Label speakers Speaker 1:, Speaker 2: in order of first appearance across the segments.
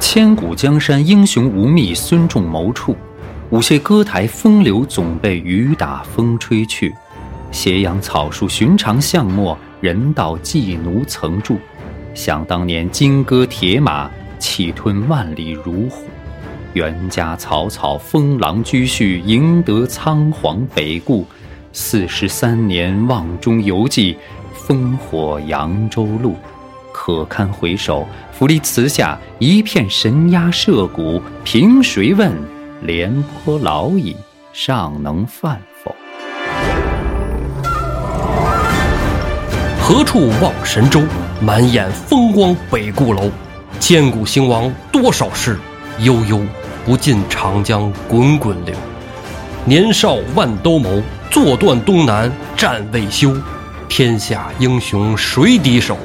Speaker 1: 千古江山英雄无觅孙仲谋处，舞榭歌台风流总被雨打风吹去。斜阳草树寻常巷陌，人道寄奴曾住。想当年金戈铁马，气吞万里如虎。袁家草草封狼居胥，赢得仓皇北顾。四十三年望中犹记，烽火扬州路。可堪回首，扶犁祠下一片神鸦社鼓。凭谁问？廉颇老矣，尚能饭否？
Speaker 2: 何处望神州？满眼风光北固楼。千古兴亡多少事，悠悠不尽长江滚滚流。年少万兜鍪，坐断东南战未休。天下英雄谁敌手？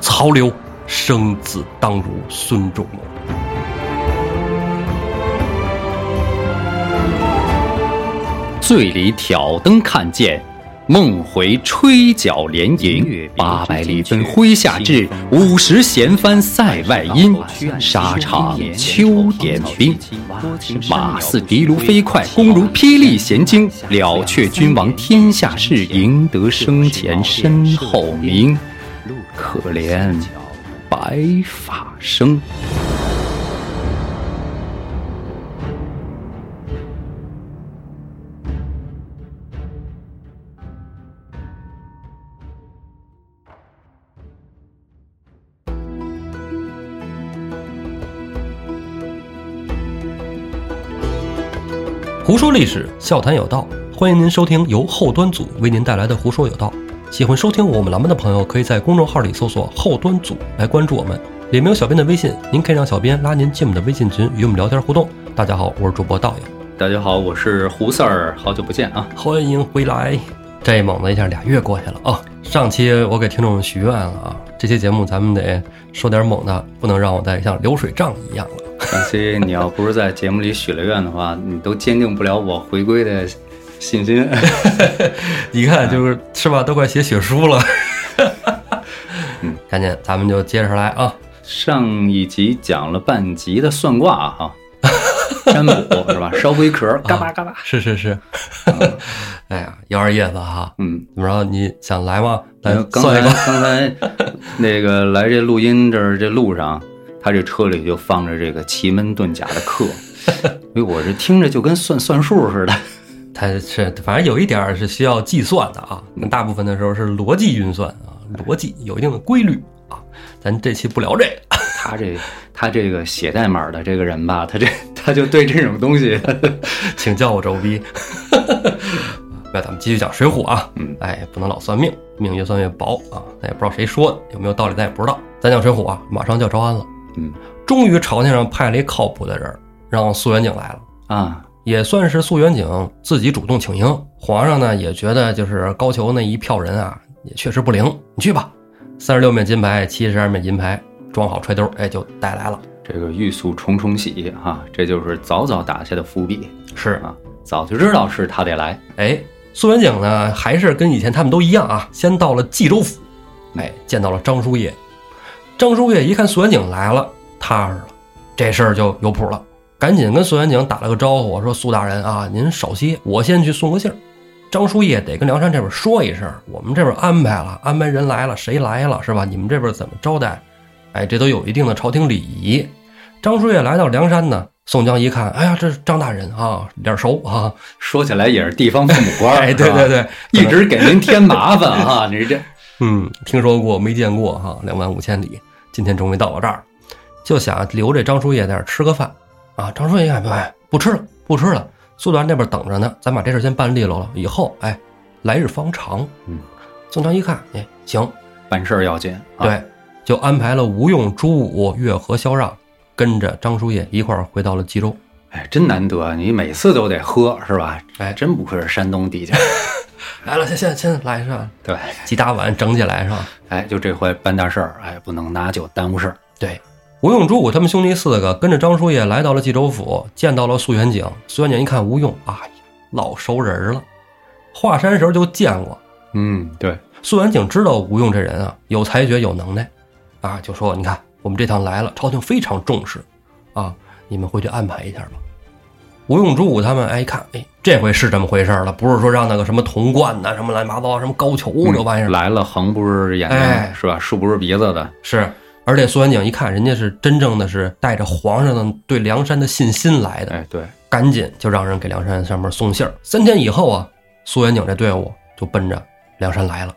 Speaker 2: 曹刘生子当如孙仲谋。
Speaker 1: 醉里挑灯看剑，梦回吹角连营。八百里分麾下炙，五十弦翻塞外音。沙场秋点兵，马似的卢飞快，弓如霹雳弦惊。了却君王天下事，赢得生前身后名。可怜白发生。
Speaker 2: 胡说历史，笑谈有道，欢迎您收听由后端组为您带来的《胡说有道》。喜欢收听我们栏目的朋友，可以在公众号里搜索“后端组”来关注我们，里面有小编的微信，您可以让小编拉您进我们的微信群，与我们聊天互动。大家好，我是主播道爷，
Speaker 1: 大家好，我是胡四儿，好久不见啊！
Speaker 2: 欢迎回来。这猛的一下，俩月过去了啊！上期我给听众许愿了啊，这期节目咱们得说点猛的，不能让我再像流水账一样了。
Speaker 1: 上期你要不是在节目里许了愿的话，你都坚定不了我回归的信心。
Speaker 2: 你看，就是是吧？都快写血书了。 嗯，赶紧，咱们就接着来啊。
Speaker 1: 上一集讲了半集的算卦啊，占卜是吧？烧龟壳，
Speaker 2: 啊
Speaker 1: 嘎巴嘎巴。
Speaker 2: 是是是， 哎呀，摇摇叶子哈。
Speaker 1: 嗯，
Speaker 2: 怎么着？你想来吗？来
Speaker 1: 刚
Speaker 2: 算
Speaker 1: 才
Speaker 2: 一个。
Speaker 1: 刚才那个来这录音这儿这路上，他这车里就放着这个奇门遁甲的课， 所以我这听着就跟算算数似的。
Speaker 2: 它是反正有一点儿是需要计算的啊，那大部分的时候是逻辑运算啊，逻辑有一定的规律啊。咱这期不聊这个，
Speaker 1: 他这他这个写代码的这个人吧，他这他就对这种东西，
Speaker 2: 请叫我周逼。那咱们继续讲《水浒》啊，
Speaker 1: 嗯
Speaker 2: 哎，不能老算命，命越算越薄啊。咱也不知道谁说的，有没有道理咱也不知道。咱讲《水浒》啊，马上就要招安了，
Speaker 1: 嗯
Speaker 2: 终于朝廷上派了一靠谱的人儿，让苏元景来了。
Speaker 1: 啊，
Speaker 2: 也算是素元景自己主动请缨。皇上呢也觉得就是高俅那一票人啊，也确实不灵，你去吧。三十六面金牌，七十二面银牌，装好揣兜，哎，就带来了。
Speaker 1: 这个欲速重重喜哈、这就是早早打下的伏笔
Speaker 2: 是，
Speaker 1: 啊，早就知道是他得来，
Speaker 2: 哎，素元景呢还是跟以前他们都一样啊，先到了冀州府，哎，见到了张叔夜。张叔夜一看素元景来了，踏实了，这事儿就有谱了，赶紧跟素元景打了个招呼，我说苏大人啊，您少歇，我先去送个信儿。张叔夜得跟梁山这边说一声，我们这边安排了，安排人来了，谁来了是吧？你们这边怎么招待？哎，这都有一定的朝廷礼仪。张叔夜来到梁山呢，宋江一看，哎呀，这是张大人啊，脸熟啊，
Speaker 1: 说起来也是地方父母官儿，
Speaker 2: 哎，对
Speaker 1: 啊是吧
Speaker 2: 对对，
Speaker 1: 一直给您添麻烦啊！你这
Speaker 2: 嗯，听说过没见过哈，两万五千里，今天终于到我这儿了，就想留这张叔夜在这儿吃个饭啊。张叔夜一看，哎，不吃了，不吃了，苏大人那边等着呢，咱把这事先办利落了，以后哎，来日方长。
Speaker 1: 嗯，
Speaker 2: 宋江一看，哎，行，
Speaker 1: 办事儿要紧啊！，
Speaker 2: 对，就安排了吴用、朱武、岳和、萧让，跟着张叔夜一块儿回到了冀州。
Speaker 1: 哎，真难得，你每次都得喝是吧？
Speaker 2: 哎
Speaker 1: 真不愧是山东 地界儿，
Speaker 2: 来了，先先先来是吧？
Speaker 1: 对，
Speaker 2: 几大碗整起来是吧？
Speaker 1: 哎，就这回办大事儿，哎，不能拿酒耽误事儿。
Speaker 2: 对，吴用、朱武他们兄弟四个跟着张叔夜来到了冀州府，见到了苏元景。苏元景一看吴用，哎呀，老熟人了，华山时候就见过。
Speaker 1: 嗯，对，
Speaker 2: 苏元景知道吴用这人啊，有才学，有能耐，啊，就说你看我们这趟来了，朝廷非常重视，啊，你们回去安排一下吧。吴用、朱武他们哎一看，哎，这回是这么回事儿了，不是说让那个什么铜冠呐、什么乱七八糟、什么高俅这玩意儿、
Speaker 1: 嗯来了，横不是眼睛、
Speaker 2: 哎
Speaker 1: 是吧？竖不是鼻子的，
Speaker 2: 是。而且苏元景一看，人家是真正的是带着皇上的对梁山的信心来的，
Speaker 1: 哎，对，
Speaker 2: 赶紧就让人给梁山上面送信儿。三天以后啊，苏元景这队伍就奔着梁山来了。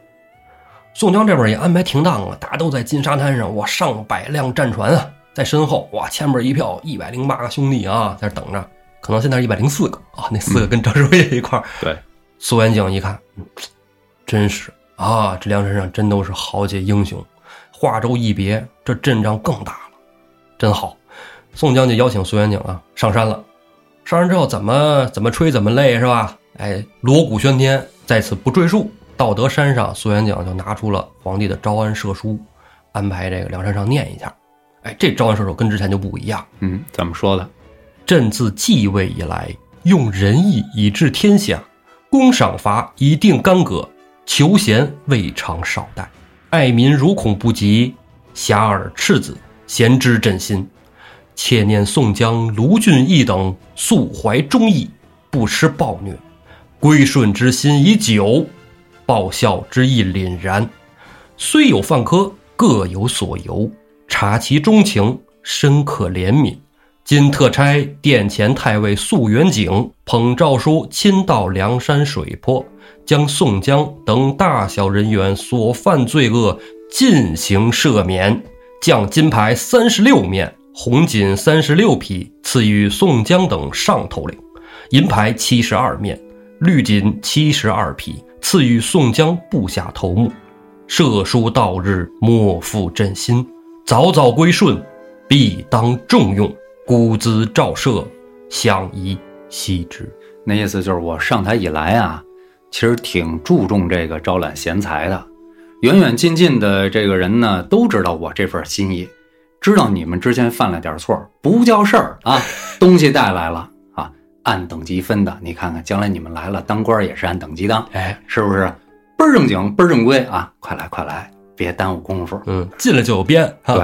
Speaker 2: 宋江这边也安排停当了，大家都在金沙滩上，哇，上百辆战船啊，在身后，哇，前边一票一百零八个兄弟啊，在这等着。可能现在是一百零四个啊，那四个跟张世伟一块儿。
Speaker 1: 对，
Speaker 2: 苏元景一看，嗯真是啊，这梁山上真都是豪杰英雄。华州一别，这阵仗更大了，真好。宋江就邀请苏元景啊上山了。上山之后怎么怎么吹怎么累是吧？哎，锣鼓喧天，在此不赘述。到得山上，苏元景就拿出了皇帝的招安赦书，安排这个梁山上念一下。哎，这招安赦书跟之前就不一样。
Speaker 1: 嗯，怎么说的？
Speaker 2: 朕自继位以来，用仁义以治天下，公赏罚以定干戈，求贤未尝少怠，爱民如恐不及，遐迩赤子，贤知朕心。切念宋江、卢俊义等素怀忠义，不施暴虐，归顺之心已久，报效之意凛然。虽有犯科，各有所由，察其中情，深刻怜悯。今特差殿前太尉宿元景捧诏书亲到梁山水泊，将宋江等大小人员所犯罪恶进行赦免，降金牌三十六面，红锦三十六匹，赐予宋江等上头领；银牌七十二面，绿锦七十二匹，赐予宋江部下头目。赦书到日，莫负朕心。早早归顺，必当重用。孤资照射，相宜惜之。
Speaker 1: 那意思就是我上台以来啊，其实挺注重这个招揽贤才的，远远近近的这个人呢，都知道我这份心意，知道你们之前犯了点错儿不叫事儿啊，东西带来了啊，按等级分的，你看看将来你们来了当官儿也是按等级当，
Speaker 2: 哎，
Speaker 1: 是不是？倍儿正经，倍儿正规啊！快来快来，别耽误功夫。
Speaker 2: 嗯，进来就有鞭。哈，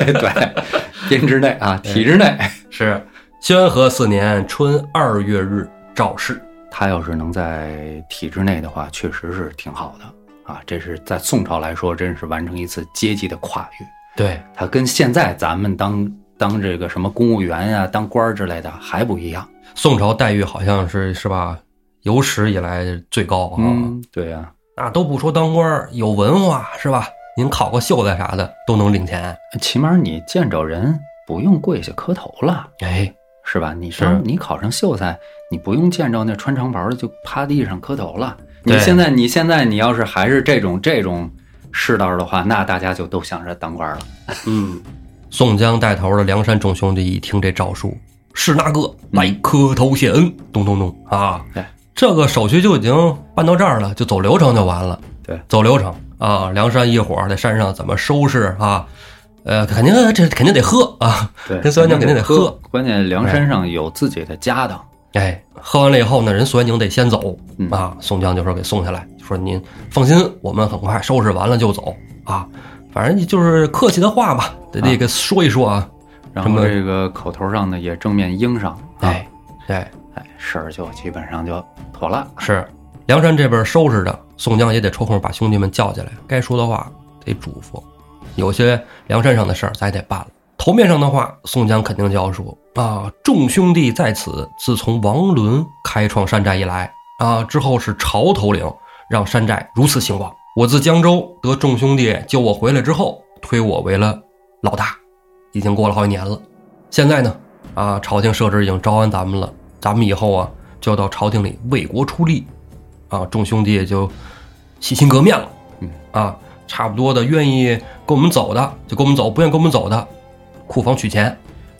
Speaker 1: 对， 对，编制内啊，体制内。
Speaker 2: 是宣和四年春二月日赵氏。
Speaker 1: 他要是能在体制内的话，确实是挺好的啊。这是在宋朝来说，真是完成一次阶级的跨越。
Speaker 2: 对，
Speaker 1: 它跟现在咱们当当这个什么公务员呀、当官儿之类的还不一样。
Speaker 2: 宋朝待遇好像是是吧？有史以来最高啊！
Speaker 1: 嗯，对呀、
Speaker 2: 那都不说当官儿，有文化是吧？您考个秀才啥的都能领钱。
Speaker 1: 起码你见着人不用跪下磕头了。
Speaker 2: 哎，
Speaker 1: 是吧？你
Speaker 2: 是
Speaker 1: 当你考上秀才，你不用见着那穿长袍的就趴地上磕头了。你
Speaker 2: 对
Speaker 1: 现在你现在你要是还是这种这种世道的话，那大家就都想着当官了。
Speaker 2: 嗯，宋江带头的梁山众兄弟一听这诏书，是那个来磕头谢恩，咚咚咚啊
Speaker 1: 对！
Speaker 2: 这个手续就已经办到这儿了，就走流程就完了。
Speaker 1: 对，
Speaker 2: 走流程啊！梁山一伙儿在山上怎么收拾啊？呃，肯定这肯定得喝啊！
Speaker 1: 对，
Speaker 2: 跟孙元庆肯定得喝。
Speaker 1: 关键梁山上有自己的家当，
Speaker 2: 哎，喝完了以后呢，人苏元宁得先走
Speaker 1: 嗯
Speaker 2: 啊。宋江就说给送下来，说您放心，我们很快收拾完了就走啊。反正就是客气的话吧，得得给说一说啊。
Speaker 1: 然后
Speaker 2: 什么
Speaker 1: 这个口头上呢也正面应上，啊、
Speaker 2: 哎，对，
Speaker 1: 哎，事儿就基本上就妥了。
Speaker 2: 是梁山这边收拾着，宋江也得抽空把兄弟们叫起来，该说的话得嘱咐。有些梁山上的事儿咱也得办了。头面上的话，宋江肯定就要说啊，众兄弟在此，自从王伦开创山寨以来啊，之后是朝头领让山寨如此兴旺。我自江州得众兄弟救我回来之后，推我为了老大，已经过了好几年了。现在呢，啊，朝廷设置已经招安咱们了，咱们以后啊就要到朝廷里为国出力，啊，众兄弟也就洗心革面了，
Speaker 1: 嗯，
Speaker 2: 啊，差不多的愿意跟我们走的就跟我们走，不愿意跟我们走的，库房取钱，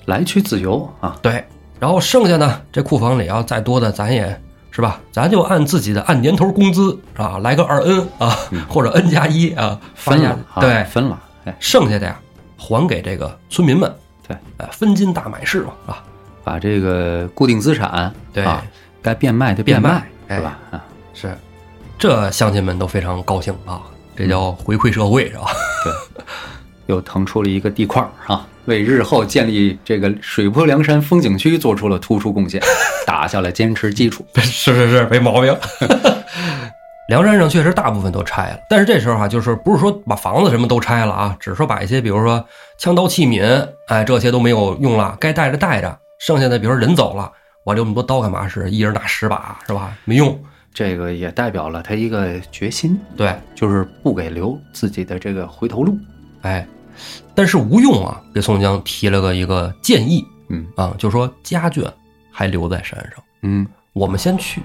Speaker 1: 来去自由啊，
Speaker 2: 对，然后剩下呢，这库房里要再多的，咱也是吧，咱就按自己的按年头工资啊，来个二 n 啊， 或者 n 加一啊，
Speaker 1: 嗯
Speaker 2: 发
Speaker 1: 分
Speaker 2: 现
Speaker 1: 了，啊、
Speaker 2: 对，
Speaker 1: 分了。哎，
Speaker 2: 剩下的呀还给这个村民们，
Speaker 1: 对，
Speaker 2: 呃，分金大买市嘛，啊，
Speaker 1: 把这个固定资产，
Speaker 2: 对
Speaker 1: 啊，该变卖的
Speaker 2: 变
Speaker 1: 卖，
Speaker 2: 卖哎
Speaker 1: 是吧？啊。
Speaker 2: 是，嗯这乡亲们都非常高兴啊，这叫回馈社会是吧？
Speaker 1: 对，又腾出了一个地块儿啊，为日后建立这个水泊梁山风景区做出了突出贡献， 打下了坚实基础。
Speaker 2: 是是是，没毛病。 梁山上确实大部分都拆了，但是这时候啊，就是不是说把房子什么都拆了啊，只是说把一些比如说枪刀器皿，哎，这些都没有用了，该带着带着，剩下的比如说人走了，我留那么多刀干嘛使？一人拿十把是吧？没用。
Speaker 1: 这个也代表了他一个决心，
Speaker 2: 对，
Speaker 1: 就是不给留自己的这个回头路。
Speaker 2: 哎，但是吴用啊，给宋江提了个一个建议
Speaker 1: 嗯
Speaker 2: 啊，就说家眷还留在山上，
Speaker 1: 嗯
Speaker 2: 我们先去，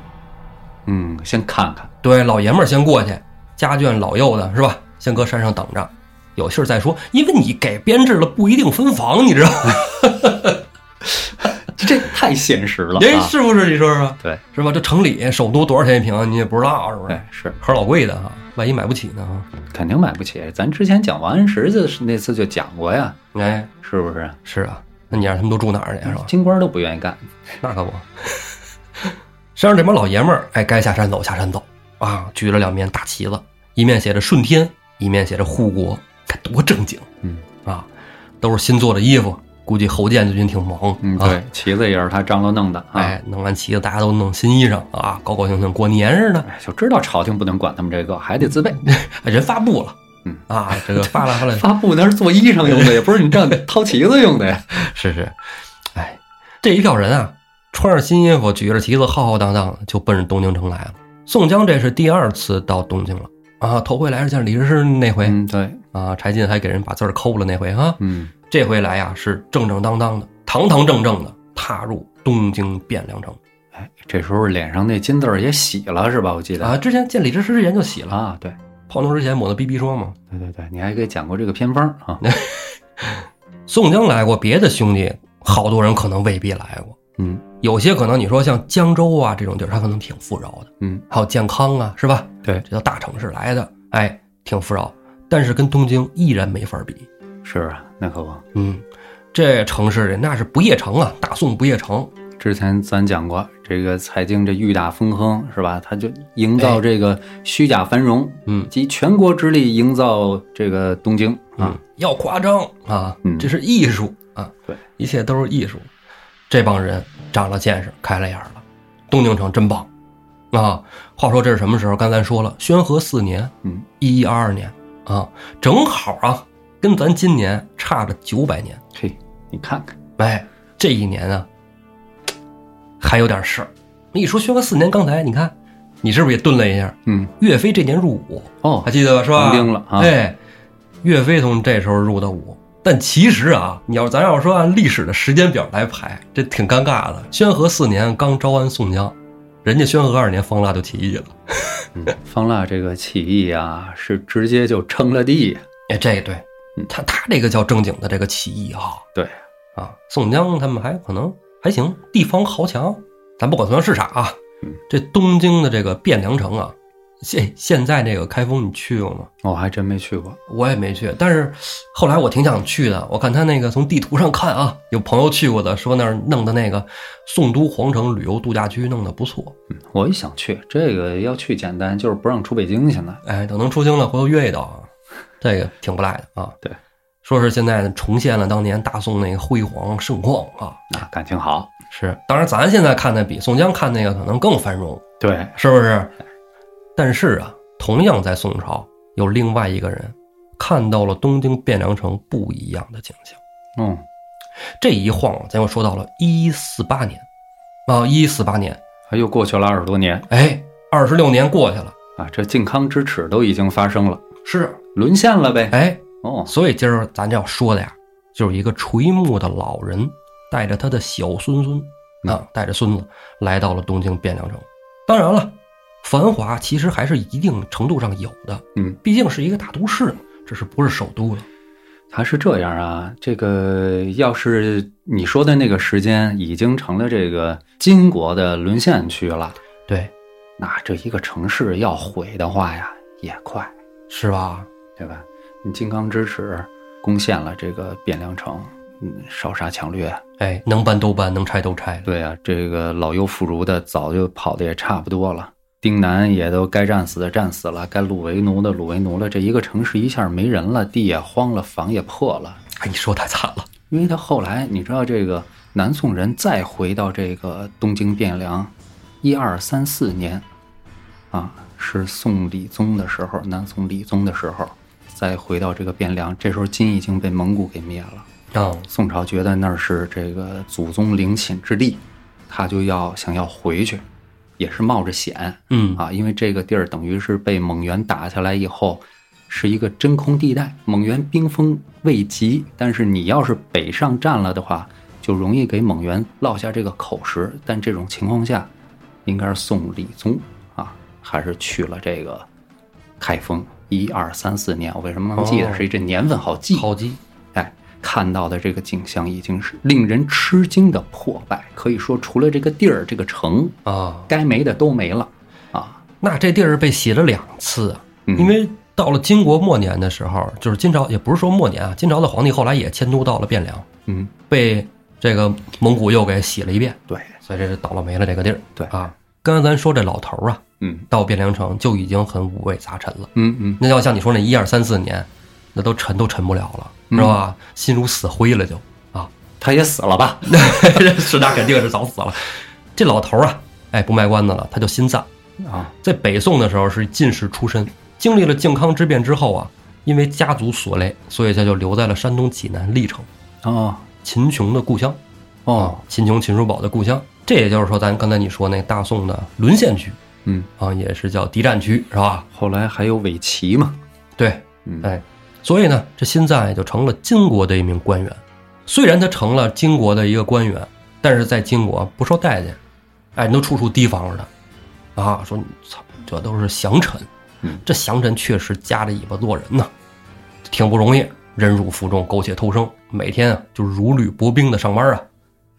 Speaker 1: 嗯，先看 看。
Speaker 2: 对，老爷们儿先过去，家眷老幼的是吧？先搁山上等着，有信儿再说。因为你给编制了，不一定分房，你知道 吗？
Speaker 1: 这太现实了、
Speaker 2: 人、
Speaker 1: 啊，
Speaker 2: 哎是不是？你说说，
Speaker 1: 对，
Speaker 2: 是吧？这城里首都多少钱一平，你也不知道是不是
Speaker 1: 哎？是
Speaker 2: 可老贵的啊，万一买不起呢？啊
Speaker 1: 肯定买不起。咱之前讲王安石的那次就讲过呀，
Speaker 2: 哎，
Speaker 1: 是不是？
Speaker 2: 是啊，那你让他们都住哪儿去是吧？
Speaker 1: 京官都不愿意干。
Speaker 2: 那可不，山上这帮老爷们儿，哎，该下山走下山走啊，举了两面大旗子，一面写着顺天，一面写着护国，看多正经
Speaker 1: 嗯
Speaker 2: 啊，都是新做的衣服，估计侯健最近挺忙，
Speaker 1: 嗯，
Speaker 2: 啊
Speaker 1: 对，旗子也是他张罗弄的啊。
Speaker 2: 哎，弄完旗子大家都弄新衣裳啊，高高兴兴过年似的，
Speaker 1: 哎就知道朝廷不能管他们这个，还得自备。
Speaker 2: 哎人发布了，
Speaker 1: 嗯，
Speaker 2: 啊，这个发了发了
Speaker 1: 发布那是做衣裳 用的，也不是你这样掏旗子用的呀。
Speaker 2: 是是，哎，这一票人啊，穿着新衣服，举着旗子，浩浩荡荡地就奔着东京城来了。宋江这是第二次到东京了啊，头回来是见李师师那回、
Speaker 1: 嗯，对，
Speaker 2: 啊，柴进还给人把字儿抠了那回啊，
Speaker 1: 嗯
Speaker 2: 这回来呀、是正正当当的，堂堂正正的踏入东京汴梁城
Speaker 1: 这时候脸上那金字儿也洗了是吧？我记得
Speaker 2: 啊。之前见李师师之前就洗了，
Speaker 1: 啊，对
Speaker 2: 泡妞之前抹的 BB 霜嘛。
Speaker 1: 对对对，你还给讲过这个偏方 啊。
Speaker 2: 宋江来过，别的兄弟好多人可能未必来过，
Speaker 1: 嗯
Speaker 2: 有些可能你说像江州啊这种地儿，他可能挺富饶的。
Speaker 1: 嗯，
Speaker 2: 还有健康啊，是吧？
Speaker 1: 对
Speaker 2: 这叫大城市来的，哎，挺富饶，但是跟东京依然没法比。
Speaker 1: 是啊，那可不。
Speaker 2: 嗯，这城市里那是不夜城啊，大宋不夜城。
Speaker 1: 之前咱讲过，这个蔡京这欲大风亨是吧？他就营造这个虚假繁荣，
Speaker 2: 嗯
Speaker 1: 集全国之力营造这个东京
Speaker 2: 嗯
Speaker 1: 啊。，
Speaker 2: 要夸张啊
Speaker 1: 嗯，
Speaker 2: 这是艺术啊，
Speaker 1: 对，
Speaker 2: 一切都是艺术。这帮人长了见识，开了眼了，东京城真棒啊！话说这是什么时候？刚才说了，宣和四年，
Speaker 1: 嗯，
Speaker 2: 一一二二年啊，正好啊，跟咱今年差了九百年。
Speaker 1: 嘿，你看看，
Speaker 2: 哎，这一年啊，还有点事儿。一说宣和四年，刚才你看，你是不是也顿了一下？
Speaker 1: 嗯，
Speaker 2: 岳飞这年入伍，
Speaker 1: 哦
Speaker 2: 还，记得吧？是
Speaker 1: 当
Speaker 2: 吧？
Speaker 1: 兵了啊
Speaker 2: 哎，岳飞从这时候入的伍。但其实啊，你要咱要说按历史的时间表来排，这挺尴尬的。宣和四年刚招安宋江，人家宣和二年方腊就起义了。
Speaker 1: 嗯方腊这个起义啊，是直接就称了帝。
Speaker 2: 哎，这对
Speaker 1: 嗯
Speaker 2: 他他这个叫正经的这个起义哈、
Speaker 1: 对，
Speaker 2: 啊，宋江他们还可能还行，地方豪强，咱不管宋江是啥啊
Speaker 1: 嗯，
Speaker 2: 这东京的这个汴梁城啊，现现在这个开封你去过吗？
Speaker 1: 我哦还真没去过。
Speaker 2: 我也没去，但是后来我挺想去的。我看他那个从地图上看啊，有朋友去过的，说那儿弄的那个宋都皇城旅游度假区弄得不错。
Speaker 1: 嗯，我也想去，这个要去简单，就是不让出北京。现在，
Speaker 2: 哎，等能出京了，回头约一道啊，这个挺不赖的啊。
Speaker 1: 对，
Speaker 2: 说是现在重现了当年大宋那个辉煌盛况啊。
Speaker 1: 啊，感情好。
Speaker 2: 是，当然咱现在看的比宋江看那个可能更繁荣，
Speaker 1: 对，
Speaker 2: 是不是？但是啊，同样在宋朝，有另外一个人看到了东京汴梁城不一样的景象。
Speaker 1: 嗯，
Speaker 2: 这一晃啊，咱又说到了一四八年，啊，一四八年，
Speaker 1: 又过去了二十多年
Speaker 2: 哎，二十六年过去了，
Speaker 1: 啊，这靖康之耻都已经发生了，
Speaker 2: 是，啊
Speaker 1: 沦陷了呗。
Speaker 2: 哎，
Speaker 1: 哦，
Speaker 2: 所以今儿咱这要说的呀，就是一个垂暮的老人带着他的小孙孙啊，带着孙子来到了东京汴梁城。当然了，繁华其实还是一定程度上有的，
Speaker 1: 嗯，
Speaker 2: 毕竟是一个大都市嘛，只是不是首都了。
Speaker 1: 他是这样啊，这个要是你说的那个时间已经成了这个金国的沦陷区了，
Speaker 2: 对，
Speaker 1: 那这一个城市要毁的话呀，也快，
Speaker 2: 是吧？
Speaker 1: 对吧？你金刚之耻攻陷了这个汴梁城，嗯，烧杀抢掠，
Speaker 2: 哎，能搬都搬，能拆都拆了。
Speaker 1: 对啊，这个老幼妇孺的早就跑的也差不多了，丁南也都该战死的战死了，该掳为奴的掳为奴了。这一个城市一下没人了，地也荒了，房也破了。
Speaker 2: 哎，你说太惨了，
Speaker 1: 因为他后来，你知道这个南宋人再回到这个东京汴梁，一二三四年，啊，是宋理宗的时候，南宋理宗的时候，再回到这个汴梁，这时候金已经被蒙古给灭了。
Speaker 2: 嗯，
Speaker 1: 宋朝觉得那儿是这个祖宗陵寝之地，他就要想要回去，也是冒着险，
Speaker 2: 嗯
Speaker 1: 啊，因为这个地儿等于是被蒙元打下来以后，是一个真空地带，蒙元兵锋未及，但是你要是北上占了的话，就容易给蒙元落下这个口实。但这种情况下，应该是宋理宗啊，还是去了这个开封一二三四年，我为什么能记得？
Speaker 2: 哦
Speaker 1: 是这年份好记，
Speaker 2: 好鸡，
Speaker 1: 哎，看到的这个景象已经是令人吃惊的破败，可以说除了这个地儿、这个城，
Speaker 2: 啊，
Speaker 1: 该没的都没了啊。
Speaker 2: 那这地儿被洗了两次啊，
Speaker 1: 嗯
Speaker 2: 因为到了金国末年的时候，就是金朝，也不是说末年啊，金朝的皇帝后来也迁都到了汴梁，
Speaker 1: 嗯，
Speaker 2: 被这个蒙古又给洗了一遍，
Speaker 1: 对，
Speaker 2: 所以这是倒了霉了这个地儿。
Speaker 1: 对
Speaker 2: 啊，刚才咱说这老头儿啊，
Speaker 1: 嗯
Speaker 2: 到汴梁城就已经很五味杂陈了。
Speaker 1: 嗯嗯，
Speaker 2: 那要像你说那一二三四年，那都沉都沉不了了，是吧？心如死灰了就啊，
Speaker 1: 他也死了吧？
Speaker 2: 是那肯定是早死了。这老头儿啊，哎，不卖关子了，他就心脏。
Speaker 1: 啊，
Speaker 2: 在北宋的时候是进士出身，经历了靖康之变之后啊，因为家族所累，所以他就留在了山东济南历城，
Speaker 1: 哦
Speaker 2: 秦琼的故乡。
Speaker 1: 哦，
Speaker 2: 秦琼、秦叔宝的故乡。这也就是说，咱刚才你说那大宋的沦陷区
Speaker 1: 嗯，
Speaker 2: 啊，也是叫敌占区，是吧？
Speaker 1: 后来还有伪齐嘛，
Speaker 2: 对，
Speaker 1: 嗯
Speaker 2: 哎，所以呢，这辛赞也就成了金国的一名官员。虽然他成了金国的一个官员，但是在金国不受待见，哎，人都处处提防着他，啊，说你操，这都是降臣
Speaker 1: 嗯，
Speaker 2: 这降臣确实夹着尾巴做人呐，挺不容易，忍辱负重，苟且偷生，每天啊就如履薄冰的上班啊，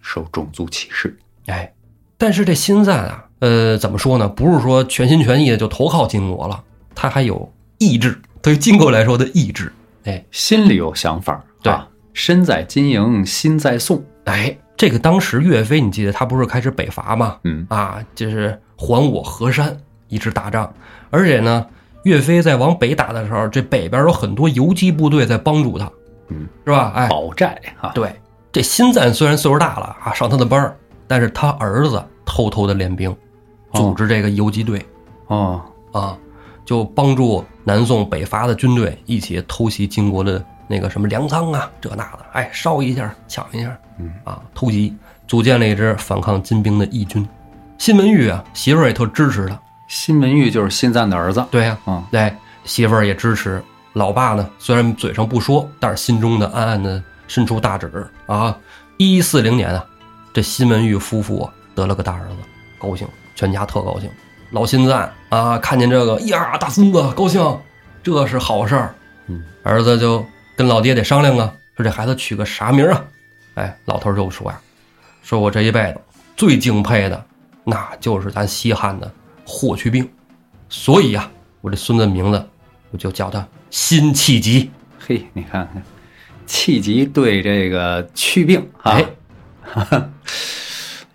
Speaker 1: 受种族歧视。
Speaker 2: 哎，但是这新赞啊，呃，怎么说呢？不是说全心全意的就投靠金国了，他还有意志，对于金国来说的意志。哎
Speaker 1: 心里有想法，
Speaker 2: 对
Speaker 1: 啊，身在金营心在宋，
Speaker 2: 哎，这个当时岳飞，你记得他不是开始北伐吗？
Speaker 1: 嗯
Speaker 2: 啊，就是还我河山，一直打仗。而且呢，岳飞在往北打的时候，这北边有很多游击部队在帮助他，
Speaker 1: 嗯，
Speaker 2: 是吧？哎，
Speaker 1: 保寨啊，
Speaker 2: 对，这新赞虽然岁数大了啊，上他的班儿，但是他儿子偷偷的练兵，组织这个游击队。
Speaker 1: 哦，
Speaker 2: 啊，就帮助南宋北伐的军队一起偷袭金国的那个什么粮仓啊，这那的，哎，烧一下，抢一下，
Speaker 1: 嗯
Speaker 2: 啊，偷袭，组建了一支反抗金兵的义军。辛文玉啊，媳妇儿也特支持他，
Speaker 1: 辛文玉就是辛赞的儿子，
Speaker 2: 对呀、
Speaker 1: 啊，
Speaker 2: 哎，媳妇儿也支持。老爸呢，虽然嘴上不说，但是心中呢暗暗的伸出大指啊。一四零年啊，这辛文玉夫妇啊得了个大儿子，高兴，全家特高兴。老辛赞啊，看见这个呀，大孙子高兴，这是好事儿。
Speaker 1: 嗯，
Speaker 2: 儿子就跟老爹得商量啊，说这孩子取个啥名儿啊？哎，老头儿就说呀、说我这一辈子最敬佩的，那就是咱西汉的霍去病。所以呀、我这孙子名字我就叫他辛弃疾。
Speaker 1: 嘿，你看看，气急对这个祛病啊。
Speaker 2: 哎，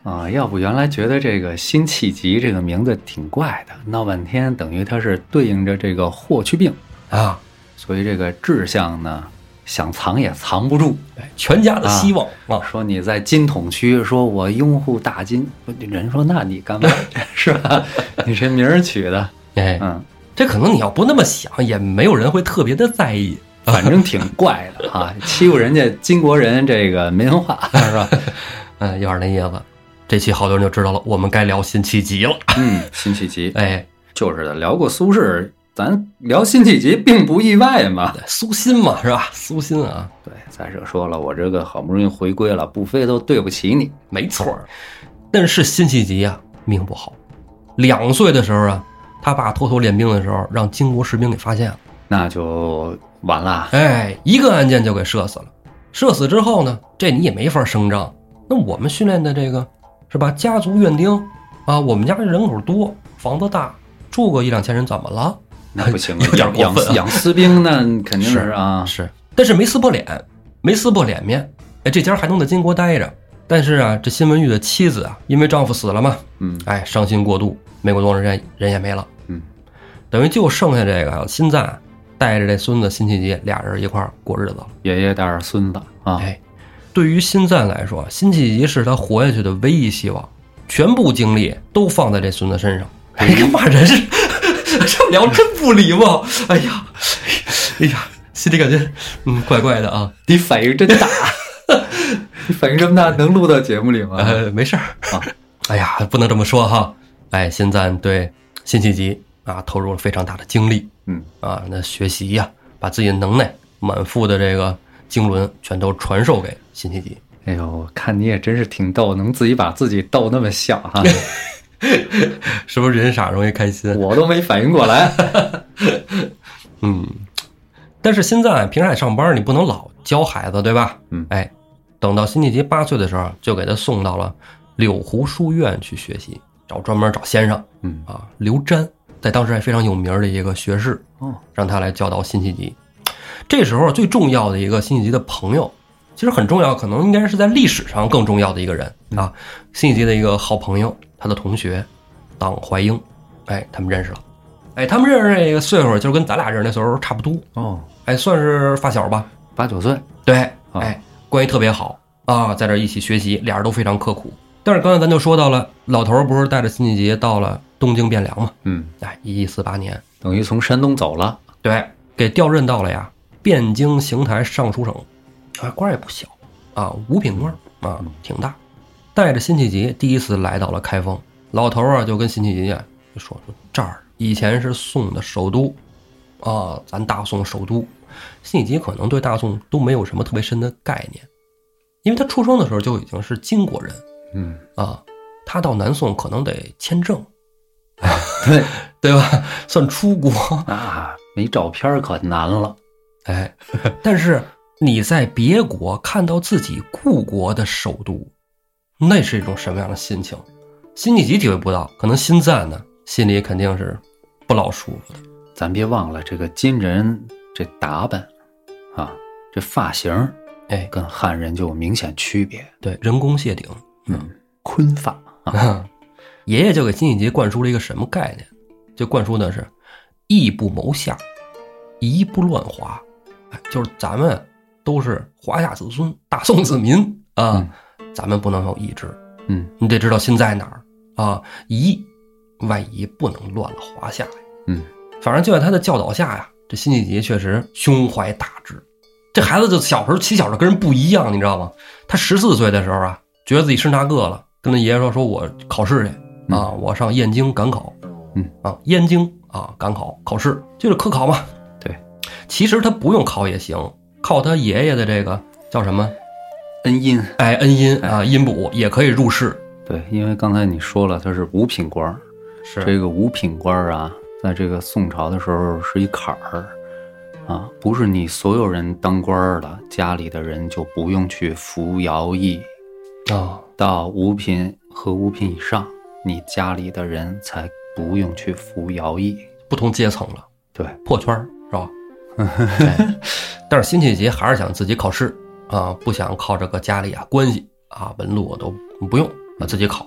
Speaker 1: 啊，要不原来觉得这个辛弃疾这个名字挺怪的，闹半天等于他是对应着这个霍去病，
Speaker 2: 啊，
Speaker 1: 所以这个志向呢，想藏也藏不住。
Speaker 2: 哎全家的希望啊，
Speaker 1: 说你在金统区，说我拥护大金，人说那你 干嘛是吧？你这名儿取的，
Speaker 2: 哎，
Speaker 1: 嗯，
Speaker 2: 这可能你要不那么想，也没有人会特别的在意。
Speaker 1: 反正挺怪的 啊，欺负人家金国人这个没文化是吧？
Speaker 2: 嗯，有点那意思。这期好多人就知道了，我们该聊辛弃疾了。
Speaker 1: 嗯，辛弃疾
Speaker 2: 哎，
Speaker 1: 就是的，聊过苏轼，咱聊辛弃疾并不意外嘛。
Speaker 2: 苏辛嘛，是吧？苏辛啊，
Speaker 1: 对，再者说了，我这个好不容易回归了，不飞都对不起你。
Speaker 2: 没错儿。但是辛弃疾啊，命不好，两岁的时候啊，他爸偷偷练兵的时候，让金国士兵给发现了。
Speaker 1: 那就完了。
Speaker 2: 哎，一个按键就给射死了。射死之后呢，这你也没法声张。那我们训练的这个是吧？家族院丁啊，我们家人口多，房子大，住个一两千人怎么了？
Speaker 1: 那不行啊
Speaker 2: 有，点
Speaker 1: 养
Speaker 2: 过
Speaker 1: 养
Speaker 2: 分啊
Speaker 1: 养私兵那肯定是啊，
Speaker 2: 是，但是没撕破脸，没撕破脸面。哎，这家还能在金国待着。但是啊，这辛文玉的妻子啊，因为丈夫死了嘛，
Speaker 1: 嗯
Speaker 2: 哎，伤心过度，没过多长时间人也没了，
Speaker 1: 嗯，
Speaker 2: 等于就剩下这个新赞带着这孙子辛弃疾俩人一块儿过日子了。
Speaker 1: 爷爷带着孙子啊，
Speaker 2: 哎，对于新赞来说，辛弃疾是他活下去的唯一希望，全部精力都放在这孙子身上。哎
Speaker 1: 嗯
Speaker 2: 呀妈，人是 这聊真不礼貌。哎呀， 哎呀，心里感觉嗯怪怪的啊。
Speaker 1: 你反应真 大，你反应这么大，能录到节目里吗？
Speaker 2: 呃，没事儿
Speaker 1: 啊。
Speaker 2: 哎呀，不能这么说哈。哎，现在对辛弃疾啊投入了非常大的精力
Speaker 1: 嗯，
Speaker 2: 啊，那学习呀、把自己的能耐、满腹的这个经纶全都传授给辛弃疾。
Speaker 1: 哎呦，我看你也真是挺逗，能自己把自己逗那么笑哈，
Speaker 2: 是不是人傻容易开心？
Speaker 1: 我都没反应过来。
Speaker 2: 嗯，但是现在平时也上班，你不能老教孩子，对吧？
Speaker 1: 嗯
Speaker 2: 哎，等到辛弃疾八岁的时候，就给他送到了柳湖书院去学习，找专门找先生
Speaker 1: 嗯，
Speaker 2: 啊，刘瞻，在当时还非常有名儿的一个学士，
Speaker 1: 哦，
Speaker 2: 让他来教导辛弃疾。这时候最重要的一个辛弃疾的朋友，其实很重要，可能应该是在历史上更重要的一个人
Speaker 1: 嗯
Speaker 2: 啊。辛弃疾的一个好朋友，他的同学，党怀英，哎，他们认识了。哎，他们认识这个岁数，就是跟咱俩认识那时候差不多，
Speaker 1: 哦，
Speaker 2: 哎，算是发小吧。
Speaker 1: 八九岁，
Speaker 2: 对，
Speaker 1: 啊
Speaker 2: 哎，关系特别好啊，在这儿一起学习，俩人都非常刻苦。但是刚才咱就说到了，老头儿不是带着辛弃疾到了东京汴梁嘛？
Speaker 1: 嗯，
Speaker 2: 哎，一一四八年，
Speaker 1: 等于从山东走了。
Speaker 2: 对，给调任到了呀，汴京邢台尚书省，啊，官儿也不小啊，五品官儿啊，挺大。带着辛弃疾第一次来到了开封，老头儿啊就跟辛弃疾啊就说说这儿以前是宋的首都，啊，咱大宋首都。辛弃疾可能对大宋都没有什么特别深的概念，因为他出生的时候就已经是金国人
Speaker 1: 嗯，
Speaker 2: 啊，他到南宋可能得签证，
Speaker 1: 对，
Speaker 2: 对吧？算出国。
Speaker 1: 啊，没照片儿可难了。
Speaker 2: 哎，但是你在别国看到自己故国的首都，那是一种什么样的心情？辛弃疾体会不到，可能辛赞呢，心里肯定是不老舒服的。
Speaker 1: 咱别忘了这个金人这打扮，啊，这发型儿
Speaker 2: 哎，
Speaker 1: 跟汉人就有明显区别。
Speaker 2: 对，人工谢顶。
Speaker 1: 嗯，昆发啊，
Speaker 2: 爷爷就给辛弃疾灌输了一个什么概念？就灌输的是“义不谋下，夷不乱华”，哎，就是咱们都是华夏子孙、大宋子民啊，咱们不能有意志，
Speaker 1: 嗯
Speaker 2: 你得知道心在哪儿啊！夷，外夷不能乱了华夏呀。
Speaker 1: 嗯，
Speaker 2: 反正就在他的教导下呀，这辛弃疾确实胸怀大志。这孩子就小时候起小就跟人不一样，你知道吗？他十四岁的时候啊，觉得自己是那个了，跟他爷爷说：“说我考试去啊，我上燕京赶考。”
Speaker 1: 嗯
Speaker 2: 啊，燕京啊，赶考考试就是科考嘛。
Speaker 1: 对，
Speaker 2: 其实他不用考也行，靠他爷爷的这个叫什么？
Speaker 1: 恩荫。
Speaker 2: 哎，恩荫啊，荫补也可以入仕。
Speaker 1: 对，因为刚才你说了，他是五品官儿，
Speaker 2: 是
Speaker 1: 这个五品官儿啊，在这个宋朝的时候是一坎儿，啊，不是你所有人当官儿了，家里的人就不用去服徭役，
Speaker 2: 啊，
Speaker 1: 到五品和五品以上，你家里的人才不用去服徭役。
Speaker 2: 不同阶层了，
Speaker 1: 对，
Speaker 2: 破圈儿是吧？哎但是辛弃疾还是想自己考试啊，不想靠这个家里啊关系啊门路我都不用啊自己考。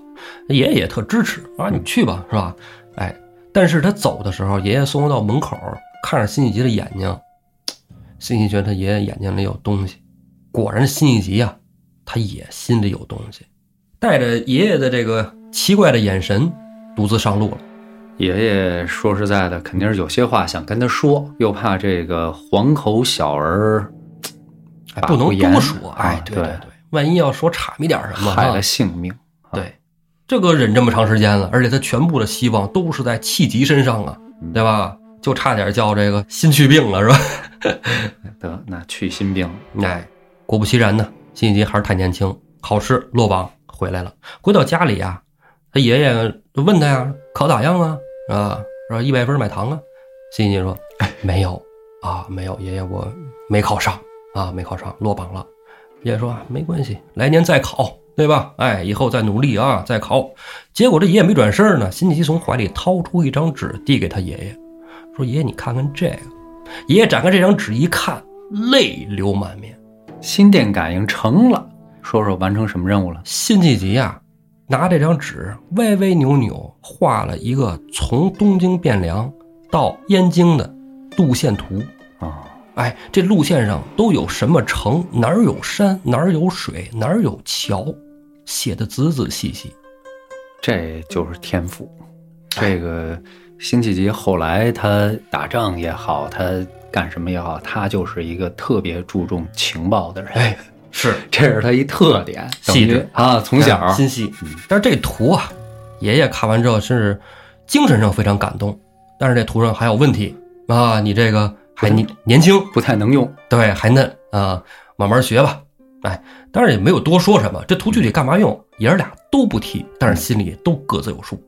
Speaker 2: 爷爷也特支持啊，你去吧，是吧？哎，但是他走的时候，爷爷送他到门口，看着辛弃疾的眼睛，辛弃疾觉得他爷爷眼睛里有东西。果然，辛弃疾呀、他也心里有东西，带着爷爷的这个奇怪的眼神，独自上路了。
Speaker 1: 爷爷说实在的，肯定是有些话想跟他说，又怕这个黄口小儿
Speaker 2: 哎，
Speaker 1: 把
Speaker 2: 不能
Speaker 1: 不严
Speaker 2: 多说，哎
Speaker 1: 啊，
Speaker 2: 对
Speaker 1: 对
Speaker 2: 对，万一要说谄媚点儿什么，
Speaker 1: 害了
Speaker 2: 啊
Speaker 1: 性命。
Speaker 2: 对，这个忍这么长时间了，而且他全部的希望都是在气急身上啊，
Speaker 1: 嗯
Speaker 2: 对吧？就差点叫这个心去病了，是吧？
Speaker 1: 得，那去心病。
Speaker 2: 哎，果不其然呢，辛弃疾还是太年轻，考试落榜回来了。回到家里啊，他爷爷就问他呀，考咋样啊？啊，说一百分买糖啊。辛弃疾说，哎，没有啊，没有，爷爷我没考上啊，没考上，落榜了。爷爷说啊，没关系，来年再考，对吧？哎，以后再努力啊，再考。结果这爷爷没转身呢，辛弃疾从怀里掏出一张纸递给他爷爷，说：“爷爷，你看看这个。”爷爷展开这张纸一看，泪流满面。
Speaker 1: 心电感应成了，说说完成什么任务了？
Speaker 2: 辛弃疾啊，拿这张纸歪歪扭扭画了一个从东京汴梁到燕京的路线图。
Speaker 1: 啊，
Speaker 2: 哎，这路线上都有什么城，哪儿有山，哪儿有水，哪儿有桥，写的仔仔细细。
Speaker 1: 这就是天赋。这个辛弃疾后来他打仗也好，他干什么也好，他就是一个特别注重情报的人，
Speaker 2: 哎，是
Speaker 1: 这是他一特点。
Speaker 2: 细致
Speaker 1: 等于啊，从小
Speaker 2: 哎心细
Speaker 1: 嗯。
Speaker 2: 但是这图啊，爷爷看完之后真是精神上非常感动，但是这图上还有问题啊！你这个还年年轻，
Speaker 1: 不太能用。
Speaker 2: 对，还嫩啊，慢慢学吧。哎，当然也没有多说什么，这图具体干嘛用，爷儿俩都不提，但是心里都各自有数。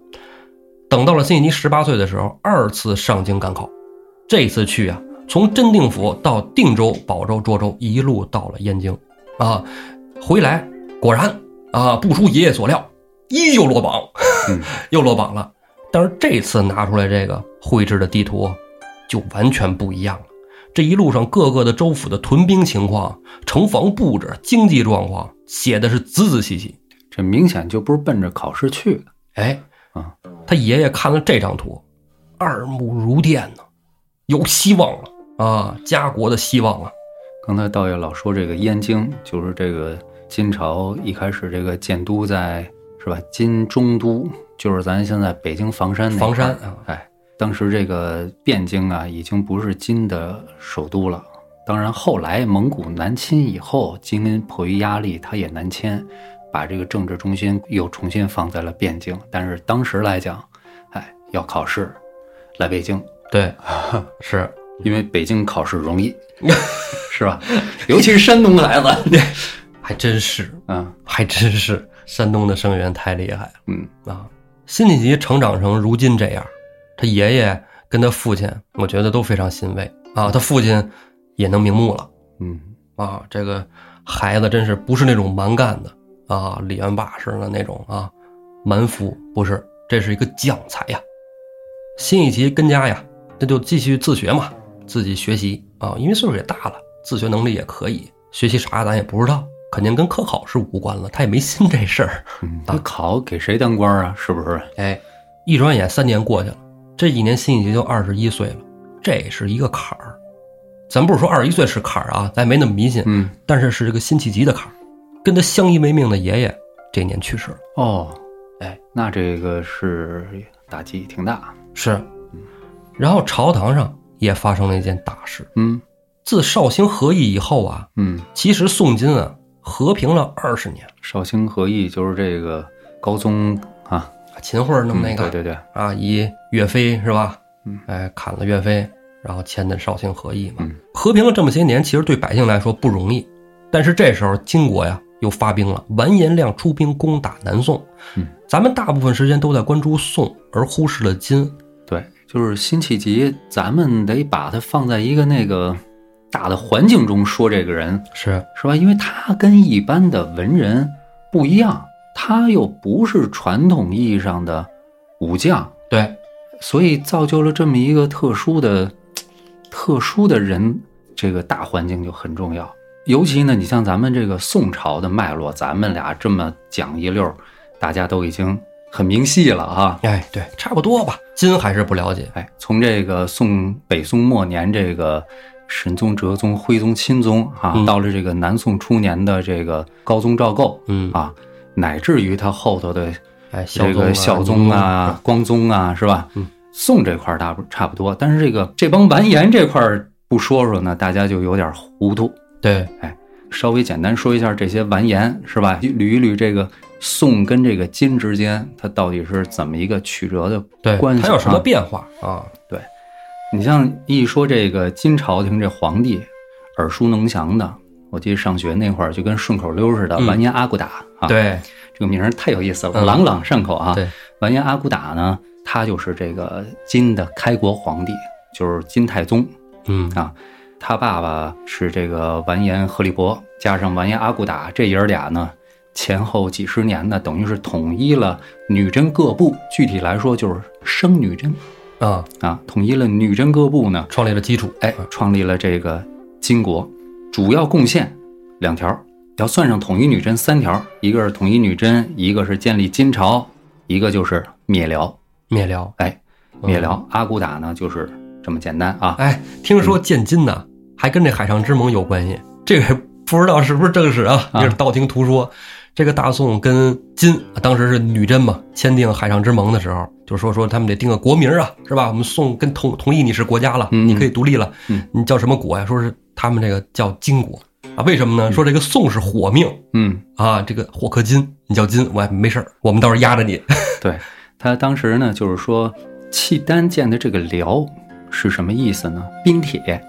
Speaker 2: 等到了辛弃疾十八岁的时候，二次上京赶考，这次去啊，从真定府到定州、保州、涿州，一路到了燕京，啊，回来果然啊，不出爷爷所料，依旧落榜，
Speaker 1: 嗯
Speaker 2: 又落榜了。但是这次拿出来这个绘制的地图，就完全不一样了。这一路上各个的州府的屯兵情况、城防布置、经济状况，写的是仔仔细细。
Speaker 1: 这明显就不是奔着考试去的。
Speaker 2: 哎，
Speaker 1: 啊，
Speaker 2: 他爷爷看了这张图，二目如电呢，有希望了啊，家国的希望啊。
Speaker 1: 刚才道爷老说这个燕京，就是这个金朝一开始这个建都在是吧？金中都就是咱现在北京房山那块儿
Speaker 2: 房山啊
Speaker 1: 哎，当时这个汴京啊，已经不是金的首都了。当然，后来蒙古南侵以后，金迫于压力，他也南迁，把这个政治中心又重新放在了汴京。但是当时来讲，哎，要考试，来北京，
Speaker 2: 对，是
Speaker 1: 因为北京考试容 易，是吧？尤其是山东孩子，
Speaker 2: 还真是，
Speaker 1: 嗯
Speaker 2: 还真是，山东的生源太厉害
Speaker 1: 嗯，
Speaker 2: 了啊！辛弃疾成长成如今这样，他爷爷跟他父亲，我觉得都非常欣慰啊。他父亲也能瞑目了。
Speaker 1: 嗯，
Speaker 2: 啊，这个孩子真是不是那种蛮干的啊，李元霸式的那种啊，蛮夫不是，这是一个将才呀。辛弃疾跟家呀，那就继续自学嘛，自己学习啊，因为岁数也大了，自学能力也可以，学习啥咱也不知道，肯定跟科考是无关了，他也没心这事儿。
Speaker 1: 嗯那考给谁当官啊？是不是？
Speaker 2: 哎，一转眼三年过去了，这一年辛弃疾就二十一岁了，这是一个坎儿。咱不是说二十一岁是坎儿啊，咱没那么迷信，
Speaker 1: 嗯，
Speaker 2: 但是是这个辛弃疾的坎儿，跟他相依为命的爷爷这年去世了。
Speaker 1: 哦，
Speaker 2: 哎，
Speaker 1: 那这个是打击挺大，
Speaker 2: 是，然后朝堂上也发生了一件大事。
Speaker 1: 嗯
Speaker 2: 自绍兴和议以后啊，
Speaker 1: 嗯，
Speaker 2: 其实宋金啊和平了二十年，
Speaker 1: 绍兴和议就是这个高宗啊，
Speaker 2: 秦桧儿弄
Speaker 1: 嗯
Speaker 2: 那个、
Speaker 1: 对对对，
Speaker 2: 啊，以岳飞是吧？
Speaker 1: 嗯，
Speaker 2: 哎，砍了岳飞，然后签的绍兴和议嘛。
Speaker 1: 嗯
Speaker 2: 和平了这么些年，其实对百姓来说不容易。但是这时候金国呀又发兵了，完颜亮出兵攻打南宋。
Speaker 1: 嗯，
Speaker 2: 咱们大部分时间都在关注宋，而忽视了金。
Speaker 1: 对，就是辛弃疾，咱们得把他放在一个那个大的环境中说这个人，
Speaker 2: 是
Speaker 1: 是吧？因为他跟一般的文人不一样，他又不是传统意义上的武将，
Speaker 2: 对，
Speaker 1: 所以造就了这么一个特殊的、特殊的人，这个大环境就很重要。尤其呢，你像咱们这个宋朝的脉络，咱们俩这么讲一溜儿，大家都已经很明细了啊。
Speaker 2: 哎，对，差不多吧。金还是不了解。
Speaker 1: 哎，从这个宋北宋末年这个神宗、哲宗、徽宗、钦宗啊，
Speaker 2: 嗯
Speaker 1: 到了这个南宋初年的这个高宗赵构，
Speaker 2: 嗯，
Speaker 1: 啊，乃至于他后头的
Speaker 2: 哎，孝
Speaker 1: 这
Speaker 2: 宗啊，
Speaker 1: 个孝宗啊、光宗啊，是吧？
Speaker 2: 嗯
Speaker 1: 宋这块儿大不差不多，但是这个这帮完颜这块儿不说说呢，大家就有点糊涂。
Speaker 2: 嗯，对，
Speaker 1: 稍微简单说一下这些完颜，是吧？捋一捋这个宋跟这个金之间，它到底是怎么一个曲折的
Speaker 2: 对，
Speaker 1: 关系？
Speaker 2: 他有什么？变化啊？
Speaker 1: 你像一说这个金朝廷这皇帝，耳熟能详的，我记得上学那会儿就跟顺口溜似的，
Speaker 2: 嗯
Speaker 1: 完颜阿骨打啊。
Speaker 2: 对，
Speaker 1: 这个名儿太有意思了，
Speaker 2: 嗯
Speaker 1: 朗朗上口啊。
Speaker 2: 对，
Speaker 1: 完颜阿骨打呢，他就是这个金的开国皇帝，就是金太宗。
Speaker 2: 嗯
Speaker 1: 啊他爸爸是这个完颜赫利勃，加上完颜阿骨打，这爷儿俩呢，前后几十年呢，等于是统一了女真各部。具体来说，就是生女真
Speaker 2: 啊，
Speaker 1: 啊，统一了女真各部呢，
Speaker 2: 创立了基础。啊
Speaker 1: 哎，创立了这个金国，主要贡献两条。要算上统一女真三条，一个是统一女真，一个是建立金朝，一个就是灭辽。
Speaker 2: 灭辽。
Speaker 1: 哎，灭辽、阿骨打呢就是这么简单啊。
Speaker 2: 哎，听说建金呐，还跟这海上之盟有关系，这个 不知道是不是正史啊，
Speaker 1: 啊
Speaker 2: 也是道听途说。这个大宋跟金当时是女真嘛，签订海上之盟的时候，就说说他们得定个国名啊，是吧？我们宋跟同同意你是国家了，
Speaker 1: 嗯
Speaker 2: 你可以独立了，
Speaker 1: 嗯
Speaker 2: 你叫什么国呀、说是他们这个叫金国啊，为什么呢？说这个宋是火命
Speaker 1: 嗯，
Speaker 2: 啊，这个火克金，你叫金，我还没事儿，我们到时候压着你。
Speaker 1: 对他当时呢就是说，契丹建的这个辽是什么意思呢？冰铁。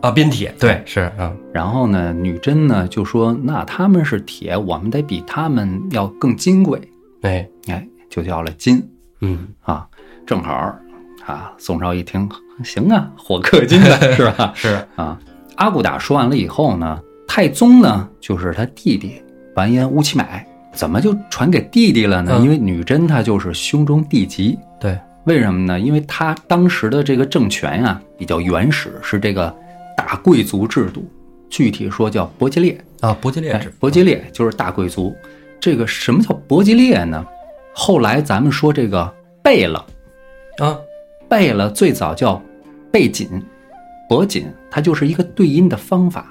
Speaker 2: 啊，边铁对是啊，
Speaker 1: 然后呢，女真呢就说，那他们是铁，我们得比他们要更金贵，
Speaker 2: 哎，
Speaker 1: 哎，就叫了金
Speaker 2: 嗯，
Speaker 1: 啊。正好啊，宋朝一听，行啊，火克金的是吧？
Speaker 2: 是
Speaker 1: 啊，阿骨打说完了以后呢，太宗呢就是他弟弟完颜乌齐买，怎么就传给弟弟了呢？
Speaker 2: 嗯
Speaker 1: 因为女真她就是兄终弟及，
Speaker 2: 对，
Speaker 1: 为什么呢？因为他当时的这个政权啊比较原始，是这个大贵族制度，具体说叫伯吉列。
Speaker 2: 啊，伯吉列
Speaker 1: 哎
Speaker 2: 制，，
Speaker 1: 伯吉列就是大贵族。这个什么叫伯吉列呢？后来咱们说这个贝勒，
Speaker 2: 啊，
Speaker 1: 贝勒最早叫贝锦、伯锦，它就是一个对音的方法。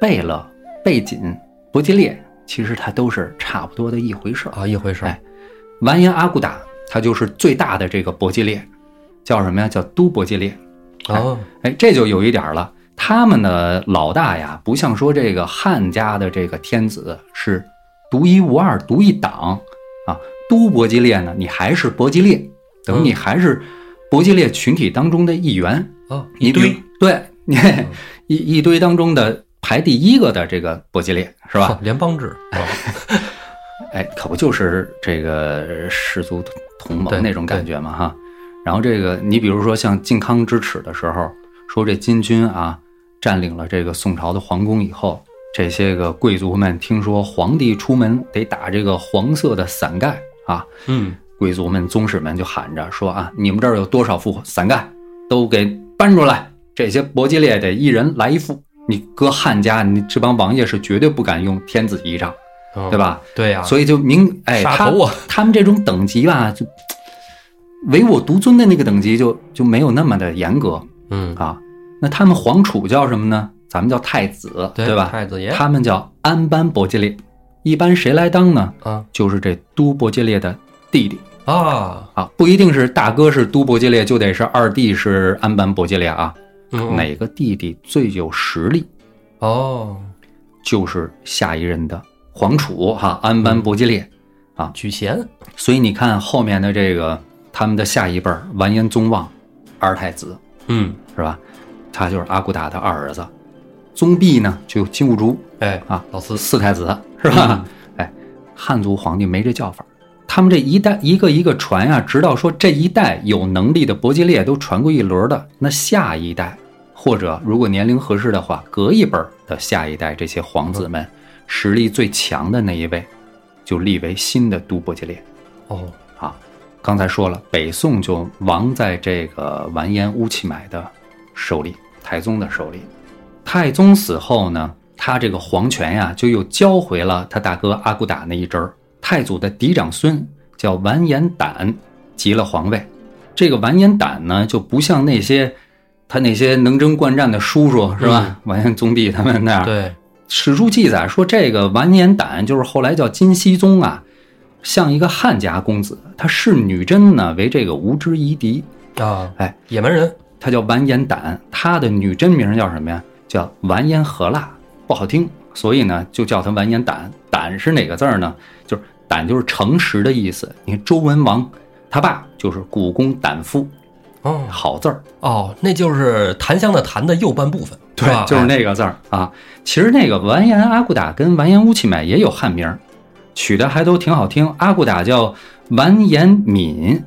Speaker 1: 贝勒、贝锦、伯吉列，其实它都是差不多的一回事儿。
Speaker 2: 啊，一回事儿
Speaker 1: 哎完颜阿骨打，他就是最大的这个伯吉列，叫什么呀？叫都伯吉列。
Speaker 2: 啊，
Speaker 1: 哎，这就有一点儿了。他们的老大呀，不像说这个汉家的这个天子是独一无二、独一档啊。都伯吉列呢，你还是伯吉列，等于
Speaker 2: 嗯
Speaker 1: 你还是伯吉列群体当中的一员。
Speaker 2: 啊，
Speaker 1: 你
Speaker 2: 一
Speaker 1: 比如
Speaker 2: 堆，嗯
Speaker 1: 对，你 一一堆当中的排第一个的这个伯吉列是吧？
Speaker 2: 哦联邦制， 哦
Speaker 1: 哎，可不就是这个氏族同
Speaker 2: 对
Speaker 1: 盟那种感觉嘛哈。然后这个，你比如说像靖康之耻的时候，说这金军啊占领了这个宋朝的皇宫以后，这些个贵族们听说皇帝出门得打这个黄色的伞盖啊，
Speaker 2: 嗯，
Speaker 1: 贵族们、宗室们就喊着说啊，你们这儿有多少副伞盖，都给搬出来，这些伯吉列得一人来一副。你搁汉家，你这帮王爷是绝对不敢用天子仪仗，
Speaker 2: 嗯
Speaker 1: 对？吧？
Speaker 2: 对呀，
Speaker 1: 所以就明哎，
Speaker 2: 杀
Speaker 1: 他
Speaker 2: 头啊
Speaker 1: 他们这种等级吧，就唯我独尊的那个等级就就没有那么的严格
Speaker 2: 嗯，
Speaker 1: 啊。那他们皇储叫什么呢？咱们叫太子，对吧？
Speaker 2: 太子爷
Speaker 1: 他们叫安班伯吉列，一般谁来当呢？
Speaker 2: 啊
Speaker 1: 就是这都伯吉列的弟弟
Speaker 2: 啊，
Speaker 1: 啊，不一定是大哥是都伯吉列，就得是二弟是安班伯吉列啊。
Speaker 2: 嗯
Speaker 1: 哪个弟弟最有实力，
Speaker 2: 哦，
Speaker 1: 就是下一任的皇储哈、安班伯吉列。
Speaker 2: 举贤
Speaker 1: 所以你看后面的这个他们的下一辈儿完颜宗望，二太子
Speaker 2: 嗯，
Speaker 1: 是吧？他就是阿骨打的二儿子。宗弼呢，就金兀术
Speaker 2: 哎
Speaker 1: 啊，
Speaker 2: 老四
Speaker 1: 四四太子是吧？哎，汉族皇帝没这叫法儿，他们这一代一个一个传呀、直到说这一代有能力的伯吉列都传过一轮儿的，那下一代或者如果年龄合适的话，隔一辈儿的下一代这些皇子们，实力最强的那一位，就立为新的都伯吉列。
Speaker 2: 哦，
Speaker 1: 啊，刚才说了，北宋就亡在这个完颜乌齐买的手里，太宗的手里。太宗死后呢，他这个皇权呀、就又交回了他大哥阿骨打那一支儿。太祖的嫡长孙叫完颜胆，即了皇位。这个完颜胆呢，就不像那些他那些能征惯战的叔叔是吧？完颜宗弼他们那样，
Speaker 2: 对，
Speaker 1: 史书记载说，这个完颜胆就是后来叫金熙宗啊，像一个汉家公子，他视女真呢为这个无知夷狄，
Speaker 2: 啊，
Speaker 1: 哎，
Speaker 2: 野蛮人
Speaker 1: 他叫完颜胆，他的女真名叫什么呀？叫完颜和剌，不好听，所以呢就叫他完颜胆。胆是哪个字儿呢？就是胆就是诚实的意思。你看周文王他爸就是古公胆父，
Speaker 2: 哦
Speaker 1: 好字儿，
Speaker 2: 哦，那就是檀香的檀的右半部分，是吧哎
Speaker 1: 就是那个字儿啊。其实那个完颜阿骨打跟完颜乌齐买也有汉名儿，取的还都挺好听。阿骨打叫完颜敏，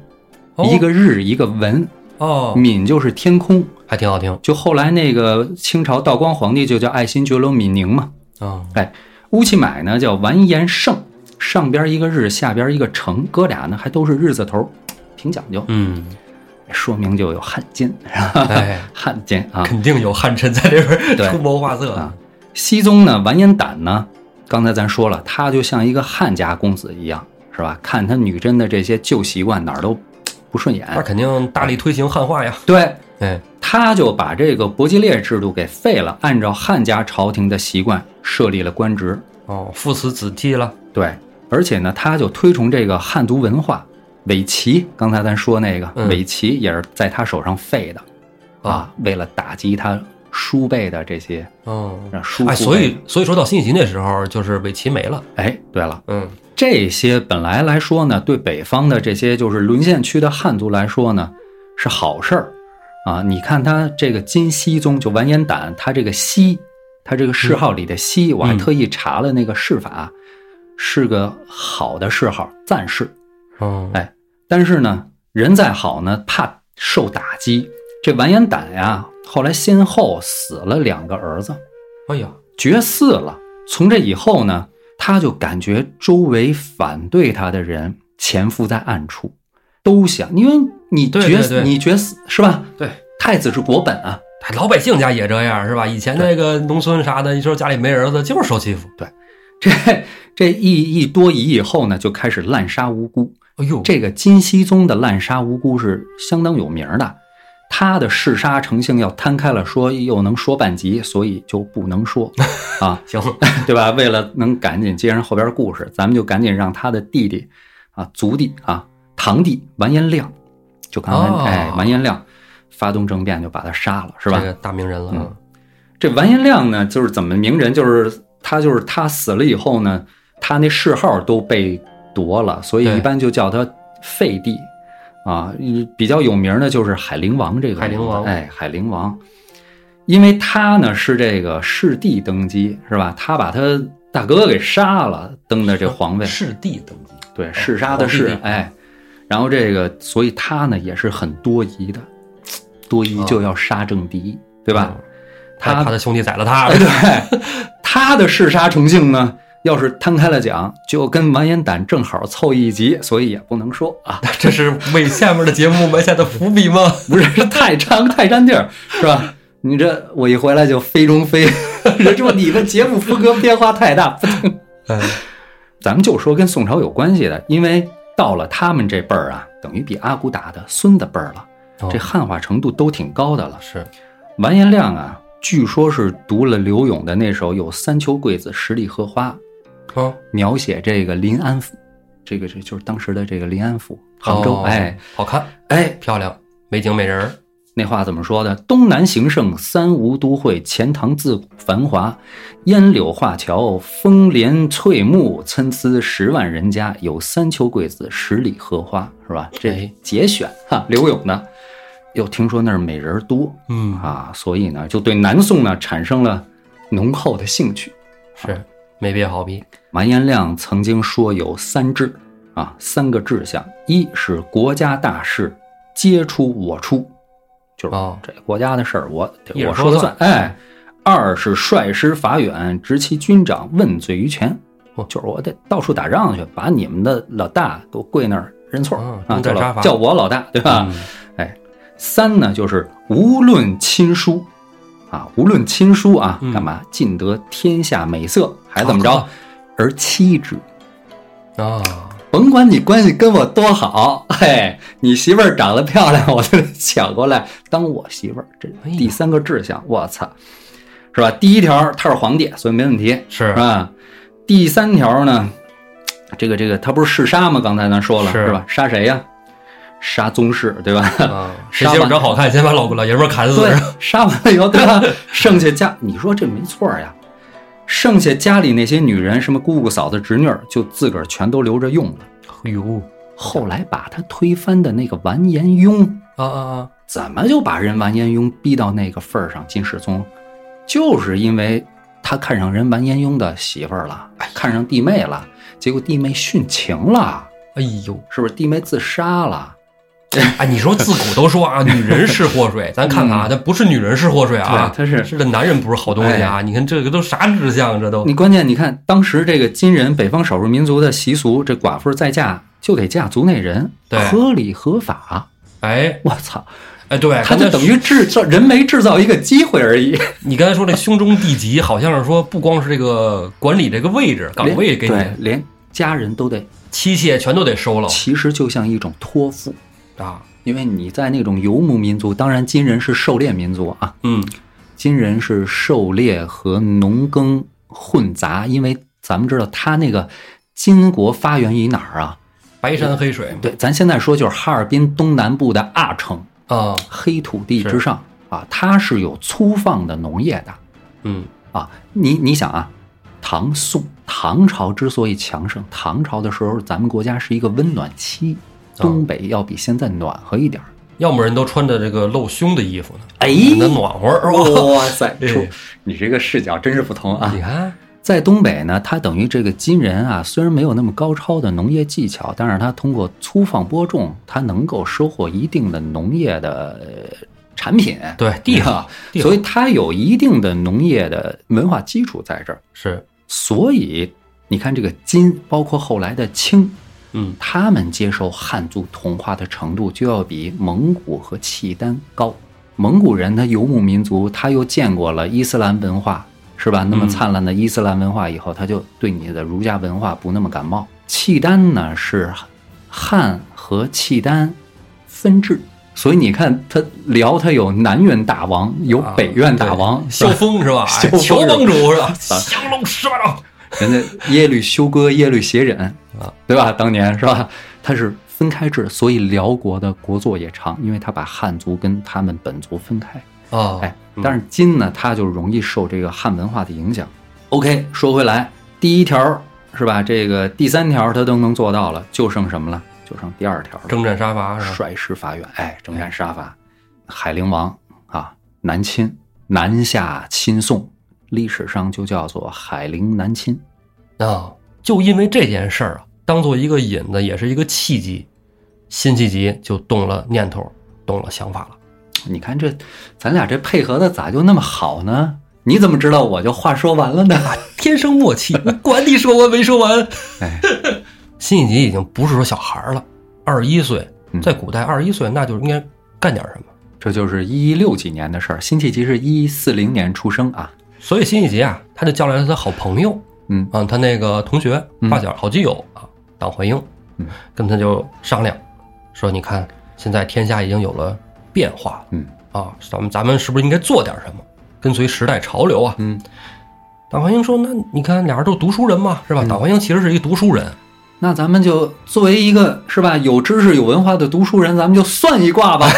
Speaker 2: 哦
Speaker 1: 一个日一个文，
Speaker 2: 哦，
Speaker 1: 敏就是天空。
Speaker 2: 还挺好听
Speaker 1: 就后来那个清朝道光皇帝就叫爱新觉罗敏宁嘛。
Speaker 2: 啊，
Speaker 1: 哎，乌齐买呢叫完颜盛，上边一个日，下边一个成，哥俩呢还都是日字头，挺讲究，
Speaker 2: 嗯，
Speaker 1: 说明就有汉奸，
Speaker 2: 哎，
Speaker 1: 汉奸啊。
Speaker 2: 肯定有汉臣在这边
Speaker 1: 对
Speaker 2: 出谋划策
Speaker 1: 啊西宗呢，完颜胆呢，刚才咱说了，他就像一个汉家公子一样，是吧？看他女真的这些旧习惯哪儿都嘖不顺眼，
Speaker 2: 那肯定大力推行汉化呀。
Speaker 1: 对，
Speaker 2: 哎，
Speaker 1: 他就把这个伯吉列制度给废了，按照汉家朝廷的习惯设立了官职。
Speaker 2: 哦，父慈子弟了，
Speaker 1: 对，而且呢，他就推崇这个汉族文化。伪旗，刚才咱说那个、
Speaker 2: 嗯
Speaker 1: 伪旗也是在他手上废的啊，为了打击他叔辈的这些
Speaker 2: 嗯，
Speaker 1: 让叔父辈。
Speaker 2: 哎，所以所以说到辛弃疾那时候，就是尾鳍没了，
Speaker 1: 哎，对了，
Speaker 2: 嗯
Speaker 1: 这些本来来说呢，对北方的这些就是沦陷区的汉族来说呢，是好事儿啊。你看他这个金熙宗就完颜胆，他这个熙，他这个谥号里的熙，我还特意查了那个谥法，是个好的谥号，赞谥。
Speaker 2: 嗯，
Speaker 1: 哎，但是呢，人再好呢，怕受打击。这完颜胆呀，后来先后死了两个儿子，
Speaker 2: 哎呀，
Speaker 1: 绝嗣了。从这以后呢，他就感觉周围反对他的人潜伏在暗处，都想，因为你
Speaker 2: 对
Speaker 1: 绝
Speaker 2: 对对
Speaker 1: 你绝嗣是吧？
Speaker 2: 对，
Speaker 1: 太子是国本啊，
Speaker 2: 哎老百姓家也这样是吧？以前那个农村啥的，一说家里没儿子就是受欺负，
Speaker 1: 这这一一多疑以后呢，就开始滥杀无辜。
Speaker 2: 哎呦，
Speaker 1: 这个金熙宗的滥杀无辜是相当有名的，他的嗜杀成性要摊开了说，又能说半集，所以就不能 说啊。
Speaker 2: 行，
Speaker 1: 对吧？为了能赶紧接上后边故事，咱们就赶紧让他的弟弟啊、族弟啊、堂弟完颜亮，就刚才、
Speaker 2: 哦
Speaker 1: 哎，完颜亮发动政变就把他杀了，是吧？
Speaker 2: 这个大名人了，啊
Speaker 1: 嗯这完颜亮呢，就是怎么名人，就是他就是他死了以后呢，他那谥号都被夺了，所以
Speaker 2: 对
Speaker 1: 一般就叫他废帝啊。嗯比较有名的就是海陵王这个
Speaker 2: 海陵
Speaker 1: 名字
Speaker 2: 王
Speaker 1: 哎，海陵王，因为他呢是这个弑帝登基是吧？他把他大哥给杀了，登的这皇位，
Speaker 2: 世帝登基，
Speaker 1: 对，弑杀的
Speaker 2: 哦皇
Speaker 1: 弑
Speaker 2: 帝，
Speaker 1: 哎，然后这个，所以他呢也是很多疑的，多
Speaker 2: 哦
Speaker 1: 疑就要杀政敌，对
Speaker 2: 对
Speaker 1: 吧？？
Speaker 2: 嗯他
Speaker 1: 他
Speaker 2: 他的兄弟宰了 他，
Speaker 1: 对，他的嗜杀成性呢，要是摊开了讲，就跟完颜胆正好凑一集，所以也不能说啊，
Speaker 2: 这是为下面的节目埋下的伏笔吗？
Speaker 1: 不是太占太占地儿，是吧？你这我一回来就飞中飞， 人说你的节目风格变化太大，
Speaker 2: 哎，
Speaker 1: 咱们就说跟宋朝有关系的，因为到了他们这辈儿啊，等于比阿骨打的孙子辈儿了，这汉化程度都挺高的了。
Speaker 2: 哦是
Speaker 1: 完颜亮啊，据说是读了刘永的那首《有三秋桂子，十里荷花》，
Speaker 2: 啊，
Speaker 1: 描写这个临安府，这个这就是当时的这个临安府，杭州。
Speaker 2: 哦
Speaker 1: 哎，
Speaker 2: 好看
Speaker 1: 哎，
Speaker 2: 漂亮，美景美人儿，
Speaker 1: 那话怎么说的？东南形胜，三吴都会，钱塘自古繁华，烟柳画桥，风帘翠幕，参差十万人家，有三秋桂子，十里荷花，是吧？这
Speaker 2: 哎
Speaker 1: 节选哈，刘永的。又听说那儿美人儿多
Speaker 2: 嗯
Speaker 1: 啊，所以呢，就对南宋呢产生了浓厚的兴趣。
Speaker 2: 是没别好比，
Speaker 1: 完颜亮曾经说有三志啊，三个志向：一是国家大事，皆出我出，就是
Speaker 2: 哦
Speaker 1: 这国家的事儿我得
Speaker 2: 一人
Speaker 1: 我
Speaker 2: 说
Speaker 1: 说了
Speaker 2: 算
Speaker 1: 算。哎，二是率师法远，执其军长，问罪于权
Speaker 2: 哦。
Speaker 1: 就是我得到处打仗去，把你们的老大给我跪那儿认错
Speaker 2: 哦
Speaker 1: 啊，
Speaker 2: 重
Speaker 1: 叫
Speaker 2: 在杀
Speaker 1: 老
Speaker 2: 伐
Speaker 1: 叫我老大，对吧？
Speaker 2: 嗯
Speaker 1: 哎，三呢就是无论亲疏啊，无论亲疏啊，
Speaker 2: 嗯
Speaker 1: 干嘛尽得天下美色，还怎么
Speaker 2: 好
Speaker 1: 着
Speaker 2: 看？
Speaker 1: 而妻之，
Speaker 2: 啊，
Speaker 1: 甭管你关系跟我多好，
Speaker 2: 哦
Speaker 1: 嘿，你媳妇儿长得漂亮， 我就得抢过来当我媳妇儿。这
Speaker 2: 哎呀
Speaker 1: 第三个志向，我操，是吧？第一条她是皇帝，所以没问题，
Speaker 2: 是
Speaker 1: 是吧？第三条呢，这个这个他不是弑杀吗？刚才咱说了
Speaker 2: 是
Speaker 1: 吧？杀谁呀？杀宗室，对吧？
Speaker 2: 啊，谁媳妇长好看，先把老老爷们儿砍死，
Speaker 1: 对，杀完了以后，对吧？剩下家，你说这没错呀。剩下家里那些女人，什么姑姑、嫂子、侄女儿，就自个儿全都留着用了。
Speaker 2: 哎呦，
Speaker 1: 后来把他推翻的那个完颜雍，
Speaker 2: 啊啊啊，
Speaker 1: 怎么就把人完颜雍逼到那个份儿上？金世宗就是因为他看上人完颜雍的媳妇儿了，哎，看上弟妹了，结果弟妹殉情了，
Speaker 2: 哎呦，
Speaker 1: 是不是？弟妹自杀了。
Speaker 2: 哎，你说自古都说啊，女人是祸水，咱看看啊，这不是女人是祸水啊，
Speaker 1: 嗯对她是哎
Speaker 2: 是这男人不是好东西啊，你看这个都啥志向，这都
Speaker 1: 你关键你看，当时这个金人北方少数民族的习俗，这寡妇再嫁就得嫁族内人
Speaker 2: 对，
Speaker 1: 合理合法。
Speaker 2: 哎，
Speaker 1: 我操，
Speaker 2: 哎，对，
Speaker 1: 他就
Speaker 2: 刚才
Speaker 1: 等于制造人为制造一个机会而已。
Speaker 2: 你刚才说这胸中地级，好像是说不光是这个管理这个位置岗位给你，
Speaker 1: 对，连家人都得，
Speaker 2: 器械全都得收了
Speaker 1: 其实就像一种托付，
Speaker 2: 啊。
Speaker 1: 因为你在那种游牧民族，当然金人是狩猎民族啊，
Speaker 2: 嗯，
Speaker 1: 金人是狩猎和农耕混杂，因为咱们知道他那个金国发源于哪儿啊？
Speaker 2: 白山黑水
Speaker 1: 对，咱现在说就是哈尔滨东南部的阿城
Speaker 2: 啊，
Speaker 1: 黑土地之上啊，它是有粗放的农业的。
Speaker 2: 嗯
Speaker 1: 啊，你你想啊，唐宋唐朝之所以强盛，唐朝的时候咱们国家是一个温暖期，东北要比现在暖和一点儿。
Speaker 2: 要么人都穿着这个露胸的衣服呢，
Speaker 1: 哎
Speaker 2: 那暖和 是吧？
Speaker 1: 哇塞，
Speaker 2: 哎
Speaker 1: 出你这个视角真是不同啊
Speaker 2: 你！看，
Speaker 1: 在东北呢，它等于这个金人啊，虽然没有那么高超的农业技巧，但是它通过粗放播种，它能够收获一定的农业的呃产品。
Speaker 2: 对地
Speaker 1: 啊
Speaker 2: 方，地
Speaker 1: 所
Speaker 2: 方
Speaker 1: 以它有一定的农业的文化基础在这儿。
Speaker 2: 是，
Speaker 1: 所以你看，这个金，包括后来的清，
Speaker 2: 嗯
Speaker 1: 他们接受汉族同化的程度就要比蒙古和契丹高。蒙古人他游牧民族，他又见过了伊斯兰文化，是吧？那么
Speaker 2: 嗯
Speaker 1: 灿烂的伊斯兰文化以后，他就对你的儒家文化不那么感冒。契丹呢是汉和契丹分治，所以你看他辽他有南院大王，有
Speaker 2: 啊
Speaker 1: 北院大王， 是
Speaker 2: 萧
Speaker 1: 吧
Speaker 2: 峰啊是吧？
Speaker 1: 萧
Speaker 2: 哎
Speaker 1: 峰
Speaker 2: 乔
Speaker 1: 是吧
Speaker 2: 帮主是吧？降龙十八掌。
Speaker 1: 人家耶律休哥、耶律斜忍
Speaker 2: 啊，
Speaker 1: 对吧？当年是吧？他是分开制，所以辽国的国祚也长，因为他把汉族跟他们本族分开。
Speaker 2: 啊，
Speaker 1: 哎，
Speaker 2: 嗯
Speaker 1: 但是金呢，它就容易受这个汉文化的影响。OK，说回来，第一条是吧？这个第三条他都能做到了，就剩什么了？就剩第二条了。
Speaker 2: 征战沙发是吧？
Speaker 1: 率师伐远，哎，征战杀伐，海陵王啊，南侵，南下侵宋，历史上就叫做海陵南侵。
Speaker 2: 啊，就因为这件事儿啊，当做一个引子，也是一个契机，辛弃疾就动了念头，动了想法了。
Speaker 1: 你看这，咱俩这配合的咋就那么好呢？你怎么知道我就话说完了呢？
Speaker 2: 天生默契，我管你说完没说 完。
Speaker 1: 哎，
Speaker 2: 辛弃疾已经不是说小孩儿了，二十一岁
Speaker 1: 嗯，
Speaker 2: 在古代二十一岁那就应该干点什么。
Speaker 1: 这就是一六几年的事儿，辛弃疾是一四零年出生啊。
Speaker 2: 所以辛弃疾啊，他就叫来了他好朋友
Speaker 1: 嗯
Speaker 2: 啊，他那个同学
Speaker 1: 嗯
Speaker 2: 发小好基友啊，党怀英
Speaker 1: 嗯，
Speaker 2: 跟他就商量说：“你看，现在天下已经有了变化了。”
Speaker 1: 嗯
Speaker 2: 啊，咱们咱们是不是应该做点什么，跟随时代潮流啊？
Speaker 1: 嗯，
Speaker 2: 党怀英说：“那你看，俩人都读书人嘛，
Speaker 1: 嗯
Speaker 2: 是吧？”党怀英其实是一读书人，
Speaker 1: 那咱们就作为一个是吧有知识有文化的读书人，咱们就算一 卦吧，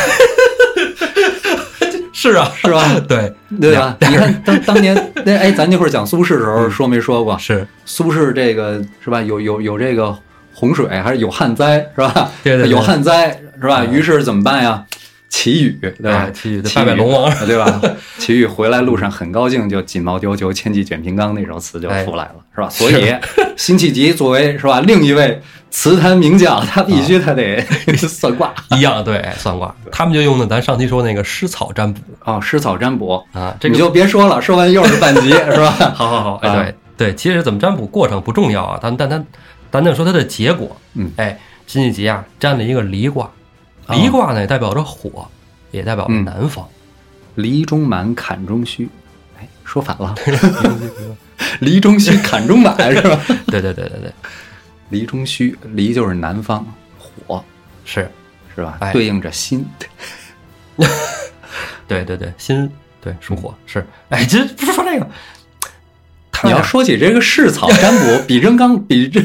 Speaker 2: 是啊，
Speaker 1: 是吧？
Speaker 2: 对，
Speaker 1: 对吧？你看当当 年那哎，咱那会儿讲苏轼的时
Speaker 2: 嗯
Speaker 1: 候说没说过，
Speaker 2: 是
Speaker 1: 苏轼这个是吧？有有有这个洪水，还是有旱灾是吧？
Speaker 2: 对对对嗯
Speaker 1: 有旱灾是吧？于是怎么办呀？祈雨对吧
Speaker 2: 哎？祈雨对
Speaker 1: 祈
Speaker 2: 拜拜龙王
Speaker 1: 对吧？祈雨回来路上很高兴，就“锦毛貂裘，千骑卷平冈”那首词就出来了，哎是吧？所以辛弃疾作为是吧另一位词坛名将，他必须他得 算卦
Speaker 2: 一样，对，哎算卦，他们就用的咱上期说那个诗草占卜
Speaker 1: 哦，诗草占卜。
Speaker 2: 啊，这
Speaker 1: 你
Speaker 2: 个
Speaker 1: 就别说了，说完又是半集，是 吧？
Speaker 2: 好好好，
Speaker 1: 啊
Speaker 2: 哎，对对，其实怎么占卜过程不重要啊，但但但咱就说它的结果，
Speaker 1: 嗯
Speaker 2: 哎，辛弃疾啊占了一个离卦，
Speaker 1: 哦
Speaker 2: 离卦呢也代表着火，也代表着
Speaker 1: 嗯
Speaker 2: 南 方，
Speaker 1: 离中满，坎中虚。哎，说反 了，离中虚，坎中满，是 吧？
Speaker 2: 对对对对对，
Speaker 1: 离中虚，离就是南方火，
Speaker 2: 是，
Speaker 1: 是吧？
Speaker 2: 哎
Speaker 1: 对应着心，
Speaker 2: 对对对，心对属火是，哎，这不是说这个，他
Speaker 1: 你要
Speaker 2: 俩
Speaker 1: 说起这个试草占卜，比扔缸比这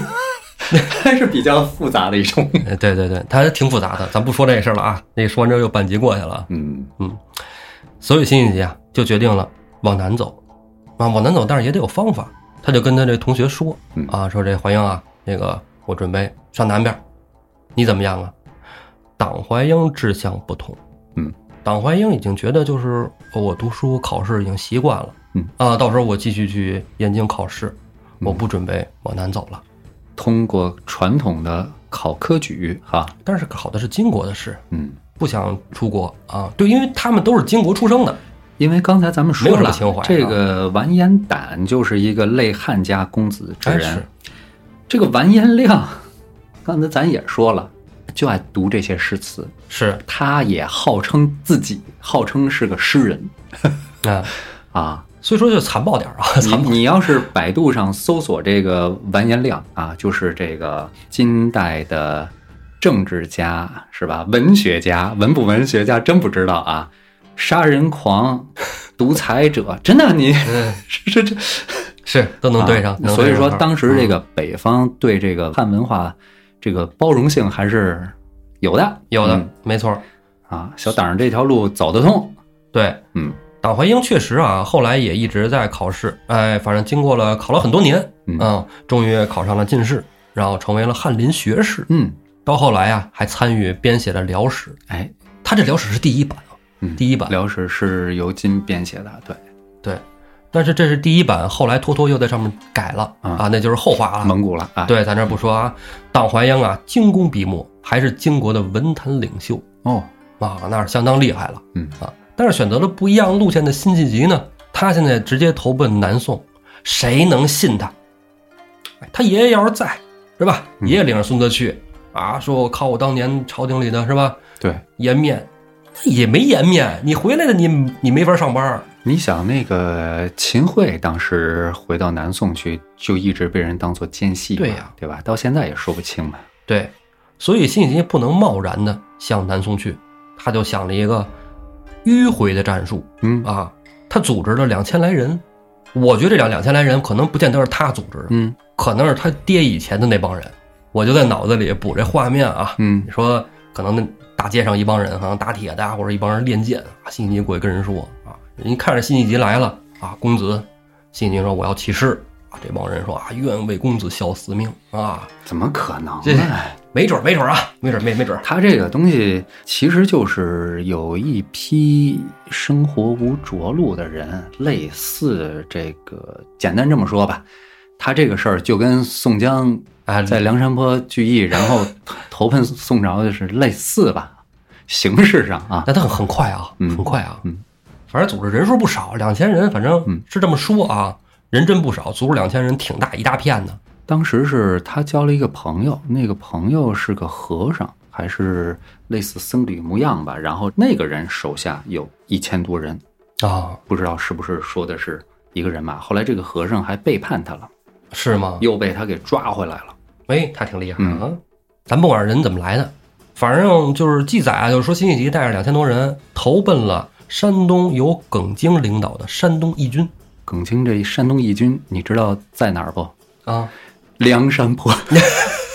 Speaker 1: 还是比较复杂的一种。
Speaker 2: 哎对对对，它挺复杂的，咱不说这事儿了啊，那说完之后又半集过去了啊。
Speaker 1: 嗯，
Speaker 2: 所以辛弃疾啊，就决定了往南走，啊，往南走，但是也得有方法。他就跟他这同学说
Speaker 1: 嗯，
Speaker 2: 啊，说这怀英啊，那个我准备上南边，你怎么样啊？党怀英志向不同，
Speaker 1: 嗯，
Speaker 2: 党怀英已经觉得就是哦我读书考试已经习惯了，
Speaker 1: 嗯
Speaker 2: 啊，到时候我继续去燕京考试，我不准备往南走了。
Speaker 1: 通过传统的考科举，哈，
Speaker 2: 但是考的是金国的试，
Speaker 1: 嗯，
Speaker 2: 不想出国啊，对，因为他们都是金国出生的，
Speaker 1: 因为刚才咱们说
Speaker 2: 没有什么
Speaker 1: 了，
Speaker 2: 情怀啊
Speaker 1: 这个完颜胆就是一个类汉家公子之
Speaker 2: 哎
Speaker 1: 人。
Speaker 2: 是
Speaker 1: 这个完颜亮，刚才咱也说了，就爱读这些诗词。
Speaker 2: 是
Speaker 1: 他也号称自己号称是个诗人
Speaker 2: 啊，
Speaker 1: 啊。
Speaker 2: 所以说就残暴点儿啊，
Speaker 1: 你
Speaker 2: 残暴
Speaker 1: 你要是百度上搜索这个完颜亮啊，就是这个金代的政治家是吧？文学家，文不文学家真不知道啊。杀人狂、独裁者，真的你
Speaker 2: 嗯
Speaker 1: 这这
Speaker 2: 是都能对上。嗯
Speaker 1: 啊
Speaker 2: 能
Speaker 1: 所
Speaker 2: 对
Speaker 1: 以说，
Speaker 2: 上
Speaker 1: 当时这个北方对这个汉文化这个包容性还是有的，
Speaker 2: 有
Speaker 1: 嗯
Speaker 2: 的没错儿，
Speaker 1: 啊。小党这条路走得通，
Speaker 2: 对，
Speaker 1: 嗯
Speaker 2: 党怀英确实啊，后来也一直在考试，哎，反正经过了考了很多年，
Speaker 1: 嗯
Speaker 2: 嗯，终于考上了进士，然后成为了翰林学士。
Speaker 1: 嗯，
Speaker 2: 到后来啊，还参与编写了《辽史》，
Speaker 1: 哎，
Speaker 2: 他这《辽史》是第一版啊，
Speaker 1: 嗯
Speaker 2: 第一版。
Speaker 1: 辽史是由金编写的，对，
Speaker 2: 对，但是这是第一版，后来托托又在上面改了
Speaker 1: 啊
Speaker 2: 啊，那就是后话了。
Speaker 1: 蒙古了啊，，
Speaker 2: 对，咱这不说啊，党怀英啊，精工笔墨，还是金国的文坛领袖
Speaker 1: 哦，
Speaker 2: 啊，那是相当厉害了。
Speaker 1: 嗯
Speaker 2: 啊，但是选择了不一样路线的辛弃疾呢，他现在直接投奔南宋，谁能信他？哎他爷爷要是在，是吧？爷爷领着孙子去啊，说我靠我当年朝廷里的是吧
Speaker 1: 对，
Speaker 2: 颜面，那也没颜面，你回来了你你没法上班儿，
Speaker 1: 你想那个秦桧当时回到南宋去，就一直被人当做奸细嘛，
Speaker 2: 对呀
Speaker 1: 对吧？到现在也说不清嘛，
Speaker 2: 对，所以辛弃疾不能贸然的向南宋去，他就想了一个迂回的战术
Speaker 1: 嗯
Speaker 2: 啊，他组织了两千来人，我觉得这两两千来人可能不见得是他组织的，
Speaker 1: 嗯
Speaker 2: 可能是他爹以前的那帮人。我就在脑子里补这画面啊，
Speaker 1: 嗯
Speaker 2: 你说可能那大街上一帮人，好像打铁的啊，或者一帮人练剑啊，辛弃疾过去跟人说啊，人家看着辛弃疾来了啊，公子，辛弃疾说我要起事啊，这帮人说啊，愿为公子效死命啊，
Speaker 1: 怎么可能
Speaker 2: 这
Speaker 1: 呢？
Speaker 2: 没准儿没准儿啊，没准儿没没准儿，
Speaker 1: 他这个东西其实就是有一批生活无着落的人，类似这个，简单这么说吧，他这个事儿就跟宋江
Speaker 2: 哎，
Speaker 1: 在梁山泊聚义，然后投奔宋朝就是类似吧，形式上啊，
Speaker 2: 但他很很快啊，
Speaker 1: 嗯
Speaker 2: 很快啊，
Speaker 1: 嗯
Speaker 2: 反正组织人数不少，两千人，反
Speaker 1: 嗯
Speaker 2: 正是这么说啊，人真不少，组织两千人挺大一大片的，
Speaker 1: 当时是他交了一个朋友，那个朋友是个和尚，还是类似僧侣模样吧，然后那个人手下有一千多人，
Speaker 2: 啊，
Speaker 1: 不知道是不是说的是一个人马。后来这个和尚还背叛他了，
Speaker 2: 是吗？
Speaker 1: 又被他给抓回来了。
Speaker 2: 哎，他挺厉害啊。
Speaker 1: 嗯
Speaker 2: 咱不管人怎么来的，反正就是记载啊，就是说辛弃疾带着两千多人投奔了山东由耿京领导的山东义军
Speaker 1: 耿清这山东义军，你知道在哪儿不？
Speaker 2: 啊，
Speaker 1: 梁山泊。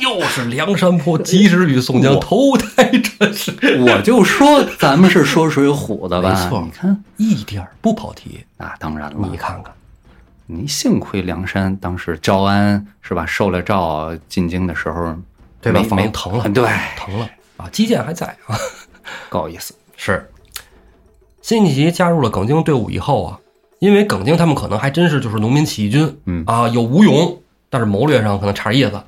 Speaker 2: 又是梁山泊及时雨宋江
Speaker 1: 我
Speaker 2: 投胎转世，
Speaker 1: 我就说咱们是说水浒的吧，
Speaker 2: 没错
Speaker 1: 你看，
Speaker 2: 一点儿不跑题。
Speaker 1: 那当然了，
Speaker 2: 你看看，
Speaker 1: 你幸亏梁山当时招安是吧？受了诏进京的时候，
Speaker 2: 对吧
Speaker 1: 没
Speaker 2: 没
Speaker 1: 没
Speaker 2: 疼了
Speaker 1: 对，
Speaker 2: 疼了啊，基建还在啊。
Speaker 1: 够意思。
Speaker 2: 是，辛弃疾加入了耿京队伍以后啊，因为耿京他们可能还真是就是农民起义军，
Speaker 1: 嗯
Speaker 2: 啊，有吴勇，但是谋略上可能差点意思。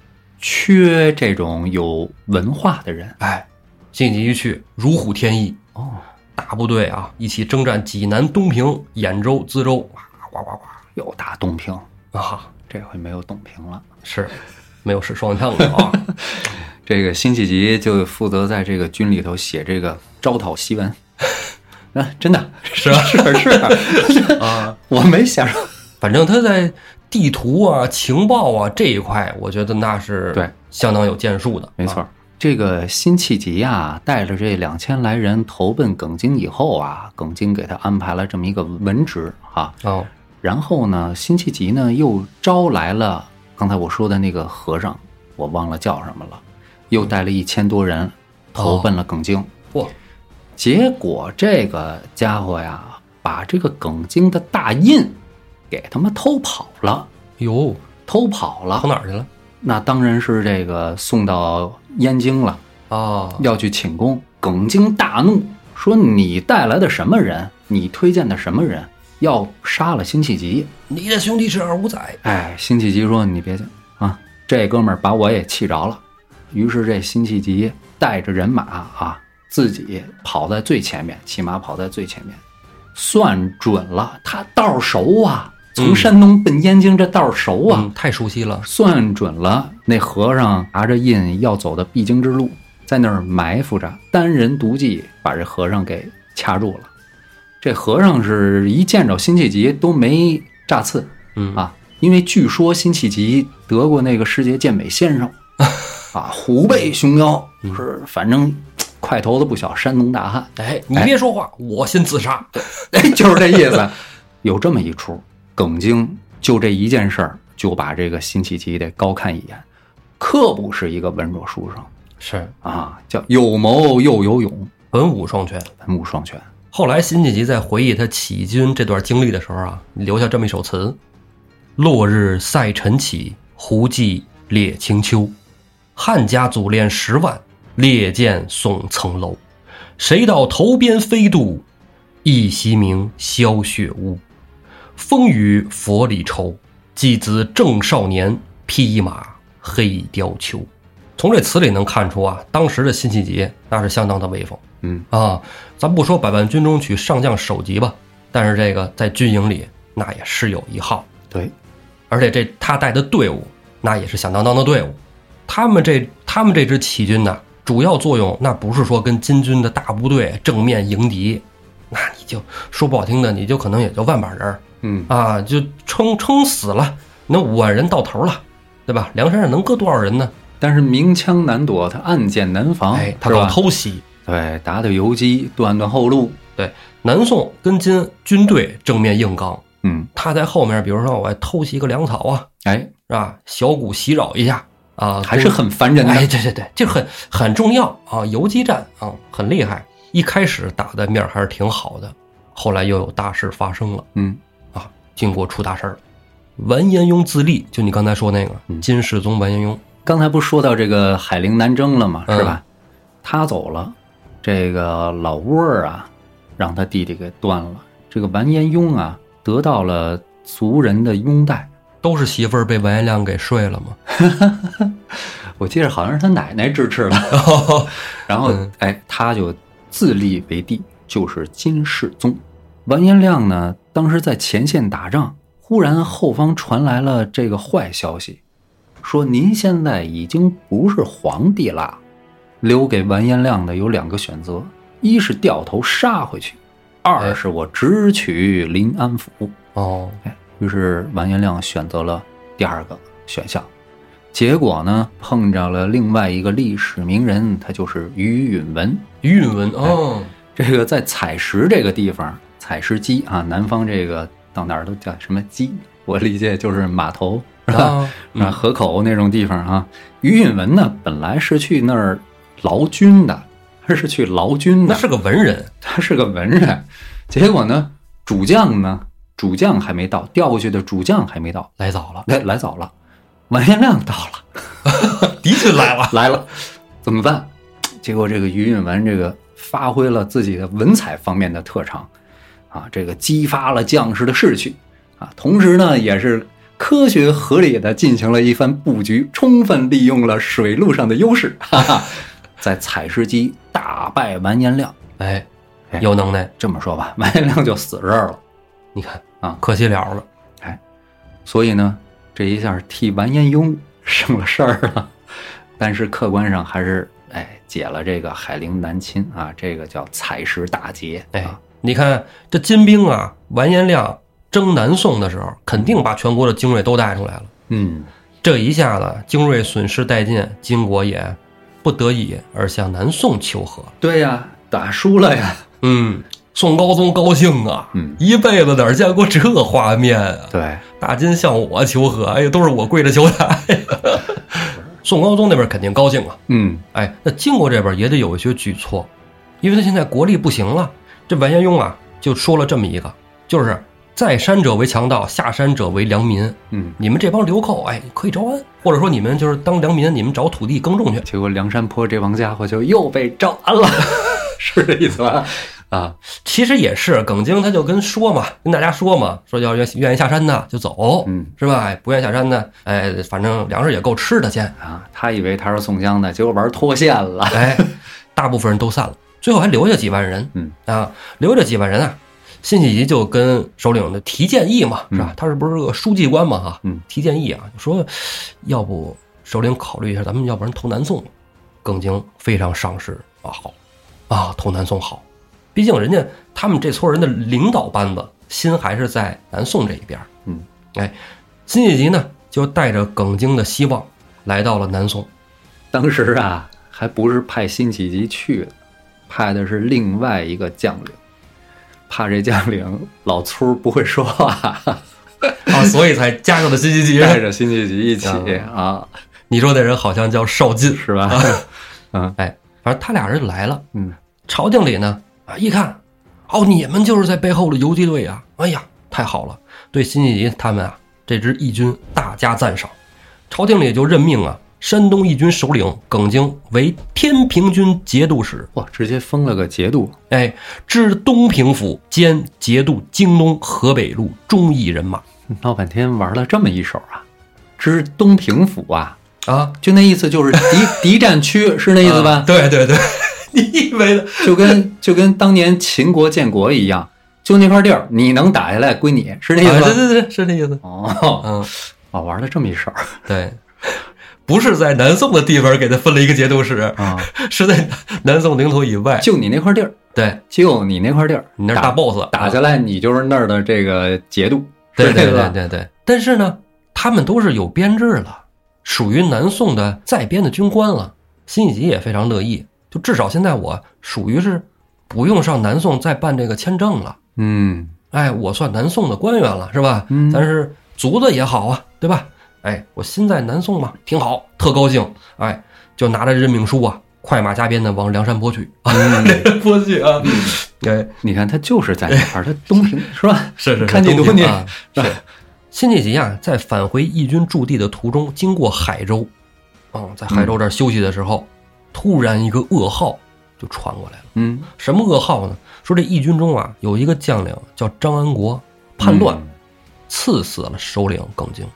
Speaker 1: 缺这种有文化的人
Speaker 2: 哎，辛弃疾一去如虎添翼，
Speaker 1: 哦，
Speaker 2: 大部队啊一起征战济南、东平、兖州、淄州，哇哇哇哇
Speaker 1: 又打董平，
Speaker 2: 啊！
Speaker 1: 这回没有董平了。
Speaker 2: 是，没有使双枪的啊，
Speaker 1: 这个辛弃疾就负责在这个军里头写这个招讨檄文， 啊，真的
Speaker 2: 是吧？
Speaker 1: 是是啊， 我没想说，
Speaker 2: 反正他在地图啊、情报啊这一块，我觉得那是
Speaker 1: 对
Speaker 2: 相当有建树的，
Speaker 1: 没错儿。
Speaker 2: 啊
Speaker 1: 这个辛弃疾呀，带着这两千来人投奔耿京以后啊，耿京给他安排了这么一个文职啊，
Speaker 2: 哦，
Speaker 1: 然后呢，辛弃疾呢又招来了刚才我说的那个和尚，我忘了叫什么了，又带了一千多人投奔了耿京。
Speaker 2: 嚯，
Speaker 1: 结果这个家伙呀，把这个耿京的大印给他妈偷跑了，
Speaker 2: 哟，
Speaker 1: 偷跑
Speaker 2: 跑
Speaker 1: 了。
Speaker 2: 哪儿去了？
Speaker 1: 那当然是这个送到燕京了，
Speaker 2: 啊，
Speaker 1: 要去请功。耿京大怒，说你带来的什么人？你推荐的什么人？要杀了辛弃疾？
Speaker 2: 你的兄弟是二五仔，
Speaker 1: 哎，辛弃疾说：“你别去啊，这哥们儿把我也气着了。”于是这辛弃疾带着人马啊，自己跑在最前面，骑马跑在最前面，算准了他到手啊，从山东奔燕京这道儿熟啊，
Speaker 2: 嗯，太熟悉了。
Speaker 1: 算准了那和尚拿着印要走的必经之路，在那儿埋伏着，单人独骑把这和尚给掐住了。这和尚是一见着辛弃疾都没炸刺
Speaker 2: 嗯
Speaker 1: 啊，因为据说辛弃疾得过那个世界健美先生啊，虎背熊腰是反正块头子不小，山东大汉。
Speaker 2: 哎，你别说话，我先自杀。
Speaker 1: 哎， 就是这意思。有这么一出，耿京就这一件事儿，就把这个辛弃疾得高看一眼，可不是一个文弱书生
Speaker 2: 是
Speaker 1: 啊，叫有谋又有勇，
Speaker 2: 文武双全。
Speaker 1: 文武双全。
Speaker 2: 后来辛弃疾在回忆他起军这段经历的时候啊，留下这么一首词：“落日塞尘起，胡骑列清丘。汉家祖练十万，列舰耸层楼。谁到头边飞渡，一夕明消血污。风雨佛里愁，寄子正少年，披马黑貂裘。”从这词里能看出啊，当时的辛弃疾那是相当的威风。
Speaker 1: 嗯，
Speaker 2: 啊，咱不说《百万军中曲》上将首级吧，但是这个在军营里那也是有一号，
Speaker 1: 对，
Speaker 2: 而且这他带的队伍那也是响当当的队伍。他们这他们这支起军呢，主要作用那不是说跟金军的大部队正面迎敌，那你就说不好听的，你就可能也就万把人儿
Speaker 1: 嗯，
Speaker 2: 啊，就撑撑死了，那五万人到头了，对吧？梁山上能搁多少人呢？
Speaker 1: 但是明枪难躲，他暗箭难防，
Speaker 2: 哎，他
Speaker 1: 是
Speaker 2: 搞
Speaker 1: 吧？
Speaker 2: 偷袭，
Speaker 1: 对，打打游击，断断后路。
Speaker 2: 对，南宋跟金军队正面硬刚，
Speaker 1: 嗯，
Speaker 2: 他在后面，比如说我偷袭个粮草啊，
Speaker 1: 哎，
Speaker 2: 是吧？小股袭扰一下啊，
Speaker 1: 还是很烦人的。
Speaker 2: 哎，对对对，这很很重要啊，游击战啊，很厉害。一开始打的面还是挺好的，后来又有大事发生了
Speaker 1: 嗯，
Speaker 2: 啊，晋国出大事儿了。完颜雍自立，就你刚才说那个
Speaker 1: 嗯
Speaker 2: 金世宗完颜雍，
Speaker 1: 刚才不是说到这个海陵南征了吗？
Speaker 2: 嗯
Speaker 1: 是吧？他走了，这个老窝儿啊，让他弟弟给端了。这个完颜雍啊，得到了族人的拥戴。
Speaker 2: 都是媳妇儿被完颜亮给睡了嘛。
Speaker 1: 我记得好像是他奶奶支持的。然后
Speaker 2: 嗯，
Speaker 1: 哎，他就自立为帝，就是金世宗。完颜亮呢，当时在前线打仗，忽然后方传来了这个坏消息，说您现在已经不是皇帝啦。留给完颜亮的有两个选择：一是掉头杀回去，二是我直取临安府。
Speaker 2: 哦，
Speaker 1: 哎，于是完颜亮选择了第二个选项。结果呢，碰着了另外一个历史名人，他就是于允文。
Speaker 2: 于允
Speaker 1: 哎
Speaker 2: 文 哦，
Speaker 1: 这个在采石这个地方，采石矶啊，南方这个到哪儿都叫什么矶，我理解就是码头，是吧？
Speaker 2: 啊，
Speaker 1: 啊，河口那种地方啊。于允文呢，本来是去那儿劳军的，他是去劳军
Speaker 2: 那
Speaker 1: 的，
Speaker 2: 是个文人，
Speaker 1: 他是个文人。结果呢，主将呢，主将还没到，调过去的主将还没到，
Speaker 2: 来早了，
Speaker 1: 来哎来早了，完颜亮到了，
Speaker 2: 敌军来了，
Speaker 1: 来了，怎么办？结果这个于允文这个发挥了自己的文采方面的特长，啊，这个激发了将士的士气，啊，同时呢也是科学合理的进行了一番布局，充分利用了水路上的优势，哈哈，在采石矶大败完颜亮。
Speaker 2: 哎
Speaker 1: 哎，
Speaker 2: 有能耐。
Speaker 1: 这么说吧，完颜亮就死这儿了。
Speaker 2: 你看
Speaker 1: 啊
Speaker 2: 可惜了了。
Speaker 1: 所以呢，这一下替完颜雍省了事儿了，但是客观上还是哎解了这个海陵南侵啊，这个叫采石大捷。
Speaker 2: 哎
Speaker 1: 啊，，
Speaker 2: 你看这金兵啊，完颜亮征南宋的时候，肯定把全国的精锐都带出来了。
Speaker 1: 嗯，
Speaker 2: 这一下子精锐损失殆尽，金国也不得已而向南宋求和。
Speaker 1: 对呀、打输了呀。
Speaker 2: 嗯，宋高宗高兴啊，
Speaker 1: 嗯
Speaker 2: 一辈子哪儿见过这画面啊？
Speaker 1: 对，
Speaker 2: 大金向我求和，哎呀，都是我跪着求他。 宋高宗那边肯定高兴啊，
Speaker 1: 嗯，
Speaker 2: 哎，那金国这边也得有一些举措，因为他现在国力不行了。这完颜雍啊，就说了这么一个，就是在山者为强盗，下山者为良民。
Speaker 1: 嗯，
Speaker 2: 你们这帮流寇，哎，可以招安，或者说你们就是当良民，你们找土地耕种去。
Speaker 1: 结果梁山泊这帮家伙就又被招安了， 是这意思吧？啊，
Speaker 2: 其实也是，耿京他就跟说嘛，跟大家说嘛，说要愿愿意下山的就走，
Speaker 1: 嗯
Speaker 2: 是吧？哎不愿意下山的，哎，反正粮食也够吃的先。
Speaker 1: 啊，他以为他是宋江的，结果玩脱线了。
Speaker 2: 哎，大部分人都散了，最后还留下几万人。
Speaker 1: 嗯
Speaker 2: 啊，留下几万人啊，辛弃疾就跟首领就提建议嘛，是吧
Speaker 1: 嗯？
Speaker 2: 他是不是个书记官嘛？哈
Speaker 1: 嗯，
Speaker 2: 提建议啊，就说要不首领考虑一下，咱们要不然投南宋吧。耿京非常赏识啊，好啊，投南宋好，毕竟人家他们这撮人的领导班子心还是在南宋这一边儿。
Speaker 1: 嗯，
Speaker 2: 哎，辛弃疾呢就带着耿京的希望来到了南宋。
Speaker 1: 当时啊，还不是派辛弃疾去的，派的是另外一个将领，怕这将领老粗儿不会说话，
Speaker 2: 啊，所以才加入的辛弃疾。
Speaker 1: 带着辛弃疾一起啊，
Speaker 2: 你说那人好像叫邵进，
Speaker 1: 是吧？嗯
Speaker 2: 哎，反正他俩人就来了。
Speaker 1: 嗯，
Speaker 2: 朝廷里呢，啊，一看，哦，你们就是在背后的游击队啊！哎呀，太好了，对辛弃疾他们啊这支义军大加赞赏。朝廷里就任命啊山东义军首领耿京为天平军节度使，
Speaker 1: 哇，直接封了个节度，
Speaker 2: 哎，至东平府兼节度京东河北路忠义人马
Speaker 1: 闹半天玩了这么一手啊，知东平府啊，
Speaker 2: 啊，
Speaker 1: 就那意思就是敌 敌占区是那意思
Speaker 2: 啊
Speaker 1: 吧？
Speaker 2: 对对 对，你以为呢？
Speaker 1: 就跟就跟当年秦国建国一样，就那块地儿你能打下来归你，是那意
Speaker 2: 啊，对
Speaker 1: 思吧？
Speaker 2: 对对，是这意思。
Speaker 1: 哦，
Speaker 2: 嗯，
Speaker 1: 哦，玩了这么一手儿
Speaker 2: 对，不是在南宋的地方给他分了一个节度使，
Speaker 1: 啊，
Speaker 2: 是在南宋领土以外。
Speaker 1: 就你那块地儿，
Speaker 2: 对
Speaker 1: 就你那块地儿，
Speaker 2: 你那是
Speaker 1: 打
Speaker 2: 大 boss
Speaker 1: 打下来，你就是那儿的这个节度，
Speaker 2: 对
Speaker 1: 是这
Speaker 2: 对
Speaker 1: 个
Speaker 2: 对
Speaker 1: 吧？
Speaker 2: 对对。但是呢，他们都是有编制了，属于南宋的在编的军官了。辛弃疾也非常乐意，就至少现在我属于是不用上南宋再办这个签证了。
Speaker 1: 嗯，
Speaker 2: 哎，我算南宋的官员了，是吧？
Speaker 1: 嗯
Speaker 2: 咱是族的也好啊，对吧？哎，我心在南宋嘛，挺好，特高兴。哎，就拿着任命书啊，快马加鞭的 往梁山泊去，
Speaker 1: 嗯
Speaker 2: 坡去啊。 哎，
Speaker 1: 你看他就是在那块儿，他东平是 吧？
Speaker 2: 是是是，
Speaker 1: 看你
Speaker 2: 东
Speaker 1: 多
Speaker 2: 平
Speaker 1: 年
Speaker 2: 啊，是。辛弃疾啊，在返回义军驻地的途中，经过海州，啊、在海州这儿休息的时候，突然一个噩耗就传过来了。
Speaker 1: 嗯，
Speaker 2: 什么噩耗呢？说这义军中啊，有一个将领叫张安国叛乱，
Speaker 1: 嗯
Speaker 2: 刺死了首领耿京。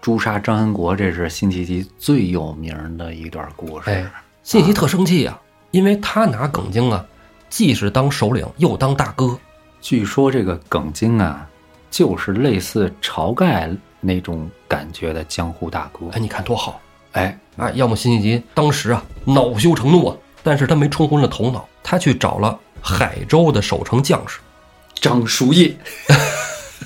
Speaker 1: 诛杀张安国，这是辛弃疾最有名的一段故事。
Speaker 2: 哎，辛弃疾特生气啊，因为他拿耿京啊，既是当首领，又当大哥。
Speaker 1: 据说这个耿京啊，就是类似晁盖那种感觉的江湖大哥
Speaker 2: 哎，。你看多好！
Speaker 1: 哎，
Speaker 2: 哎，要么辛弃疾当时啊恼羞成怒啊，但是他没冲昏了头脑，他去找了海州的守城将士。
Speaker 1: 张叔夜，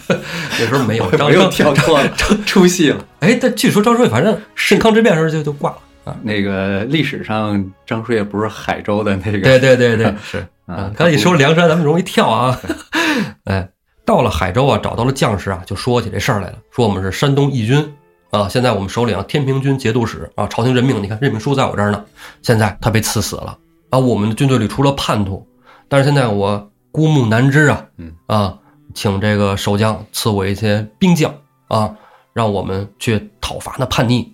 Speaker 2: 那时候 没有张
Speaker 1: 我又跳脱了，出戏了。
Speaker 2: 哎，但据说张顺反正靖康之变的时候就就挂了啊。
Speaker 1: 那个历史上，张叔夜不是海州的那个？
Speaker 2: 对对对对，是
Speaker 1: 啊
Speaker 2: 啊。刚才一说梁山，咱们容易跳啊。 哎，到了海州啊，找到了将士啊，就说起这事儿来了，说我们是山东义军啊，现在我们首领天平军节度使啊，朝廷任命，你看任命书在我这儿呢，现在他被刺死了啊，我们的军队里出了叛徒，但是现在我孤木难支啊，
Speaker 1: 嗯
Speaker 2: 啊，请这个守将赐我一些兵将啊，让我们去讨伐那叛逆。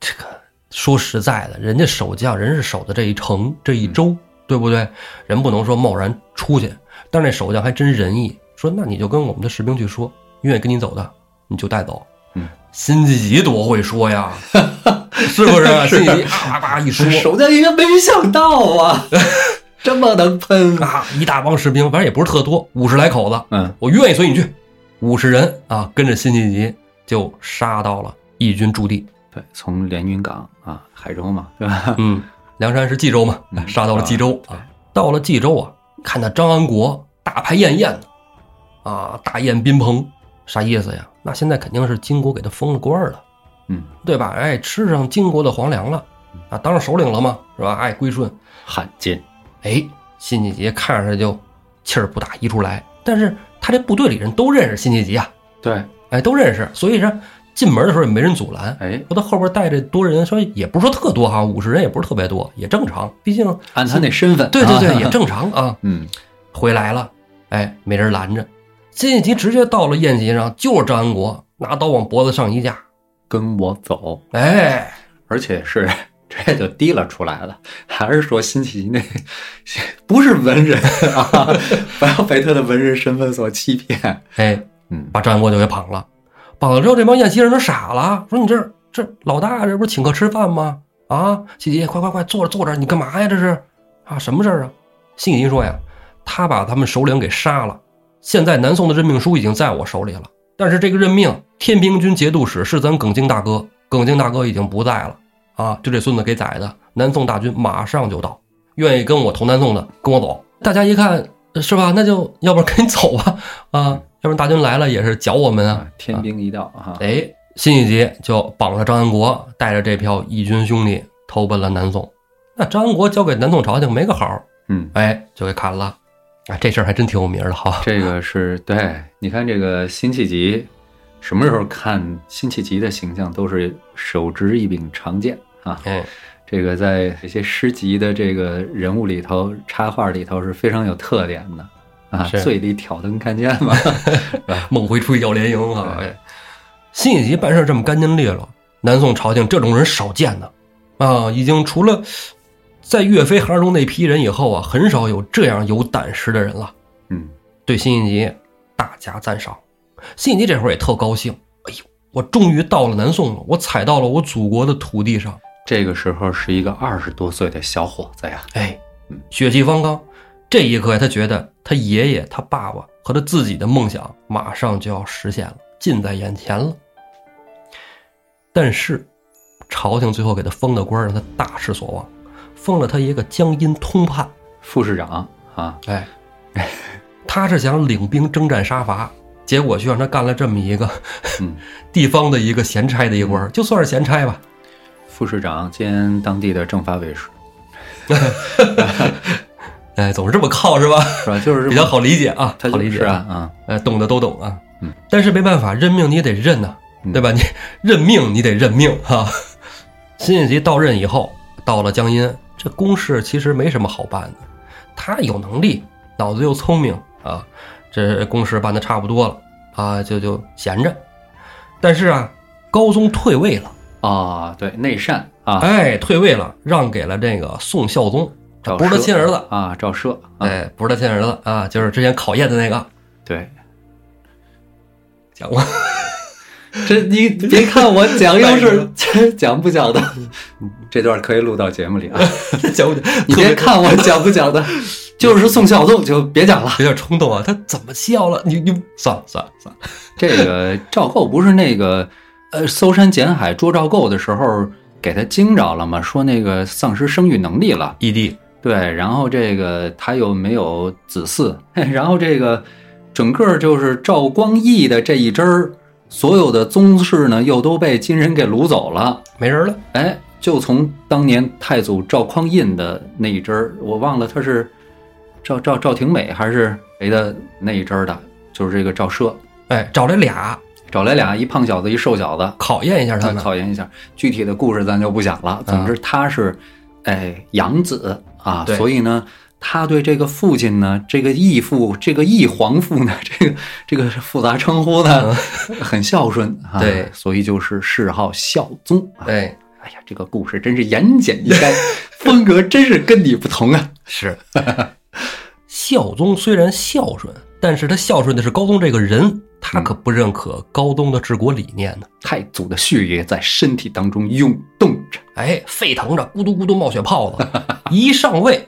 Speaker 2: 这个说实在的，人家守将人是守的这一城这
Speaker 1: 嗯
Speaker 2: 一州，对不对？人不能说贸然出去。但是那守将还真仁义，说那你就跟我们的士兵去说，愿意跟你走的你就带走。
Speaker 1: 嗯，
Speaker 2: 辛弃疾多会说 呀，是不是啊？
Speaker 1: 是
Speaker 2: 辛弃疾啊哇哇一说，
Speaker 1: 手下应该没想到 啊，这么能喷！
Speaker 2: 啊，一大帮士兵，反正也不是特多，五十来口子，
Speaker 1: 嗯，
Speaker 2: 我愿意随你去。五十人啊，跟着辛弃疾就杀到了义军驻地。
Speaker 1: 对，从连云港啊，海州嘛，对 吧？
Speaker 2: 嗯，梁山是冀州嘛，
Speaker 1: 嗯
Speaker 2: 杀到了冀州啊。到了冀州啊，看那张安国大排宴宴呢，啊，大宴宾朋，啥意思呀？那现在肯定是金国给他封了官儿了，
Speaker 1: 嗯，
Speaker 2: 对吧？哎，吃上金国的皇粮了，啊，当上首领了嘛，是吧？爱归顺，
Speaker 1: 汉奸，
Speaker 2: 哎，辛弃疾看着他就气儿不打一处来，但是他这部队里人都认识辛弃疾啊，
Speaker 1: 对，
Speaker 2: 哎，都认识，所以说进门的时候也没人阻拦。
Speaker 1: 哎，
Speaker 2: 我到后边带着多人，说也不是说特多哈，五十人也不是特别多，也正常，毕竟
Speaker 1: 按他那身份，
Speaker 2: 对对对，
Speaker 1: 啊
Speaker 2: 也，正常啊。
Speaker 1: 嗯，
Speaker 2: 回来了，哎，没人拦着。辛弃疾直接到了宴席上，就是张安国拿刀往脖子上一架，
Speaker 1: 跟我走，
Speaker 2: 哎，
Speaker 1: 而且是 这就提了出来了，还是说辛弃疾那 不是文人啊， 不要被他的文人身份所欺骗。
Speaker 2: 哎，
Speaker 1: 嗯，
Speaker 2: 把张安国就给绑了。绑了之后，这帮宴席人都傻了，说你这这老大这不是请客吃饭吗？啊，辛弃疾，快快快，坐着坐着，你干嘛呀？这是啊，什么事儿啊？辛弃疾说呀，他把他们首领给杀了，现在南宋的任命书已经在我手里了，但是这个任命天平军节度使是咱耿京大哥，耿京大哥已经不在了啊，就这孙子给宰的。南宋大军马上就到，愿意跟我投南宋的跟我走。大家一看呃是吧，那就要不然跟你走吧啊，要不然大军来了也是搅我们
Speaker 1: 啊，
Speaker 2: 啊。
Speaker 1: 天兵一道啊，
Speaker 2: 哎，辛弃疾就绑了张安国，带着这票义军兄弟投奔了南宋。那张安国交给南宋朝廷没个好，
Speaker 1: 嗯，
Speaker 2: 哎，就给砍了。啊，这事儿还真挺有名儿的哈。
Speaker 1: 这个是对，你看这个辛弃疾，什么时候看辛弃疾的形象都是手执一柄长剑啊，
Speaker 2: 哎，
Speaker 1: 这个在这些诗集的这个人物里头、插画里头是非常有特点的啊，
Speaker 2: 是
Speaker 1: 醉里挑灯看剑嘛，
Speaker 2: 梦回吹笑连营啊！
Speaker 1: 对
Speaker 2: 哎，辛弃疾办事这么干净利落，南宋朝廷这种人少见的啊！已经除了在岳飞、韩忠那批人以后啊，很少有这样有胆识的人了。
Speaker 1: 嗯，
Speaker 2: 对辛弃疾大加赞赏。辛弃疾这会儿也特高兴，哎呦，我终于到了南宋了，我踩到了我祖国的土地上。
Speaker 1: 这个时候是一个二十多岁的小伙子呀，
Speaker 2: 哎
Speaker 1: 嗯，
Speaker 2: 血气方刚。这一刻，他觉得他爷爷、他爸爸和他自己的梦想马上就要实现了，近在眼前了。但是，朝廷最后给他封的官儿让他大失所望，封了他一个江阴通判。
Speaker 1: 副市长啊，
Speaker 2: 哎， 他是想领兵征战杀伐，结果却让他干了这么一个
Speaker 1: 嗯，
Speaker 2: 地方的一个闲差的一官儿，就算是闲差吧。
Speaker 1: 副市长兼当地的政法委是
Speaker 2: 哎，总是这么靠是吧？
Speaker 1: 是吧？就是这么
Speaker 2: 比较好理解啊，
Speaker 1: 他
Speaker 2: 好
Speaker 1: 就
Speaker 2: 理解
Speaker 1: 是啊啊，
Speaker 2: 呃，懂的都懂啊。
Speaker 1: 嗯，
Speaker 2: 但是没办法，认命你也得认呐、
Speaker 1: 嗯
Speaker 2: 对吧？你 认命你得认命哈、 啊。辛弃疾到任以后，到了江阴，这公事其实没什么好办的。他有能力，脑子又聪明啊，这公事办的差不多了啊，就就闲着。但是啊，高宗退位了，
Speaker 1: 啊，对，内善啊，
Speaker 2: 哎，退位了，让给了这个宋孝宗，
Speaker 1: 赵
Speaker 2: 不是他
Speaker 1: 奢
Speaker 2: 亲儿子，
Speaker 1: 啊，赵奢啊，
Speaker 2: 哎，不是他亲儿子啊，就是之前考验的那个，
Speaker 1: 对，
Speaker 2: 讲过。
Speaker 1: 这你别看我讲又
Speaker 2: 带
Speaker 1: 是
Speaker 2: 着
Speaker 1: 这讲不讲的，这段可以录到节目里啊。
Speaker 2: 讲不讲？
Speaker 1: 你别看我讲不 讲的，就是宋孝宗就别讲了。
Speaker 2: 有点冲动啊，他怎么笑了？你你算了算了算了，
Speaker 1: 这个赵构不是那个呃搜山捡海捉赵构的时候给他惊着了吗？说那个丧失生育能力了，
Speaker 2: 异地
Speaker 1: 对，然后这个他又没有子嗣， 然后这个整个就是赵光义的这一支儿，所有的宗室呢又都被金人给掳走了。
Speaker 2: 没人了，
Speaker 1: 哎，就从当年太祖赵匡胤的那一支儿，我忘了他是赵赵赵廷美还是谁的那一支儿的，就是这个赵奢，
Speaker 2: 哎，找这俩
Speaker 1: 找来俩一胖小子一瘦小子，
Speaker 2: 考验一下他
Speaker 1: 咱
Speaker 2: 们，
Speaker 1: 考研一下。具体的故事咱就不讲
Speaker 2: 嗯
Speaker 1: 了，总之他是，哎，养子啊，
Speaker 2: 对
Speaker 1: 所以呢。他对这个父亲呢，这个义父，这个义皇父呢， 这个这个复杂称呼呢，很孝顺啊，
Speaker 2: 嗯对
Speaker 1: 所以就是谥号孝宗啊。
Speaker 2: 哎，
Speaker 1: 哎呀，这个故事真是言简意 赅，风格真是跟你不同啊！
Speaker 2: 是孝宗虽然孝顺，但是他孝顺的是高宗这个人，他可不认可高宗的治国理念呢，
Speaker 1: 太祖的血液在身体当中涌动着，
Speaker 2: 哎，沸腾着，咕嘟咕嘟冒血泡子，一上位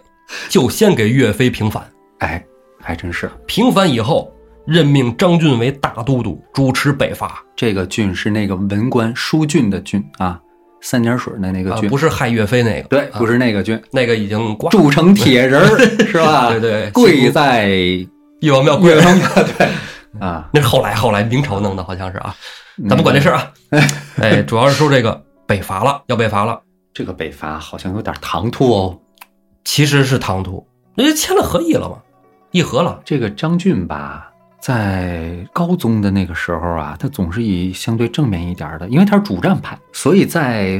Speaker 2: 就先给岳飞平反，
Speaker 1: 哎，还真是。
Speaker 2: 平反以后任命张俊为大都督，主持北伐，
Speaker 1: 这个郡是那个文官舒俊的郡啊，三点水的那个
Speaker 2: 啊，
Speaker 1: 郡，
Speaker 2: 不是害岳飞那个，
Speaker 1: 对，不是那个郡，
Speaker 2: 那个已经
Speaker 1: 啊
Speaker 2: 挂了，
Speaker 1: 铸成铁人 儿是吧？
Speaker 2: 对对
Speaker 1: 跪在
Speaker 2: 帝王庙跪
Speaker 1: 岳阳庙对 啊，
Speaker 2: 那是后来后来明朝弄的，好像是啊，
Speaker 1: 嗯
Speaker 2: 咱不管这事儿啊。哎，主要是说这个北伐了，要北伐了，
Speaker 1: 这个北伐好像有点唐突哦。
Speaker 2: 其实是唐突，人家签了和议了嘛，议和了，
Speaker 1: 这个张俊吧，在高宗的那个时候啊，他总是以相对正面一点儿的，因为他是主战派，所以在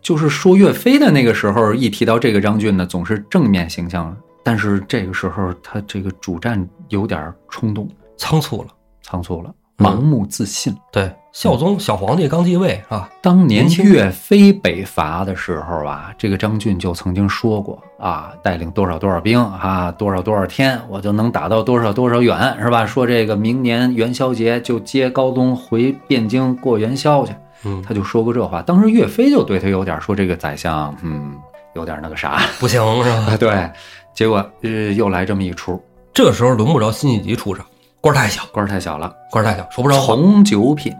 Speaker 1: 就是说岳飞的那个时候，一提到这个张俊呢，总是正面形象。但是这个时候，他这个主战有点儿冲动、
Speaker 2: 仓促了。
Speaker 1: 仓促了，
Speaker 2: 嗯
Speaker 1: 盲目自信。
Speaker 2: 对，孝宗小皇帝刚继位啊，
Speaker 1: 当年
Speaker 2: 年轻
Speaker 1: 岳飞北伐的时候啊，这个张俊就曾经说过啊，带领多少多少兵啊，多少多少天，我就能打到多少多少远，是吧？说这个明年元宵节就接高宗回汴京过元宵去，
Speaker 2: 嗯，
Speaker 1: 他就说过这话。当时岳飞就对他有点说这个宰相，嗯，有点那个啥，
Speaker 2: 不行是吧？
Speaker 1: 对。结果呃又来这么一出，
Speaker 2: 这时候轮不着辛弃疾出场，官儿太小，
Speaker 1: 官儿太小了，
Speaker 2: 官儿太小，说不上话。
Speaker 1: 从九品，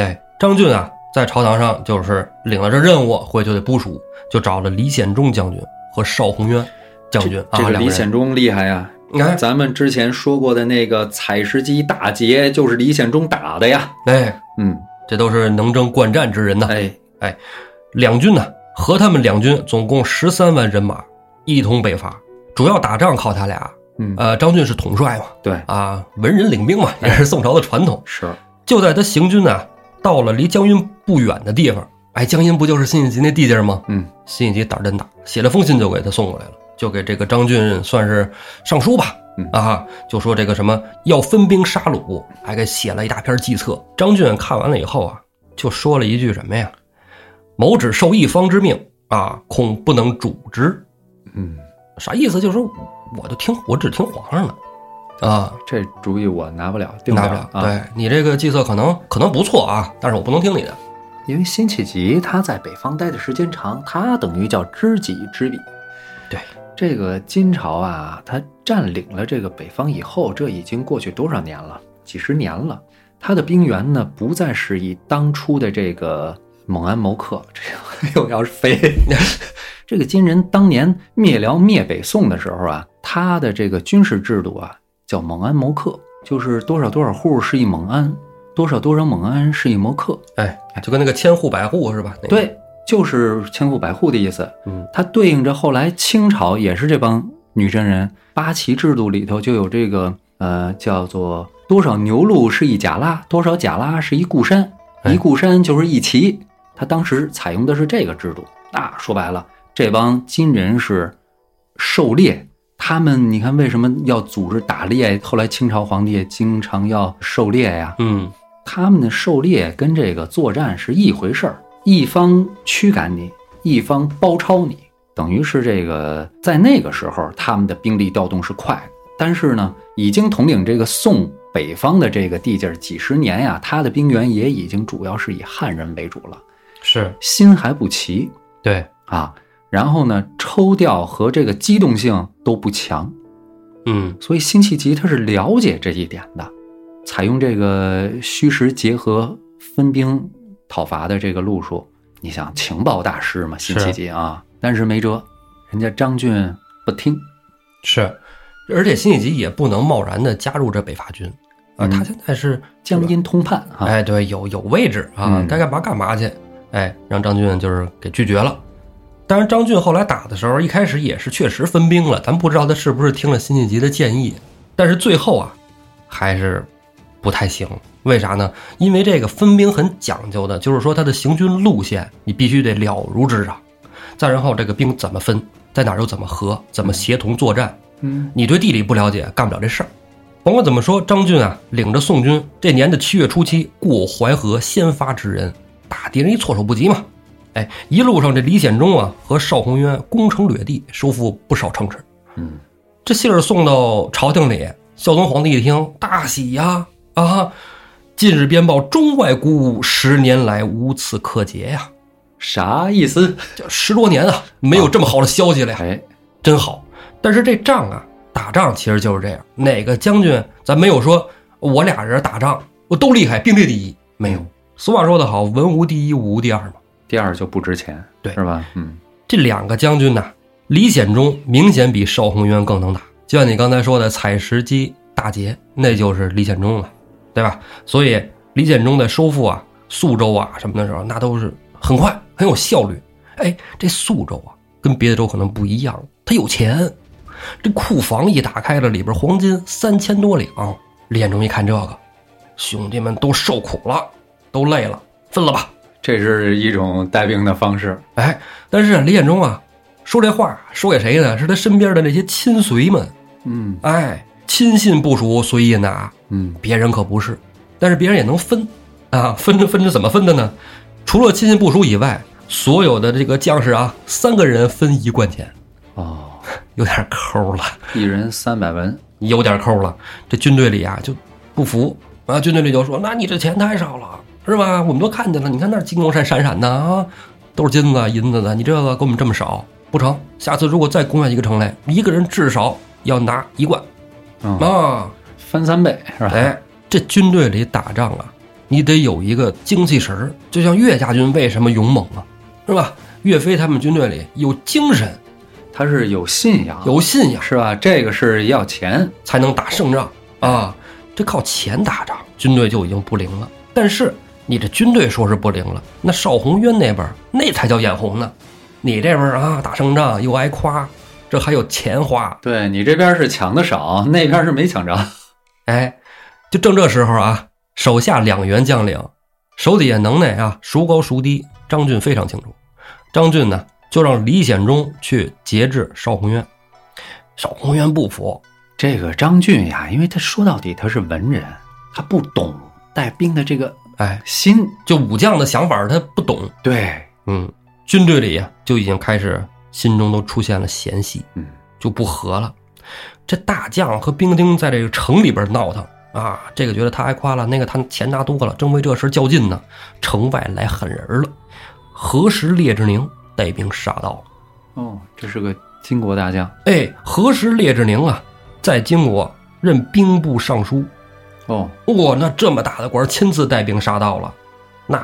Speaker 2: 哎，张俊啊，在朝堂上就是领了这任务，回去得部署，就找了李显忠将军和邵宏渊将军啊
Speaker 1: 这个
Speaker 2: 两
Speaker 1: 李
Speaker 2: 个人。
Speaker 1: 显忠厉害啊呀！
Speaker 2: 哎
Speaker 1: 咱们之前说过的那个采石矶大捷，就是李显忠打的呀。
Speaker 2: 哎，
Speaker 1: 嗯，
Speaker 2: 这都是能征惯战之人呐。
Speaker 1: 哎，
Speaker 2: 两军呢、和他们两军总共十三万人马一同北伐，主要打仗靠他俩。
Speaker 1: 嗯，
Speaker 2: 呃，张俊是统帅嘛，
Speaker 1: 对，
Speaker 2: 啊，文人领兵嘛，也是宋朝的传统。
Speaker 1: 是，
Speaker 2: 就在他行军啊，到了离江阴不远的地方，哎，江阴不就是辛弃疾那地界儿吗？
Speaker 1: 嗯，
Speaker 2: 辛弃疾胆儿真大，写了封信就给他送过来了，就给这个张俊算是上书吧。
Speaker 1: 嗯
Speaker 2: 啊，就说这个什么要分兵杀鲁，还给写了一大篇计策。张俊看完了以后啊，就说了一句什么呀？某只受一方之命啊，恐不能主之。
Speaker 1: 嗯，
Speaker 2: 啥意思？就是说我就听，我只听皇上的啊，
Speaker 1: 这主意我拿不了，定
Speaker 2: 拿不
Speaker 1: 了啊。
Speaker 2: 了。对你这个计策可能可能不错啊，但是我不能听你的。
Speaker 1: 因为辛弃疾他在北方待的时间长，他等于叫知己知彼。
Speaker 2: 对，
Speaker 1: 这个金朝啊，他占领了这个北方以后，这已经过去多少年了？几十年了。他的兵源呢，不再是以当初的这个猛安谋克，这个又要是飞。 这个金人当年灭辽灭北宋的时候啊，他的这个军事制度啊，叫猛安谋克，就是多少多少户是一猛安，多少多少猛安是一谋克。
Speaker 2: 哎，就跟那个千户百户是吧？那个，
Speaker 1: 对，就是千户百户的意思。
Speaker 2: 嗯，
Speaker 1: 它对应着后来清朝也是这帮女真人，八旗制度里头就有这个呃叫做多少牛鹿是一甲拉，多少甲拉是一固山，
Speaker 2: 哎
Speaker 1: 一固山就是一旗。他当时采用的是这个制度。那说白了，这帮金人是狩猎。他们，你看为什么要组织打猎？后来清朝皇帝也经常要狩猎呀、
Speaker 2: 嗯，
Speaker 1: 他们的狩猎跟这个作战是一回事儿，一方驱赶你，一方包抄你，等于是这个在那个时候他们的兵力调动是快的，但是呢，已经统领这个宋北方的这个地界儿几十年呀、他的兵源也已经主要是以汉人为主了，
Speaker 2: 是
Speaker 1: 心还不齐
Speaker 2: 对，
Speaker 1: 啊，然后呢，抽调和这个机动性都不强，
Speaker 2: 嗯，
Speaker 1: 所以辛弃疾他是了解这一点的，采用这个虚实结合分兵讨伐的这个路数。你想情报大师嘛，辛弃疾啊，但是没辙，人家张俊不听。
Speaker 2: 是，而且辛弃疾也不能贸然的加入这北伐军啊，
Speaker 1: 嗯
Speaker 2: 他现在是
Speaker 1: 江，阴通判
Speaker 2: 是吧
Speaker 1: 啊，
Speaker 2: 哎，对，有有位置啊
Speaker 1: 嗯，
Speaker 2: 该干嘛干嘛去，哎，让张俊就是给拒绝了。当然，张俊后来打的时候，一开始也是确实分兵了，咱不知道他是不是听了辛弃疾的建议，但是最后啊，还是不太行。为啥呢？因为这个分兵很讲究的，就是说它的行军路线你必须得了如指掌。再然后这个兵怎么分，在哪儿又怎么合，怎么协同作战，
Speaker 1: 嗯，
Speaker 2: 你对地理不了解，干不了这事儿。甭管怎么说，张俊啊，领着宋军这年的七月初七过淮河，先发制人，打敌人一措手不及嘛。哎，一路上这李显忠啊和邵宏渊攻城掠地，收复不少城池。
Speaker 1: 嗯，
Speaker 2: 这信儿送到朝廷里，孝宗皇帝一听大喜呀啊！近日编报，中外鼓舞，十年来无此可节呀、
Speaker 1: 啥意思？
Speaker 2: 这十多年啊，没有这么好的消息了呀。
Speaker 1: 哎，
Speaker 2: 真好。但是这仗啊，打仗其实就是这样。哪个将军，咱没有说我俩人打仗我都厉害，并列第一，没有。俗话说得好，文无第一，武无第二嘛。
Speaker 1: 第二就不值钱，
Speaker 2: 对
Speaker 1: 是吧？嗯，
Speaker 2: 这两个将军呐、李显忠明显比邵宏渊更能打。就像你刚才说的，采石矶大捷，那就是李显忠了，对吧？所以李显忠在收复啊宿州啊什么的时候，那都是很快，很有效率。哎，这宿州啊，跟别的州可能不一样，它有钱。这库房一打开了，里边黄金三千多两。李显忠一看这个，兄弟们都受苦了，都累了，分了吧。
Speaker 1: 这是一种带兵的方式。
Speaker 2: 哎，但是李显忠啊，说这话说给谁呢？是他身边的那些亲随们，
Speaker 1: 嗯
Speaker 2: 哎，亲信部属随意拿，
Speaker 1: 嗯，
Speaker 2: 别人可不是。但是别人也能分啊，分着分着怎么分的呢？除了亲信部属以外，所有的这个将士啊，三个人分一贯钱，
Speaker 1: 哦，
Speaker 2: 有点抠了，
Speaker 1: 一人三百文。
Speaker 2: 有点抠了。这军队里啊就不服啊，军队里就说：“那你这钱太少了，是吧？我们都看见了，你看那金光闪闪闪的啊，都是金子银子的，你这个给我们这么少，不成。下次如果再攻下一个城来，一个人至少要拿一贯
Speaker 1: 嗯，
Speaker 2: 啊，
Speaker 1: 翻三倍是吧？
Speaker 2: 哎，这军队里打仗啊，你得有一个精气神儿，就像岳家军为什么勇猛啊，是吧？岳飞他们军队里有精神，
Speaker 1: 他是有信仰，
Speaker 2: 有信仰，
Speaker 1: 是吧？这个是要钱，
Speaker 2: 才能打胜仗啊。这靠钱打仗，军队就已经不灵了。但是你这军队说是不灵了，那邵红渊那边儿那才叫眼红呢。你这边儿啊，打胜仗又挨夸，这还有钱花，
Speaker 1: 对你这边是抢的少， 那边是没抢着，
Speaker 2: 哎，就正这时候啊，手下两员将领手底下能耐啊，孰高孰低，张俊非常清楚。张俊呢，就让李显忠去节制邵红渊。邵红渊不服，
Speaker 1: 这个张俊呀，因为他说到底他是文人，他不懂带兵的这个
Speaker 2: 哎，
Speaker 1: 心。
Speaker 2: 就武将的想法他不懂。
Speaker 1: 对，
Speaker 2: 嗯，军队里啊，就已经开始心中都出现了嫌隙，
Speaker 1: 嗯，
Speaker 2: 就不和了。这大将和兵丁在这个城里边闹腾啊，这个觉得他挨夸了，那个他钱拿多了，正为这事较劲呢。城外来狠人了，何时列志宁带兵杀到了。
Speaker 1: 哦，这是个金国大将。
Speaker 2: 哎，何时列志宁啊，在金国任兵部尚书。
Speaker 1: 哦，
Speaker 2: 哇、那这么大的官儿亲自带兵杀到了，那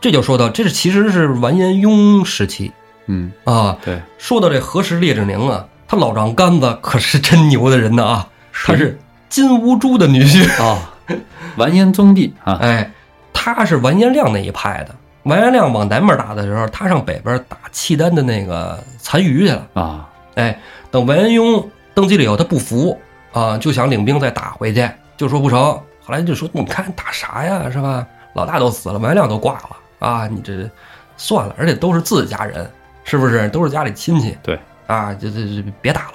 Speaker 2: 这就说到这是其实是完颜雍时期
Speaker 1: 嗯，
Speaker 2: 啊，
Speaker 1: 对，
Speaker 2: 说到这何时列志宁啊，他老丈杆子可是真牛的人呢啊，他是金兀术的女婿，
Speaker 1: 哦， 完颜宗弼啊，
Speaker 2: 哎，他是完颜亮那一派的。完颜亮往南边打的时候，他上北边打契丹的那个残余去了。
Speaker 1: 啊，
Speaker 2: 哎，等完颜雍登基了以后，他不服啊，就想领兵再打回去，就说不成。后来就说你看打啥呀，是吧？老大都死了，完颜亮都挂了啊，你这算了，而且都是自家人，是不是？都是家里亲戚。
Speaker 1: 对
Speaker 2: 啊，这这这别打了。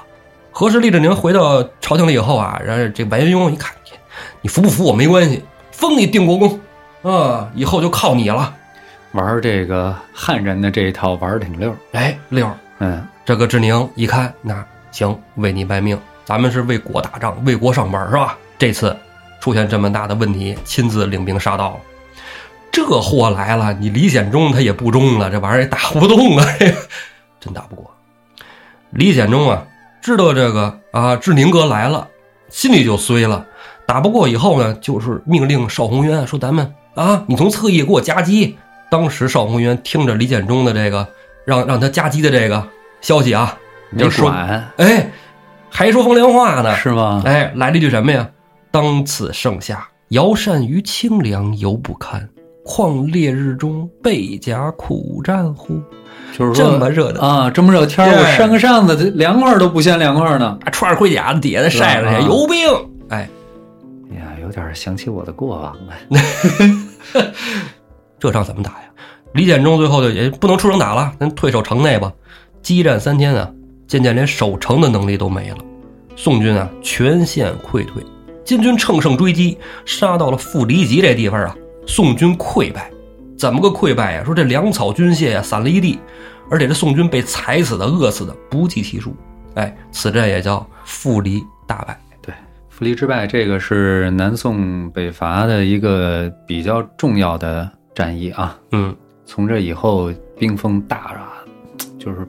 Speaker 2: 何时立志宁回到朝廷了以后啊，然后这完颜雍一看你，你服不服我没关系，封你定国公啊，以后就靠你了。
Speaker 1: 玩这个汉人的这一套玩儿挺溜儿。
Speaker 2: 哎，六儿。
Speaker 1: 嗯，
Speaker 2: 这个志宁一看，那行，为你卖命，咱们是为国打仗，为国上班，是吧？这次出现这么大的问题，亲自领兵杀到了，这货来了，你李显忠他也不中了，这玩意儿也打不动啊， 这个真打不过。李显忠啊，知道这个啊，志宁哥来了，心里就衰了。打不过以后呢，就是命令邵红渊说：“咱们啊，你从侧翼给我夹击。”当时邵红渊听着李显忠的这个让让他夹击的这个消息啊，
Speaker 1: 没
Speaker 2: 就说
Speaker 1: 管
Speaker 2: 哎，还说风凉话呢。
Speaker 1: 是吗？
Speaker 2: 哎，来了一句什么呀？当此盛夏，摇扇于清凉犹不堪，况烈日中背夹苦战乎？
Speaker 1: 就是
Speaker 2: 这
Speaker 1: 说
Speaker 2: 么热的
Speaker 1: 啊，这么热天儿，我
Speaker 2: 对
Speaker 1: 扇个扇子，这凉快儿都不嫌凉快儿呢。
Speaker 2: 啊穿着盔甲底下再晒着
Speaker 1: 是
Speaker 2: 去，
Speaker 1: 吧
Speaker 2: 有病！哎，
Speaker 1: 哎呀，有点想起我的过往了。
Speaker 2: 这仗怎么打呀？李显忠最后就也不能出城打了，咱退守城内吧。激战三天啊，渐渐连守城的能力都没了。宋军啊，全线溃退，金军乘胜追击，杀到了富离集这地方啊，宋军溃败。怎么个溃败呀、说这粮草军械呀、散了一地，而且这宋军被踩死的、饿死的不计其数。哎，此战也叫富离大败。
Speaker 1: 对，扶犁之败这个是南宋北伐的一个比较重要的战役啊。
Speaker 2: 嗯，
Speaker 1: 从这以后，兵锋大啊，就是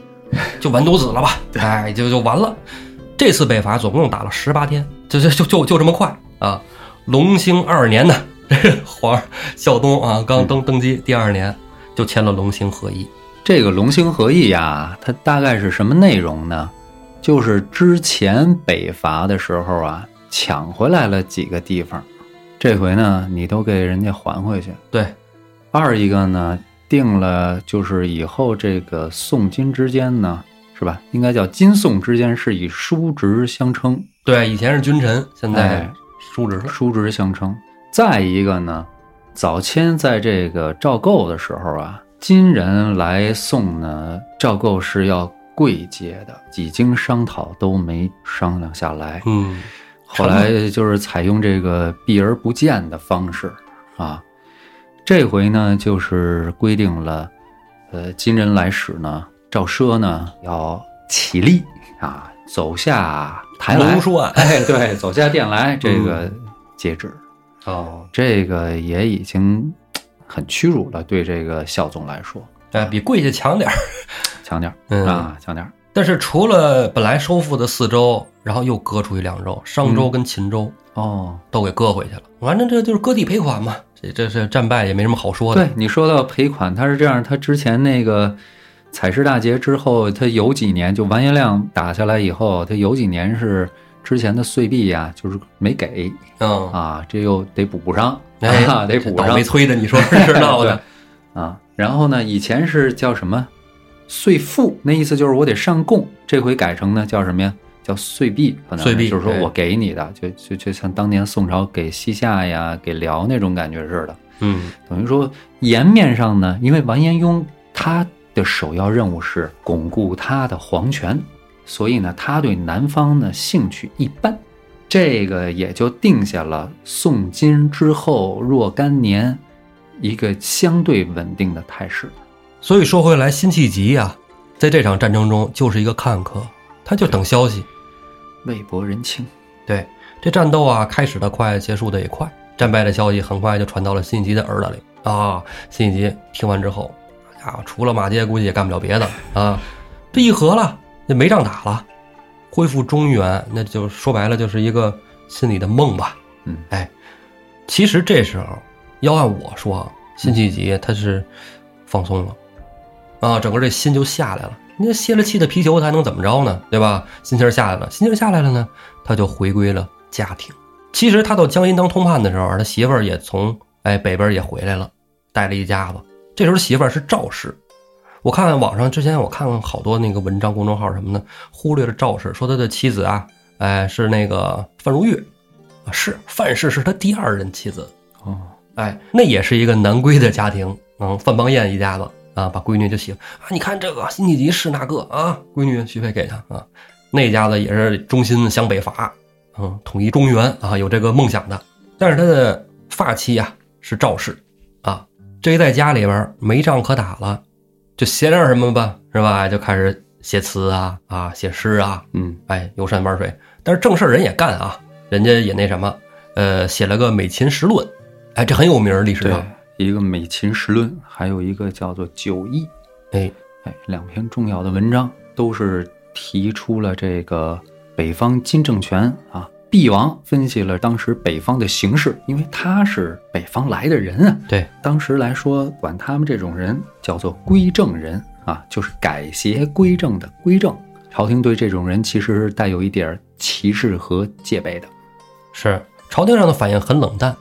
Speaker 2: 就完犊子了吧？哎，就就完了。这次北伐总共打了十八天，就就就就就这么快啊！隆兴二年呢， 这是皇儿孝宗啊刚
Speaker 1: 嗯
Speaker 2: 登登基第二年就签了隆兴和议。
Speaker 1: 这个隆兴和议呀，它大概是什么内容呢？就是之前北伐的时候啊，抢回来了几个地方，这回呢，你都给人家还回去。
Speaker 2: 对，
Speaker 1: 二一个呢，定了就是以后这个宋金之间呢，是吧？应该叫金宋之间是以叔侄相称，
Speaker 2: 对，以前是君臣，现在
Speaker 1: 哎
Speaker 2: 叔侄了。
Speaker 1: 叔侄相称。再一个呢，早先在这个赵构的时候啊，金人来宋呢，赵构是要跪接的，几经商讨都没商量下来。
Speaker 2: 嗯，
Speaker 1: 后来就是采用这个避而不见的方式啊。这回呢，就是规定了，呃，金人来使呢，赵奢呢要起立啊，走下台来
Speaker 2: 龙，叔案
Speaker 1: 哎，对，走下殿来，这个
Speaker 2: 嗯
Speaker 1: 截止，
Speaker 2: 哦，
Speaker 1: 这个也已经嘖很屈辱了，对这个孝宗来说，
Speaker 2: 哎，比跪下强点儿。
Speaker 1: 强点儿
Speaker 2: 嗯
Speaker 1: 啊，强点儿。
Speaker 2: 但是除了本来收复的四州，然后又割出去两州，商
Speaker 1: 嗯
Speaker 2: 州跟秦州
Speaker 1: 哦，
Speaker 2: 都给割回去了。反正这就是割地赔款嘛，这这是战败也没什么好说的。
Speaker 1: 对你说到赔款，他是这样，他之前那个采石大捷之后，他有几年就完颜亮打下来以后，他有几年是之前的岁币呀、就是没给
Speaker 2: 嗯，
Speaker 1: 啊，这又得补上，
Speaker 2: 哎
Speaker 1: 啊，，得
Speaker 2: 这
Speaker 1: 补
Speaker 2: 倒
Speaker 1: 上
Speaker 2: 霉催的，你说 是 闹的？
Speaker 1: 啊。然后呢，以前是叫什么岁赋，那意思就是我得上贡，这回改成呢叫什么呀？叫岁币，可能
Speaker 2: 岁币
Speaker 1: 就是说
Speaker 2: 对
Speaker 1: 我给你的，就就就像当年宋朝给西夏呀、给辽那种感觉似的。
Speaker 2: 嗯，
Speaker 1: 等于说颜面上呢，因为完颜雍他的首要任务是巩固他的皇权，所以呢，他对南方呢兴趣一般。这个也就定下了宋金之后若干年一个相对稳定的态势。
Speaker 2: 所以说回来，辛弃疾呀，在这场战争中就是一个看客，他就等消息。
Speaker 1: 魏博人清，
Speaker 2: 对，这战斗啊，开始的快，结束的也快。战败的消息很快就传到了辛弃疾的耳朵里啊！辛弃疾听完之后，啊，除了骂街，估计也干不了别的啊。这一和了，那没仗打了，恢复中原，那就说白了就是一个心里的梦吧。
Speaker 1: 嗯，
Speaker 2: 哎，其实这时候要按我说啊，辛弃疾他是放松了。啊，整个这心就下来了。你这泄了气的皮球，他还能怎么着呢？对吧？心气儿下来了，心气儿下来了呢，他就回归了家庭。其实他到江阴当通判的时候，他媳妇儿也从哎北边也回来了，带了一家子。这时候媳妇儿是赵氏，我看看网上之前我看看好多那个文章、公众号什么的，忽略了赵氏，说他的妻子啊，哎是那个范如玉，啊是范氏是他第二任妻子，
Speaker 1: 哦，
Speaker 2: 哎，那也是一个男闺的家庭，嗯，范邦彦一家子啊，把闺女就媳妇啊，你看这个辛弃疾是那个啊，闺女许配给他啊，那家子也是忠心向北伐，嗯，统一中原啊，有这个梦想的。但是他的发妻啊是赵氏啊，这一在家里边没仗可打了，就写点什么吧，是吧？就开始写词啊啊，写诗啊，
Speaker 1: 嗯，
Speaker 2: 哎，游山玩水。但是正事儿人也干啊，人家也那什么，呃，写了个《美秦十论》，哎，这很有名儿，历史
Speaker 1: 对
Speaker 2: 上。，
Speaker 1: 一个《美秦时论》，还有一个叫做《九义》，
Speaker 2: 哎，
Speaker 1: 哎，两篇重要的文章都是提出了这个北方金政权啊，毕王分析了当时北方的形势，因为他是北方来的人啊，
Speaker 2: 对，
Speaker 1: 当时来说管他们这种人叫做归正人啊，就是改邪归正的归正。朝廷对这种人其实是带有一点儿歧视和戒备的，
Speaker 2: 是朝廷上的反应很冷淡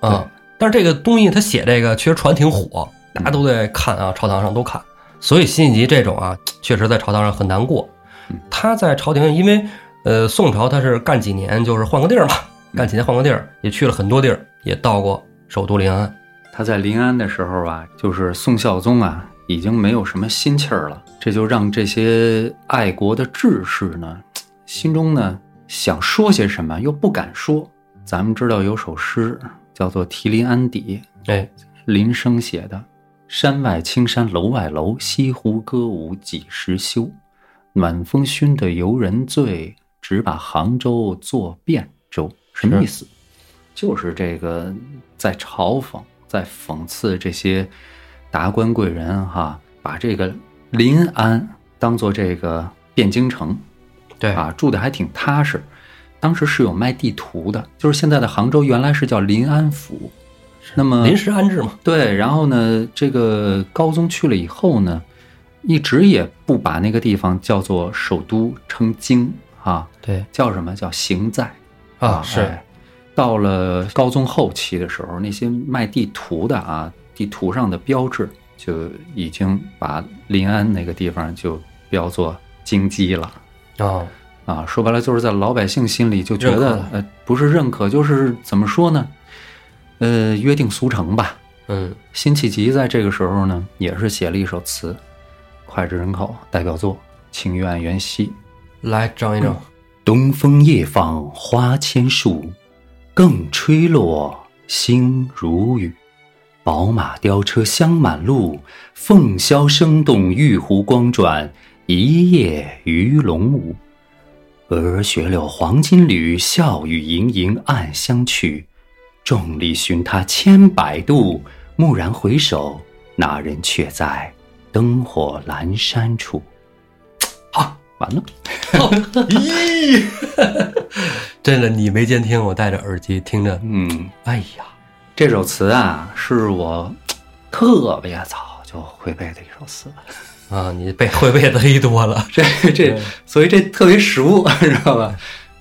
Speaker 2: 啊。但是这个东西他写这个确实传挺火，大家都在看啊，朝堂上都看。所以辛弃疾这种啊，确实在朝堂上很难过
Speaker 1: 嗯。
Speaker 2: 他在朝廷，因为呃，宋朝他是干几年就是换个地儿嘛，
Speaker 1: 嗯
Speaker 2: 干几年换个地儿，也去了很多地儿，也到过首都临安。
Speaker 1: 他在临安的时候啊，就是宋孝宗啊，已经没有什么心气儿了，这就让这些爱国的志士呢，心中呢想说些什么又不敢说。咱们知道有首诗叫做《题临安邸》，
Speaker 2: 哎，
Speaker 1: 林升写的：“山外青山楼外楼，西湖歌舞几时休？暖风熏得游人醉，只把杭州作汴州。”什么意思？就是这个在嘲讽，在讽刺这些达官贵人哈、把这个临安当做这个汴京城
Speaker 2: 对
Speaker 1: 啊，住的还挺踏实。当时是有卖地图的，就是现在的杭州原来是叫临安府，那么
Speaker 2: 临时安置嘛。
Speaker 1: 对，然后呢，这个高宗去了以后呢，一直也不把那个地方叫做首都称京啊，
Speaker 2: 对
Speaker 1: 叫什么叫行在
Speaker 2: 啊，是
Speaker 1: 哎到了高宗后期的时候，那些卖地图的啊，地图上的标志就已经把临安那个地方就标作京畿了。
Speaker 2: 啊，
Speaker 1: 啊，说白了就是在老百姓心里就觉
Speaker 2: 认可
Speaker 1: 得
Speaker 2: 了，
Speaker 1: 呃，不是认可，就是怎么说呢？呃，约定俗成吧。
Speaker 2: 嗯，
Speaker 1: 辛弃疾在这个时候呢，也是写了一首词，脍炙人口，代表作《请愿元夕》。
Speaker 2: 来张一张，
Speaker 1: 东风夜放花千树，更吹落星如雨。宝马雕车香满路，凤箫声动玉壶光转，一夜鱼龙舞。蛾儿雪柳黄金缕，笑语盈盈暗香去。众里寻他千百度，蓦然回首，那人却在灯火阑珊处。
Speaker 2: 好，
Speaker 1: 完了，
Speaker 2: 嗯 咦，真的你没监听，我戴着耳机听着，
Speaker 1: 嗯，
Speaker 2: 哎呀，
Speaker 1: 这首词啊，是我特别早就会背的一首词，
Speaker 2: 啊，你背会背的忒多了，
Speaker 1: 这这，所以这特别实物， 知道吧？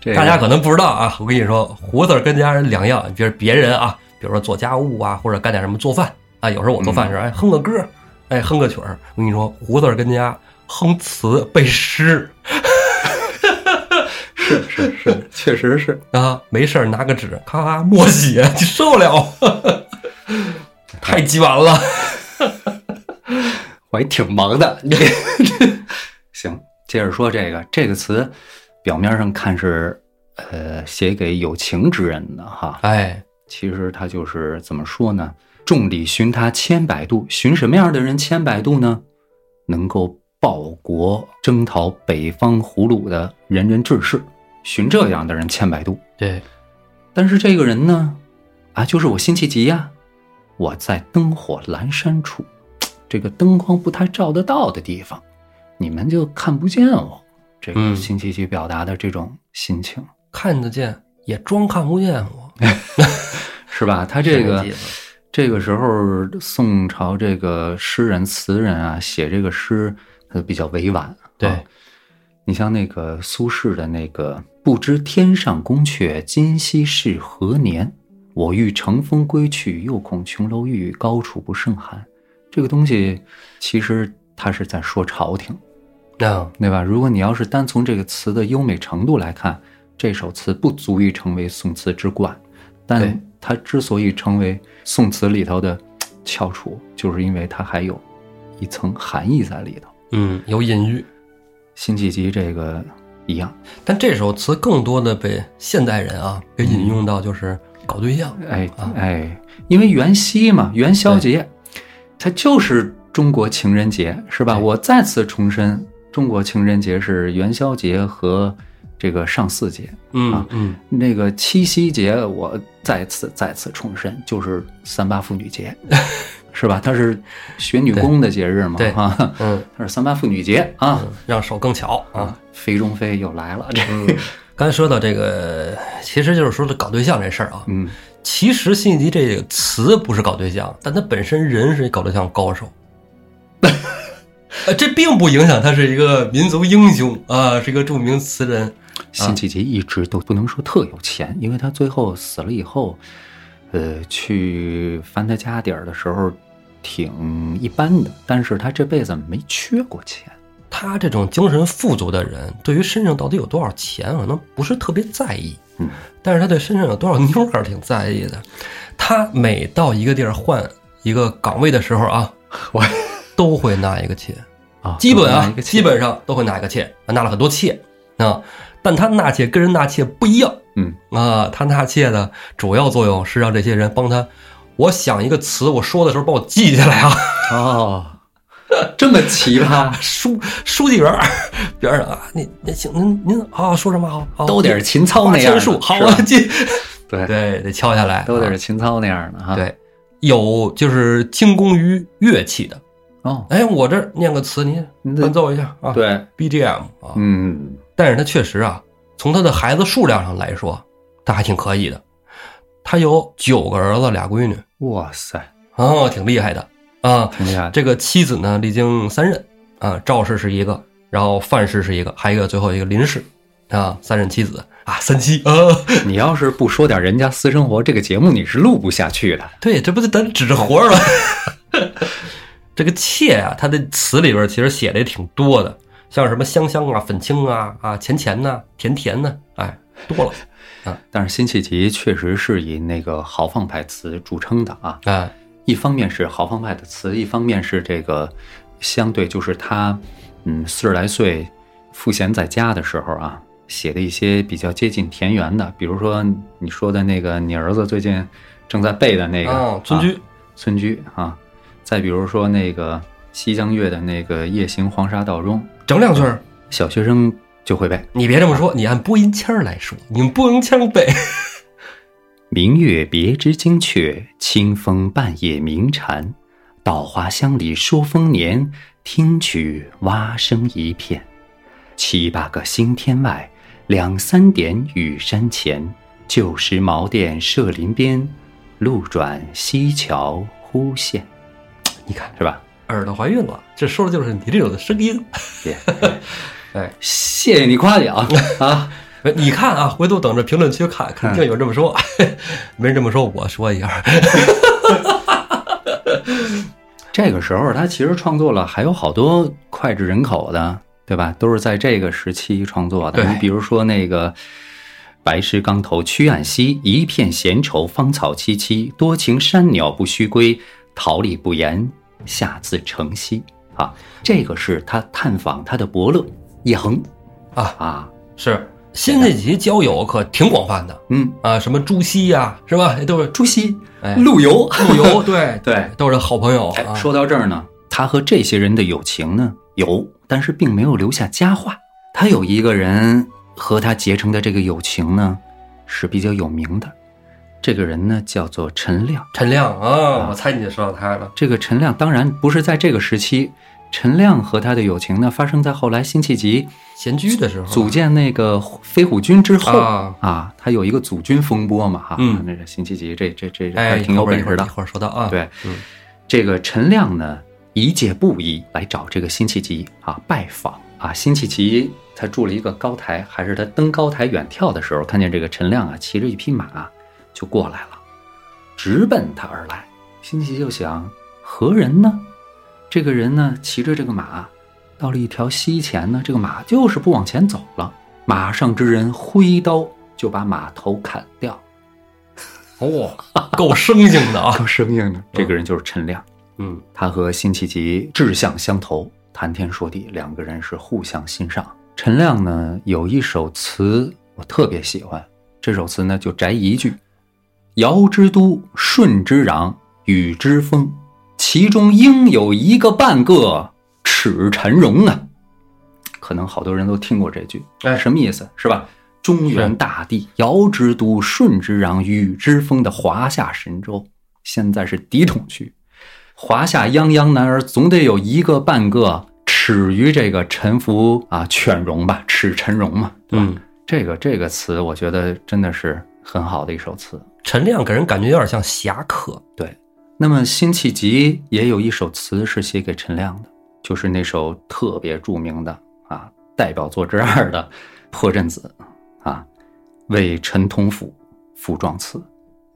Speaker 1: 这个
Speaker 2: 大家可能不知道啊，我跟你说，胡子儿跟家人两样，比如别人啊，比如说做家务啊，或者干点什么做饭啊，有时候我做饭时候，哎，哼个歌儿，哎，哼个曲儿。我跟你说，胡子儿跟家哼词背诗
Speaker 1: 是是 是，确实是。
Speaker 2: 啊，没事儿拿个纸咔默写， 你受得了？太鸡丸了，
Speaker 1: 我也挺忙的。 你行，接着说这个这个词，表面上看是呃写给有情之人的哈，
Speaker 2: 哎，
Speaker 1: 其实它就是怎么说呢？众里寻他千百度，寻什么样的人千百度呢？能够报国征讨北方胡虏的仁人志士，寻这样的人千百度。
Speaker 2: 对，
Speaker 1: 但是这个人呢，啊，就是我辛弃疾呀、我在灯火阑珊处，这个灯光不太照得到的地方，你们就看不见我。这
Speaker 2: 嗯
Speaker 1: 个辛弃疾表达的这种心情，
Speaker 2: 看得见也装看不见我，
Speaker 1: 是吧？他这
Speaker 2: 什么
Speaker 1: 个
Speaker 2: 意思
Speaker 1: 这个时候，宋朝这个诗人词人啊，写这个诗，他比较委婉。
Speaker 2: 对
Speaker 1: 啊，你像那个苏轼的那个“不知天上宫阙，今夕是何年？我欲乘风归去，又恐琼楼玉宇，高处不胜寒。”这个东西其实他是在说朝廷，
Speaker 2: 嗯，
Speaker 1: 对吧？如果你要是单从这个词的优美程度来看，这首词不足以成为宋词之冠，
Speaker 2: 对
Speaker 1: 但它之所以成为宋词里头的翘楚，就是因为它还有一层含义在里头。
Speaker 2: 嗯，有隐喻。
Speaker 1: 辛弃疾这个一样，
Speaker 2: 但这首词更多的被现代人啊给引用到，就是搞对象。
Speaker 1: 哎
Speaker 2: 啊
Speaker 1: 哎，因为元夕嘛，元宵节，它就是中国情人节，是吧？
Speaker 2: 对
Speaker 1: 我再次重申，中国情人节是元宵节和这个上巳节。
Speaker 2: 嗯
Speaker 1: 啊
Speaker 2: 嗯，
Speaker 1: 那个七夕节，我再次再次重申，就是三八妇女 节，是吧？它是学女工的节日嘛，
Speaker 2: 对
Speaker 1: 哈、
Speaker 2: 嗯
Speaker 1: 它是三八妇女节啊。
Speaker 2: 嗯，让手更巧啊。，
Speaker 1: 肥中飞又来了，这
Speaker 2: 嗯，刚才说到这个，其实就是说的搞对象这事儿啊。
Speaker 1: 嗯，
Speaker 2: 其实辛弃疾这个词不是搞对象，但他本身人是一搞对象高手。 呃，这并不影响他是一个民族英雄啊，是一个著名词人。
Speaker 1: 辛弃疾一直都不能说特有钱，因为他最后死了以后，呃，去翻他家底儿的时候挺一般的，但是他这辈子没缺过钱。
Speaker 2: 他这种精神富足的人，对于身上到底有多少钱，可能不是特别在意。
Speaker 1: 嗯，
Speaker 2: 但是他对身上有多少妞儿还是挺在意的。他每到一个地儿换一个岗位的时候啊，
Speaker 1: 我
Speaker 2: 都会纳一个妾，
Speaker 1: 啊，
Speaker 2: 基本
Speaker 1: 就拿
Speaker 2: 啊
Speaker 1: 一，个
Speaker 2: 基本上都会纳一个妾，纳了很多妾啊。但他纳妾跟人纳妾不一样，
Speaker 1: 嗯
Speaker 2: 啊，他纳妾的主要作用是让这些人帮他。我想一个词，我说的时候帮我记下来啊，，
Speaker 1: 哦，这么奇葩
Speaker 2: 啊书书记员儿，别人啊，你你行，您您啊说什么好，好
Speaker 1: 都得是秦操
Speaker 2: 花
Speaker 1: 那样
Speaker 2: 千
Speaker 1: 的，
Speaker 2: 术，好，
Speaker 1: 是
Speaker 2: 我
Speaker 1: 吧
Speaker 2: 记，
Speaker 1: 对
Speaker 2: 对，得敲下来，
Speaker 1: 都得
Speaker 2: 啊
Speaker 1: 是秦操那样的哈。，
Speaker 2: 对，有就是精工于乐器的。
Speaker 1: 哦，
Speaker 2: 哎，我这儿念个词，您
Speaker 1: 你得
Speaker 2: 伴奏一下啊。
Speaker 1: 对，
Speaker 2: ，BGM 啊。
Speaker 1: 嗯，
Speaker 2: 但是他确实啊，从他的孩子数量上来说，他还挺可以的。他有九个儿子，俩闺女，
Speaker 1: 哇塞，
Speaker 2: 啊，挺厉害的啊。
Speaker 1: 挺厉害的。
Speaker 2: 这个妻子呢，历经三任啊，赵氏是一个，然后范氏是一个，还有一个最后一个林氏啊，三任妻子啊，三妻啊。
Speaker 1: 你要是不说点人家私生活，这个节目你是录不下去的。
Speaker 2: 对，这不就咱指着活着吗？ 这个妾啊，它的词里边其实写的也挺多的，像什么香香啊、粉青啊、啊钱钱呐、甜甜呐、哎，多了，
Speaker 1: 但是辛弃疾确实是以那个豪放派词著称的啊，
Speaker 2: 哎，
Speaker 1: 一方面是豪放派的词，一方面是这个相对就是他，嗯，四十来岁赋闲在家的时候啊，写的一些比较接近田园的，比如说你说的那个你儿子最近正在背的那个
Speaker 2: 啊，村居，
Speaker 1: 村居啊，再比如说那个西江月的那个夜行黄沙道中，
Speaker 2: 整两句儿。
Speaker 1: 小学生就会背。
Speaker 2: 你别这么说，你按播音腔儿来说，你用播音腔儿背，
Speaker 1: 明月别枝惊鹊，清风半夜鸣蝉。稻花香里说丰年，听取蛙声一片。七八个星天外，两三点雨山前。旧时茅店社林边，路转西桥忽见。
Speaker 2: 你看，
Speaker 1: 是吧？
Speaker 2: 耳朵怀孕了，这说的就是你这种的声音。
Speaker 1: 别，
Speaker 2: 哎，
Speaker 1: 谢谢你夸奖啊！
Speaker 2: 哎你看啊，回头等着评论区看，肯定有人这么说， 没人这么说，我说一下。
Speaker 1: 这个时候，他其实创作了还有好多脍炙人口的，对吧？都是在这个时期创作的。
Speaker 2: 对
Speaker 1: 你比如说那个“白石冈头曲岸西，一片闲愁芳草萋萋，多情山鸟不须归，桃李不言，下自成蹊”啊，这个是他探访他的伯乐叶恒
Speaker 2: 啊
Speaker 1: 啊，
Speaker 2: 是新那集交友可挺广泛的
Speaker 1: 嗯，
Speaker 2: 啊，什么朱熹呀、是吧？都是
Speaker 1: 朱熹、
Speaker 2: 哎
Speaker 1: 陆游，
Speaker 2: 陆 游，对
Speaker 1: 对
Speaker 2: 都是好朋友
Speaker 1: 哎，
Speaker 2: 啊。
Speaker 1: 说到这儿呢，他和这些人的友情呢有，但是并没有留下佳话。他有一个人和他结成的这个友情呢是比较有名的，这个人呢叫做陈亮。
Speaker 2: 陈亮
Speaker 1: 嗯
Speaker 2: 啊，我猜你就说到他了。
Speaker 1: 这个陈亮当然不是在这个时期，陈亮和他的友情呢发生在后来辛弃疾
Speaker 2: 闲居的时候，
Speaker 1: 组建那个飞虎军之后
Speaker 2: 哦啊
Speaker 1: 啊，他有一个组军风波嘛哈。
Speaker 2: 嗯
Speaker 1: 那个辛弃疾这这这还
Speaker 2: 哎，
Speaker 1: 挺有本事的
Speaker 2: 一。会儿说到啊，
Speaker 1: 对，
Speaker 2: 嗯
Speaker 1: 这个陈亮呢，一介布衣来找这个辛弃疾啊拜访啊。辛弃疾他住了一个高台，还是他登高台远眺的时候，看见这个陈亮啊骑着一匹马就过来了，直奔他而来。辛弃疾就想，何人呢？这个人呢，骑着这个马，到了一条溪前呢，这个马就是不往前走了。马上之人挥刀就把马头砍掉，
Speaker 2: 哦， 够生性的 啊。
Speaker 1: 可生硬呢。哦这个人就是陈亮。
Speaker 2: 嗯，
Speaker 1: 他和辛弃疾志向相投，谈天说地，两个人是互相欣赏。陈亮呢有一首词我特别喜欢，这首词呢就摘一句：“尧之都，舜之壤，禹之风，其中应有一个半个齿蝉荣啊。”可能好多人都听过这句，
Speaker 2: 哎
Speaker 1: 什么意思？是吧？中原大地，尧之都，舜之壤，禹之风的华夏神州，现在是敌统区。华夏泱泱男儿，总得有一个半个耻于这个臣服啊，犬戎吧，耻臣戎嘛，对吧？
Speaker 2: 嗯
Speaker 1: 这个这个词，我觉得真的是很好的一首词。
Speaker 2: 陈亮给人感觉有点像侠客，
Speaker 1: 对，那么辛弃疾也有一首词是写给陈亮的，就是那首特别著名的啊，代表作之二的《破阵子》啊，为陈同甫赋壮词。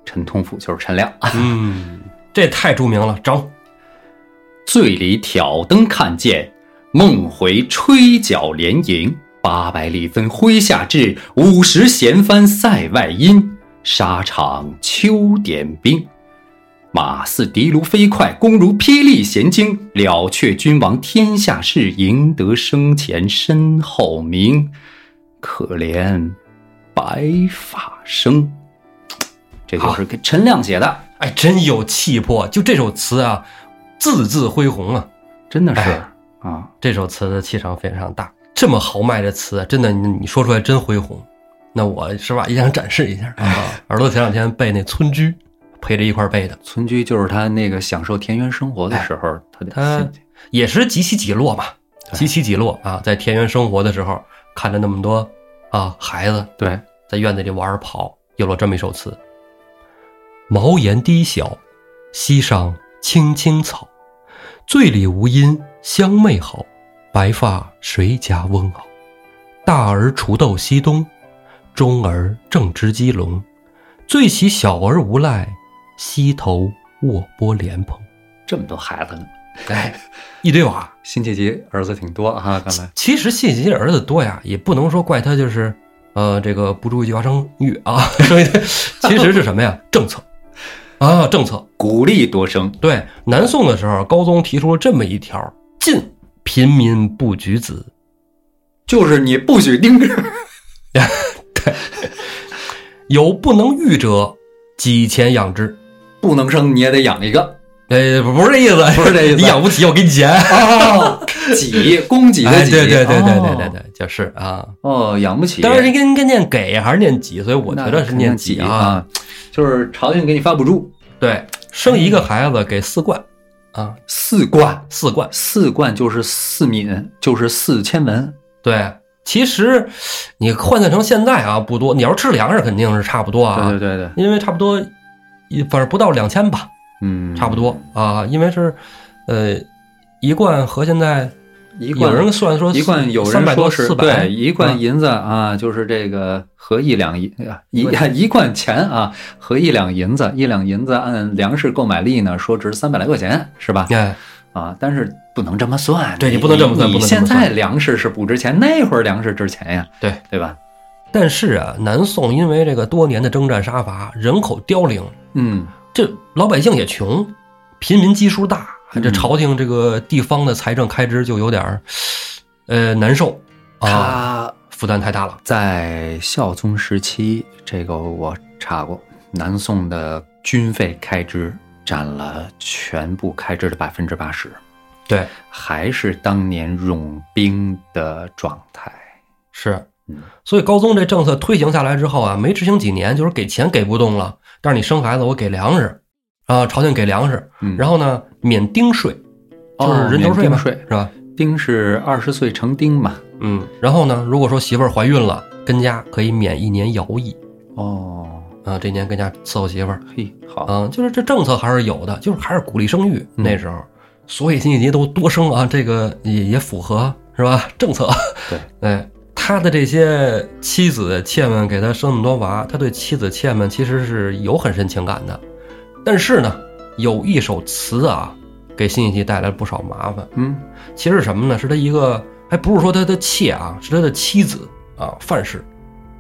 Speaker 1: 陈同甫就是陈亮。
Speaker 2: 嗯， 这太著名了，整
Speaker 1: 醉里挑灯看剑，梦回吹角连营。八百里分麾下炙，五十弦翻塞外音。沙场秋点兵，马似的卢飞快，弓如霹雳弦惊。了却君王天下事，赢得生前身后名。可怜白发生，这就是给陈亮写的，
Speaker 2: 哎，真有气魄。就这首词啊，字字恢宏啊，
Speaker 1: 真的是
Speaker 2: 哎
Speaker 1: 啊，
Speaker 2: 这首词的气场非常大。这么豪迈的词，啊真的你你说出来真恢宏。那我是吧，也想展示一下啊。耳朵前两天背那《村居》，陪着一块儿背的，
Speaker 1: 村居就是他那个享受田园生活的时候，他的
Speaker 2: 哎他
Speaker 1: 心情
Speaker 2: 也是极其极落嘛，极其极落啊。在田园生活的时候，看着那么多啊孩子
Speaker 1: 对
Speaker 2: 在院子里玩儿跑，有了这么一首词：茅檐低小，溪上青青草，醉里吴音相媚好，白发谁家翁媪？大儿锄豆溪东，中儿正织鸡笼，最喜小儿无赖，溪头卧剥莲蓬。
Speaker 1: 这么多孩子呢。
Speaker 2: 哎，一堆娃。
Speaker 1: 辛弃疾儿子挺多 啊，看来
Speaker 2: 其实谢杰儿子多呀，也不能说怪他，就是呃，这个不注意计划生育啊，生育其实是什么呀？政策啊，政策。
Speaker 1: 鼓励多生，
Speaker 2: 对，南宋的时候，高宗提出了这么一条：禁贫民不举子。
Speaker 1: 就是你不许丁字。
Speaker 2: 有不能育者，己钱养之。
Speaker 1: 不能生你也得养一个。
Speaker 2: 呃，不是这意思，
Speaker 1: 不是这意思
Speaker 2: 你养不起，我给你钱。
Speaker 1: 哦，己，供给的
Speaker 2: 哎，
Speaker 1: 己，
Speaker 2: 对对对对对对
Speaker 1: 哦
Speaker 2: 对，对，就是啊。
Speaker 1: 哦，养不起。
Speaker 2: 当然是应该念给还是念己，所以我
Speaker 1: 那
Speaker 2: 觉得是
Speaker 1: 肯定
Speaker 2: 念
Speaker 1: 己
Speaker 2: 己啊。，
Speaker 1: 就是朝廷给你发补助
Speaker 2: 对，生一个孩子给四贯啊，
Speaker 1: 四贯，
Speaker 2: 四贯。
Speaker 1: 四贯就是四民，就是四千文。
Speaker 2: 对，其实你换算成现在啊，不多。你要是吃粮食，肯定是差不多啊，
Speaker 1: 对对对对，
Speaker 2: 因为差不多，一反正不到两千吧，
Speaker 1: 嗯，
Speaker 2: 差不多啊，因为是，呃，一罐和现在
Speaker 1: 嗯一
Speaker 2: 有
Speaker 1: 罐
Speaker 2: 人算说
Speaker 1: 一罐有
Speaker 2: 三
Speaker 1: 人
Speaker 2: 百
Speaker 1: 说
Speaker 2: 多
Speaker 1: 是
Speaker 2: 四百嗯
Speaker 1: 对，一罐银子啊，就是这个合一两银啊一
Speaker 2: 对
Speaker 1: 一罐钱啊，合一两银子，一两银子按粮食购买力呢，说值三百来块钱是吧？
Speaker 2: 哎，
Speaker 1: 啊，但是不能这么算，
Speaker 2: 对你不能这么算
Speaker 1: 你
Speaker 2: 不能这
Speaker 1: 现
Speaker 2: 么算
Speaker 1: 在粮食是不值钱，那会儿粮食值钱呀，
Speaker 2: 对
Speaker 1: 对吧？
Speaker 2: 但是啊，南宋因为这个多年的征战杀伐，人口凋零，
Speaker 1: 嗯，
Speaker 2: 这老百姓也穷，贫民基数大，
Speaker 1: 嗯
Speaker 2: 这朝廷这个地方的财政开支就有点儿，呃，难受啊，
Speaker 1: 他
Speaker 2: 负担太大了。
Speaker 1: 在孝宗时期，这个我查过，南宋的军费开支占了全部开支的百分之八十，
Speaker 2: 对，
Speaker 1: 还是当年冗兵的状态。
Speaker 2: 是
Speaker 1: 嗯，
Speaker 2: 所以高宗这政策推行下来之后啊，没执行几年，就是给钱给不动了，但是你生孩子我给粮食啊，朝廷给粮食，
Speaker 1: 嗯，
Speaker 2: 然后呢免丁税，就
Speaker 1: 哦
Speaker 2: 是人头税
Speaker 1: 免丁
Speaker 2: 嘛，
Speaker 1: 税
Speaker 2: 是吧？
Speaker 1: 丁是二十岁成丁嘛？
Speaker 2: 嗯，然后呢，如果说媳妇儿怀孕了，跟家可以免一年徭役
Speaker 1: 哦，
Speaker 2: 啊，这年跟家伺候媳妇儿。
Speaker 1: 嘿，好，
Speaker 2: 啊，就是这政策还是有的，就是还是鼓励生育。
Speaker 1: 嗯
Speaker 2: 那时候，所以辛弃疾都多生啊，这个也也符合是吧？政策。
Speaker 1: 对，
Speaker 2: 哎，他的这些妻子妾们给他生那么多娃，他对妻子妾们其实是有很深情感的。但是呢，有一首词啊，给辛弃疾带来了不少麻烦。
Speaker 1: 嗯，
Speaker 2: 其实是什么呢？是他一个，还不是说他的妾啊，是他的妻子啊，范氏。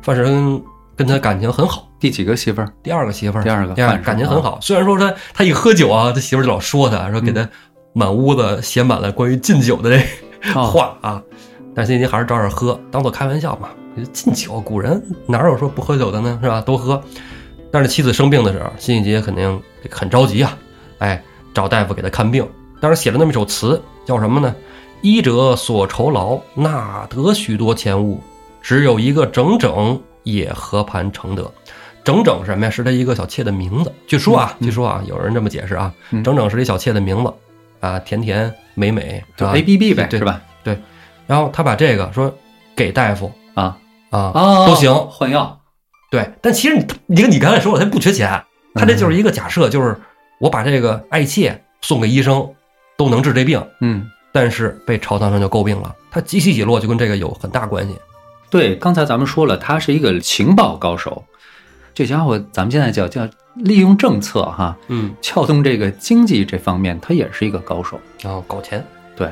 Speaker 2: 范氏跟跟他感情很好。
Speaker 1: 第几个媳妇儿？
Speaker 2: 第二个媳妇儿，
Speaker 1: 第二个啊
Speaker 2: 第二
Speaker 1: 范
Speaker 2: 个
Speaker 1: 氏
Speaker 2: 感情很好。虽然说他他一喝酒啊，他媳妇儿就老说他，说给
Speaker 1: 嗯
Speaker 2: 他满屋子写满了关于禁酒的这
Speaker 1: 哦
Speaker 2: 话啊，但是辛弃疾还是照样喝，当做开玩笑嘛。禁酒，古人哪有说不喝酒的呢？是吧？都喝。但是妻子生病的时候，辛弃疾肯定很着急啊，哎，找大夫给他看病。当时写了那么一首词，叫什么呢？医者所酬劳，纳得许多钱物，只有一个整整也何盘承德。整整是什么呀？是他一个小妾的名字。据说啊，据说啊，有人这么解释啊，
Speaker 1: 嗯
Speaker 2: 整整是一小妾的名字啊，甜甜美美
Speaker 1: 就
Speaker 2: 啊
Speaker 1: A B B 呗，
Speaker 2: 对
Speaker 1: 是吧？
Speaker 2: 然后他把这个说给大夫
Speaker 1: 啊
Speaker 2: 啊，
Speaker 1: 啊，
Speaker 2: 都行
Speaker 1: 换药。
Speaker 2: 对。但其实你你跟你刚才说了，他不缺钱，
Speaker 1: 嗯
Speaker 2: 他这就是一个假设，就是我把这个爱妾送给医生，都能治这病，
Speaker 1: 嗯，
Speaker 2: 但是被朝堂上就诟病了。他几起几落就跟这个有很大关系。
Speaker 1: 对，刚才咱们说了，他是一个情报高手，这家伙咱们现在叫叫利用政策哈，
Speaker 2: 嗯，
Speaker 1: 撬动这个经济这方面，他也是一个高手。
Speaker 2: 然后搞钱，
Speaker 1: 对，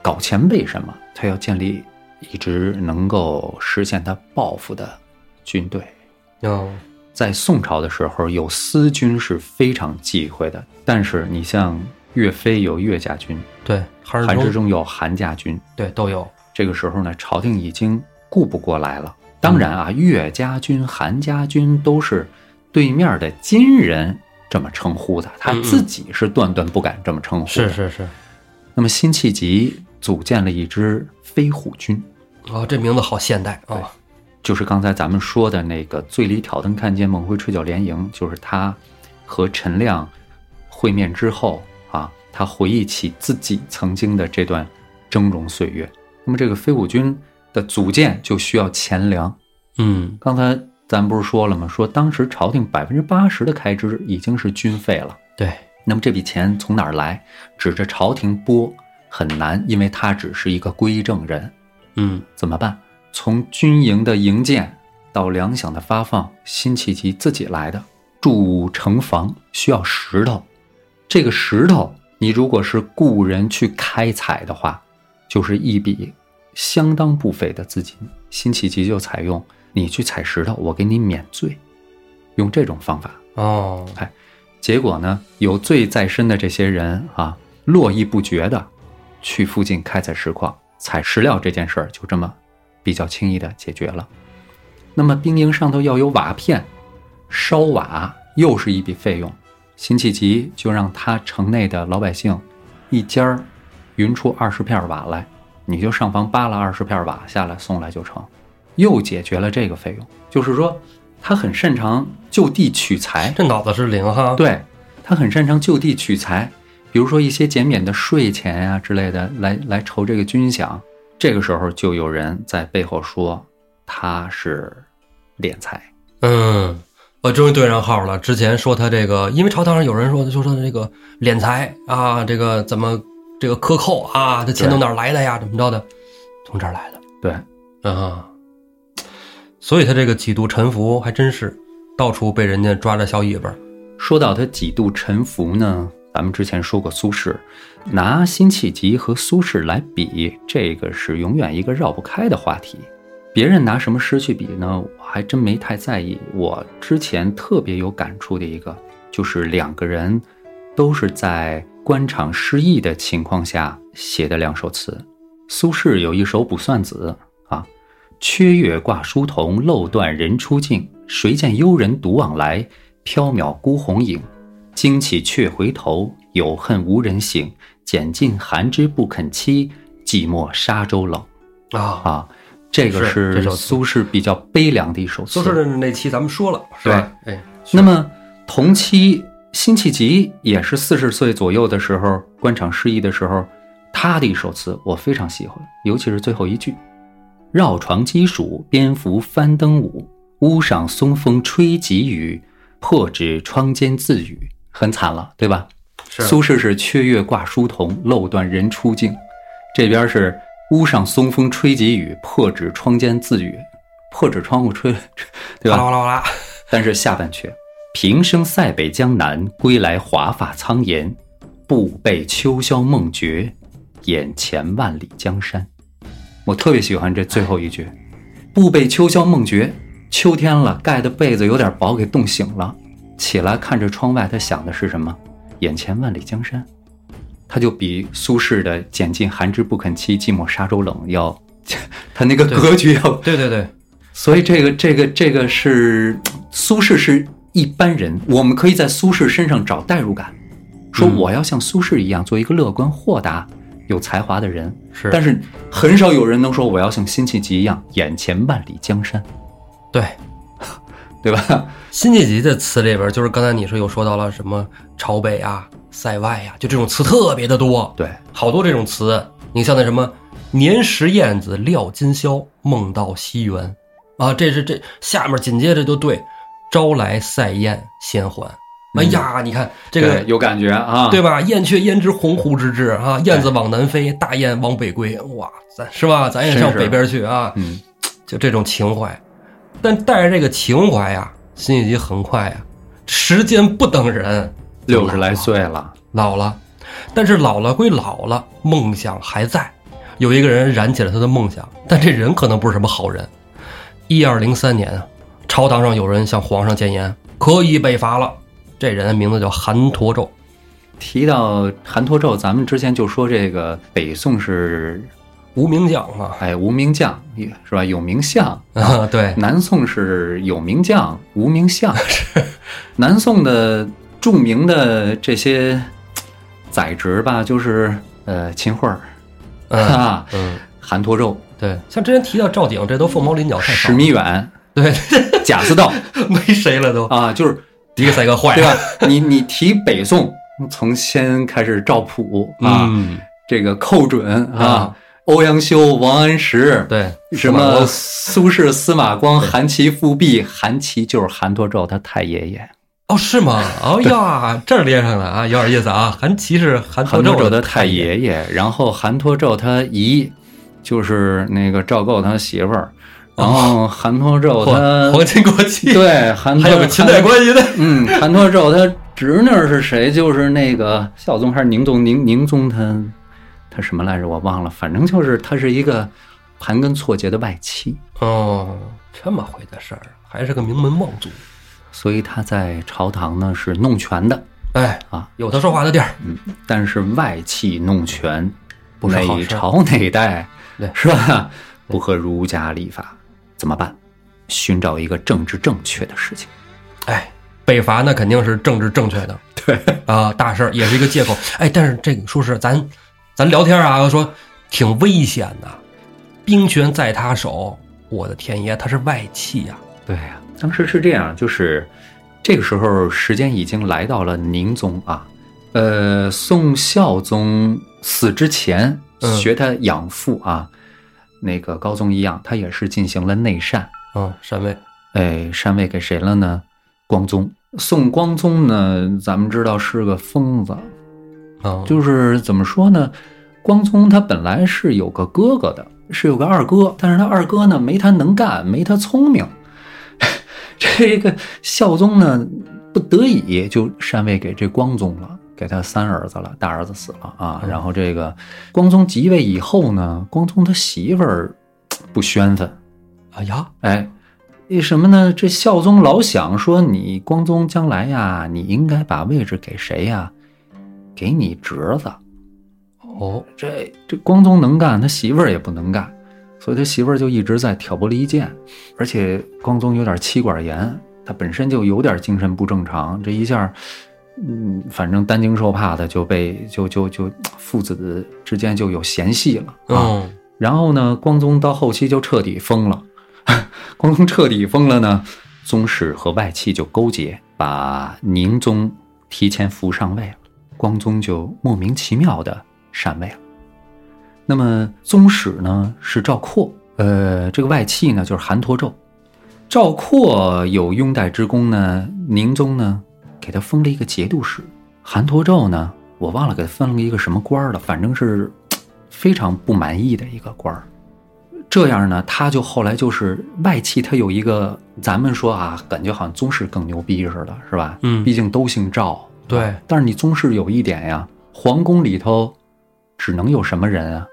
Speaker 1: 搞钱为什么？他要建立一支能够实现他抱负的军队。
Speaker 2: 嗯，
Speaker 1: 在宋朝的时候，有私军是非常忌讳的，但是你像岳飞有岳家军，
Speaker 2: 对，还是
Speaker 1: 韩
Speaker 2: 中
Speaker 1: 世忠有韩家军，
Speaker 2: 对都有。
Speaker 1: 这个时候呢，朝廷已经顾不过来了。当然啊，岳家军、韩家军都是对面的金人这么称呼的，他
Speaker 2: 嗯嗯
Speaker 1: 自己是断断不敢这么称呼的。
Speaker 2: 是是，
Speaker 1: 那么辛弃疾组建了一支飞虎军，
Speaker 2: 哦，这名字好现代啊！
Speaker 1: 就是刚才咱们说的那个“醉里挑灯看剑，梦回吹角连营”，就是他和陈亮会面之后啊，他回忆起自己曾经的这段峥嵘岁月。那么这个飞虎军的组建就需要钱粮。
Speaker 2: 嗯，
Speaker 1: 刚才咱不是说了吗？说当时朝廷百分之八十的开支已经是军费了。
Speaker 2: 对，
Speaker 1: 那么这笔钱从哪儿来？指着朝廷拨很难，因为他只是一个归政人。
Speaker 2: 嗯
Speaker 1: 怎么办？从军营的营建到粮饷的发放，辛弃疾自己来的。筑城防需要石头，这个石头你如果是雇人去开采的话，就是一笔相当不菲的资金。辛弃疾就采用你去采石头，我给你免罪，用这种方法。
Speaker 2: 哦，
Speaker 1: 结果呢，有罪在身的这些人啊，络绎不绝的去附近开采石矿、采石料这件事儿，就这么比较轻易的解决了。那么兵营上头要有瓦片，烧瓦又是一笔费用。辛弃疾就让他城内的老百姓一家儿匀出二十片瓦来，你就上房扒拉二十片瓦下来送来就成，又解决了这个费用。就是说，他很擅长就地取材，
Speaker 2: 这脑子是灵哈。，
Speaker 1: 对他很擅长就地取材，比如说一些减免的税钱呀、之类的，来来筹这个军饷。这个时候就有人在背后说他是敛财。
Speaker 2: 嗯，我终于对上号了。之前说他这个，因为朝堂上有人说，就说他这个敛财啊，这个怎么这个克扣啊，这钱从哪儿来的呀？怎么着的？从这儿来的
Speaker 1: 对，
Speaker 2: 啊。所以他这个几度沉浮还真是到处被人家抓着小尾巴。
Speaker 1: 说到他几度沉浮呢，咱们之前说过苏轼，拿辛弃疾和苏轼来比，这个是永远一个绕不开的话题。别人拿什么诗去比呢？我还真没太在意。我之前特别有感触的一个，就是两个人都是在官场失意的情况下写的两首词。苏轼有一首《卜算子》啊，缺月挂疏桐，漏断人初静。谁见幽人独往来？缥缈孤鸿影。惊起却回头，有恨无人省。拣尽寒枝不肯栖，寂寞沙洲冷。
Speaker 2: 啊，
Speaker 1: 啊，这个
Speaker 2: 是
Speaker 1: 是
Speaker 2: 这首词
Speaker 1: 苏轼比较悲凉的一首词。
Speaker 2: 苏轼的那期咱们说了，是吧？哎，
Speaker 1: 那么同期辛弃疾也是四十岁左右的时候，官场失意的时候，他的一首词我非常喜欢，尤其是最后一句：“绕床击暑，蝙蝠翻灯舞，屋上松风吹急雨，破纸窗间自语。”很惨了，对吧？
Speaker 2: 是
Speaker 1: 苏轼是缺月挂疏桐，漏断人初静。这边是屋上松风吹急雨，破纸窗间自语，破纸窗户吹， 对
Speaker 2: 哗
Speaker 1: 吧？
Speaker 2: 啦哗啦哗啦，
Speaker 1: 但是下半阙“平生塞北江南，归来华发苍颜，不被秋宵梦觉，眼前万里江山。”我特别喜欢这最后一句，“不被秋宵梦觉”，秋天了，盖的被子有点薄，给冻醒了。起来看着窗外，他想的是什么？眼前万里江山。他就比苏轼的“拣尽寒枝不肯栖，寂寞沙洲冷”要， 他那个格局要
Speaker 2: 对对对，
Speaker 1: 所以这个这个这个是苏轼是一般人，我们可以在苏轼身上找代入感，说
Speaker 2: 嗯
Speaker 1: 我要像苏轼一样做一个乐观、豁达、有才华的人。
Speaker 2: 是，
Speaker 1: 但是很少有人能说我要像辛弃疾一样“眼前万里江山
Speaker 2: 对。”，
Speaker 1: 对吧？
Speaker 2: 辛弃疾的词里边，就是刚才你说有说到了什么朝北啊、塞外呀、就这种词特别的多，
Speaker 1: 对，
Speaker 2: 好多这种词。你像那什么“年识燕子料今宵，梦到西园”，啊，这是这下面紧接着就对“朝来塞雁先还”。哎呀，你看这个
Speaker 1: 嗯对有感觉啊，
Speaker 2: 对吧？燕雀焉知鸿鹄之志啊？燕子往南飞，大雁往北归。哇，咱是吧？咱也
Speaker 1: 真
Speaker 2: 上
Speaker 1: 是
Speaker 2: 北边去啊！
Speaker 1: 嗯，
Speaker 2: 就这种情怀。但带着这个情怀啊呀，辛弃疾很快呀，时间不等人，
Speaker 1: 六十来岁了，
Speaker 2: 老了，但是老了归老了，梦想还在。有一个人燃起了他的梦想，但这人可能不是什么好人。一二零三年啊，朝堂上有人向皇上谏言，可以北伐了。这人名字叫韩侂胄，
Speaker 1: 提到韩侂胄，咱们之前就说这个北宋是
Speaker 2: 无名将啊，
Speaker 1: 哎无名将是吧？有名相，
Speaker 2: 啊对，
Speaker 1: 南宋是有名将无名相， 南宋的著名的这些嘖宰执吧，就是呃秦桧儿、
Speaker 2: 嗯
Speaker 1: 啊、
Speaker 2: 嗯，
Speaker 1: 韩侂胄、
Speaker 2: 对，像之前提到赵景，这都凤毛麟角太少
Speaker 1: 史
Speaker 2: 了，
Speaker 1: 弥 远、
Speaker 2: 对，
Speaker 1: 贾似道
Speaker 2: 没谁了都，
Speaker 1: 啊，就是
Speaker 2: 一个赛一个坏，
Speaker 1: 对吧？你你提北宋，从先开始赵普啊，
Speaker 2: 嗯，
Speaker 1: 这个寇准啊
Speaker 2: 啊，
Speaker 1: 欧阳修、王安石。
Speaker 2: 对，
Speaker 1: 什
Speaker 2: 司马
Speaker 1: 么
Speaker 2: 光
Speaker 1: 苏轼、司马光、韩琦复辟，韩琦就是韩侂胄他太爷爷。
Speaker 2: 哦，是吗？哦呀，这儿连上了啊，有点意思啊。韩琦是韩
Speaker 1: 韩
Speaker 2: 侂
Speaker 1: 侂
Speaker 2: 胄
Speaker 1: 胄的
Speaker 2: 太
Speaker 1: 太
Speaker 2: 爷，
Speaker 1: 爷爷，然后韩侂胄他姨，就是那个赵构他媳妇儿，然
Speaker 2: 哦
Speaker 1: 后韩侂胄
Speaker 2: 嚯，
Speaker 1: 他
Speaker 2: 皇亲国戚，
Speaker 1: 对韩侂
Speaker 2: 还有个裙带，关系的。
Speaker 1: 韩嗯，韩侂胄他侄女儿是谁？就是那个孝宗还是宁宗？宁宁宗他他什么来着？我忘了，反正就是他是一个盘根错节的外戚，
Speaker 2: 哦，这么回的事儿，还是个名门望族。
Speaker 1: 所以他在朝堂呢是弄权的
Speaker 2: 哎，
Speaker 1: 啊，
Speaker 2: 有他说话的地儿。
Speaker 1: 嗯，但是外戚弄权，
Speaker 2: 不是好
Speaker 1: 哪
Speaker 2: 事
Speaker 1: 朝哪代，
Speaker 2: 对
Speaker 1: 是吧？不合儒家礼法，怎么办？寻找一个政治正确的事情。
Speaker 2: 哎，北伐那肯定是政治正确的，对啊，大事儿也是一个借口。哎，但是这个说是咱咱聊天啊，说挺危险的，兵权在他手，我的天爷，他是外戚呀、
Speaker 1: 对呀、当时是这样，就是这个时候时间已经来到了宁宗啊，呃，宋孝宗死之前
Speaker 2: 嗯
Speaker 1: 学他养父啊，那个高宗一样，他也是进行了内禅。
Speaker 2: 嗯，禅位，
Speaker 1: 哎，禅位给谁了呢？光宗。宋光宗呢，咱们知道是个疯子，
Speaker 2: 嗯，
Speaker 1: 就是怎么说呢？光宗他本来是有个哥哥的，是有个二哥，但是他二哥呢没他能干，没他聪明。 这个孝宗呢，不得已就禅位给这光宗了，给他三儿子了，大儿子死了啊。
Speaker 2: 嗯
Speaker 1: 然后这个光宗即位以后呢，光宗他媳妇儿不宣愤，
Speaker 2: 哎呀，
Speaker 1: 哎，为什么呢？这孝宗老想说，你光宗将来呀，你应该把位置给谁呀？给你侄子。
Speaker 2: 哦，
Speaker 1: 这这光宗能干，他媳妇儿也不能干，所以他媳妇儿就一直在挑拨离间，而且光宗有点妻管严，他本身就有点精神不正常，这一下，嗯，反正担惊受怕的就被就就就父子之间就有嫌隙了啊。
Speaker 2: 嗯，
Speaker 1: 然后呢，光宗到后期就彻底疯了， 光宗彻底疯了呢，宗室和外戚就勾结，把宁宗提前扶上位了，光宗就莫名其妙的禅位了。那么宗室呢是赵括，呃，这个外戚呢就是韩侂胄，赵括有拥戴之功呢，宁宗呢给他封了一个节度使，韩侂胄呢我忘了给他封了一个什么官儿了，反正是非常不满意的一个官儿。这样呢，他就后来就是外戚，他有一个咱们说啊，感觉好像宗室更牛逼似的，是吧？
Speaker 2: 嗯
Speaker 1: 毕竟都姓赵，
Speaker 2: 对，
Speaker 1: 但是你宗室有一点呀，皇宫里头只能有什么人啊？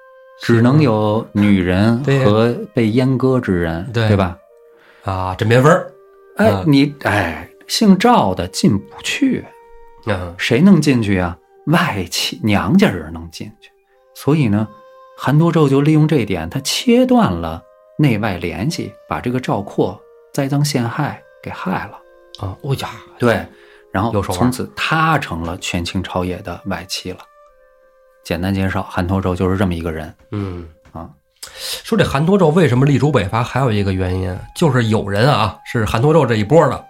Speaker 2: 是
Speaker 1: 只能有女人
Speaker 2: 嗯对
Speaker 1: 和被阉割之人，
Speaker 2: 对
Speaker 1: 吧？
Speaker 2: 啊，枕边风儿，
Speaker 1: 哎
Speaker 2: 嗯，
Speaker 1: 你哎，姓赵的进不去，
Speaker 2: 嗯，
Speaker 1: 谁能进去啊？外戚娘家人能进去，所以呢，韩多胄就利用这一点，他切断了内外联系，把这个赵括栽赃陷害给害了。
Speaker 2: 啊，哦呀，
Speaker 1: 对，然后
Speaker 2: 有手腕
Speaker 1: 从此他成了权倾朝野的外戚了。简单介绍，韩侂胄就是这么一个人
Speaker 2: 嗯。
Speaker 1: 啊。
Speaker 2: 说这韩侂胄为什么力主北伐，还有一个原因就是有人啊是韩侂胄这一波的，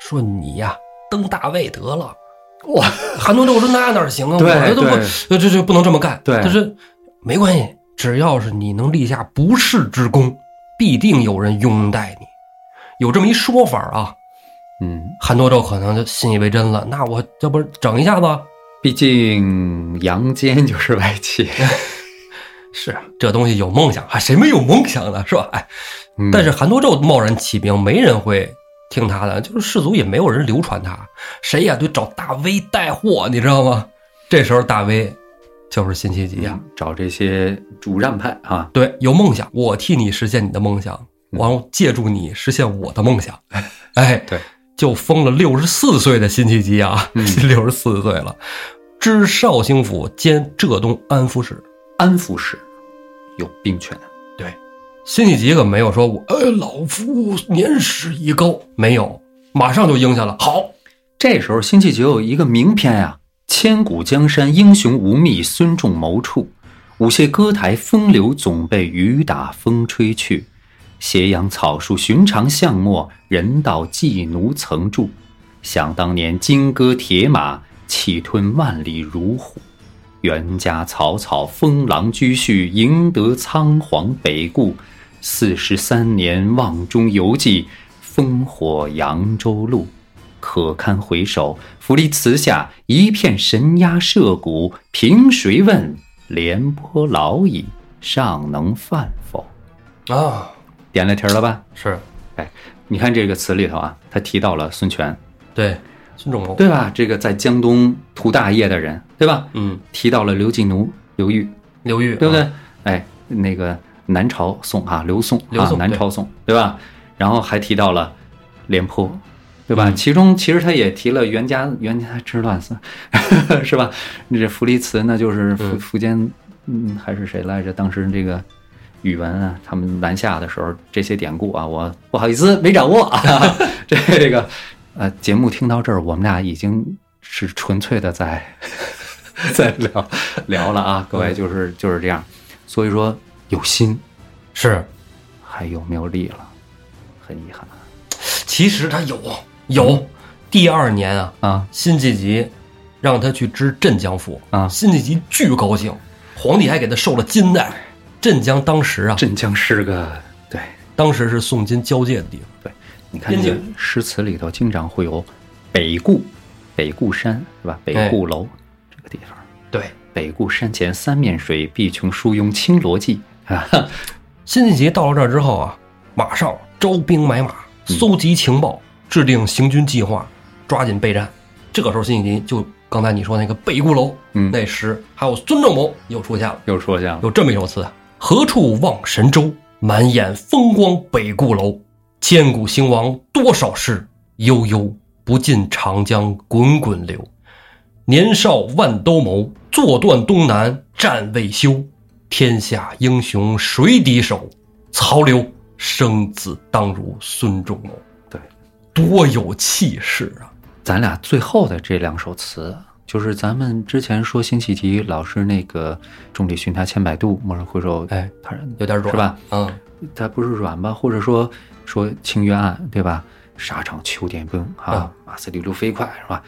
Speaker 2: 说你呀、登大位得了。 哇，韩侂胄说那哪行啊？
Speaker 1: 对
Speaker 2: 我这都不
Speaker 1: 对，
Speaker 2: 这这这不能这么干。
Speaker 1: 对
Speaker 2: 但是没关系，只要是你能立下不世之功，必定有人拥戴你。有这么一说法啊，
Speaker 1: 嗯，
Speaker 2: 韩侂胄可能就信以为真了。那我这不是整一下子？
Speaker 1: 毕竟阳间就是外 戚，
Speaker 2: 是啊这东西有梦想啊，谁没有梦想呢？是吧？哎，
Speaker 1: 嗯
Speaker 2: 但是韩多胄贸然起兵，没人会听他的，就是士族也没有人流传他，谁呀都找大 V 带货，你知道吗？这时候大 V 就是辛弃疾呀、
Speaker 1: 嗯找这些主战派啊，
Speaker 2: 对，有梦想，我替你实现你的梦想，
Speaker 1: 嗯
Speaker 2: 然后借助你实现我的 梦想，哎，
Speaker 1: 对，
Speaker 2: 就封了六十四岁的辛弃疾啊，
Speaker 1: 嗯
Speaker 2: 六十四岁了，知绍兴府兼浙东安抚使。
Speaker 1: 安抚使有兵权，
Speaker 2: 辛弃疾可没有说我，哎，老夫年事已高，没有，马上就应下了。好，
Speaker 1: 这时候，辛弃疾有一个名篇呀、千古江山英雄无觅孙仲谋处，舞榭歌台风流总被雨打风吹去。斜阳草树寻常巷陌，人道寄奴曾住。想当年金戈铁马，气吞万里如虎。袁家草草封狼居胥，赢得仓皇北顾。四十三年望中犹记，烽火扬州路。可堪回首，扶离词下一片神鸦社鼓。凭谁问？廉颇老矣，尚能饭否？
Speaker 2: 啊，
Speaker 1: 点了题儿了吧？
Speaker 2: 是
Speaker 1: 你看这个词里头啊，他提到了孙权，
Speaker 2: 对孙仲谋，
Speaker 1: 对吧？这个在江东图大业的人，对吧？
Speaker 2: 嗯，
Speaker 1: 提到了刘季奴、刘裕，
Speaker 2: 刘裕，
Speaker 1: 对不对？
Speaker 2: 啊
Speaker 1: 哎，那个南朝宋啊，刘宋
Speaker 2: 刘
Speaker 1: 啊
Speaker 2: 宋，
Speaker 1: 南
Speaker 2: 对
Speaker 1: 朝宋，对吧？然后还提到了廉颇，对吧？
Speaker 2: 嗯
Speaker 1: 其中其实他也提了袁家袁家之乱是， 是吧？这扶离词呢，就是
Speaker 2: 嗯
Speaker 1: 苻苻坚，嗯，还是谁来着？当时这个。语文啊，他们南下的时候这些典故啊，我不好意思没掌握啊。 这个呃，节目听到这儿，我们俩已经是纯粹的在 在聊聊了啊，各位
Speaker 2: 嗯
Speaker 1: 就是就是这样，所以说有心
Speaker 2: 是，
Speaker 1: 还有没有力了，很遗憾
Speaker 2: 其实他有啊有，第二年啊，
Speaker 1: 啊。
Speaker 2: 辛弃疾让他去知镇江府
Speaker 1: 啊
Speaker 2: 辛弃疾巨高兴，皇帝还给他授了金带，镇江当时啊，
Speaker 1: 镇江是个对，
Speaker 2: 当时是宋金交界的地方。
Speaker 1: 你看这个诗词里头经常会有北固、北固山是吧？北固楼、这个地方，
Speaker 2: 对，
Speaker 1: 北固山前三面水，碧琼书拥青罗髻啊。
Speaker 2: 辛弃疾到了这儿之后啊，马上招兵买马，搜集情报，制定行军计划，抓紧备战。这个时候，辛弃疾就刚才你说那个北固楼，
Speaker 1: 嗯
Speaker 2: 那时还有孙仲谋又出现了，
Speaker 1: 又说像
Speaker 2: 有这么一首词啊：“何处望神州，满眼风光北固楼。千古兴亡多少事，悠悠不尽长江滚滚流。年少万兜鍪，坐断东南战未休。天下英雄谁敌手？曹刘生子当如孙仲谋。”
Speaker 1: 对，
Speaker 2: 多有气势啊！
Speaker 1: 咱俩最后的这两首词，就是咱们之前说辛弃疾老师那个“众里寻他千百度，蓦然回首”，
Speaker 2: 哎，
Speaker 1: 他
Speaker 2: 有点软
Speaker 1: 是吧？
Speaker 2: 嗯，
Speaker 1: 他不是软吧？或者说说清渊岸对吧？沙场秋点兵啊，马嘶里路飞快是吧？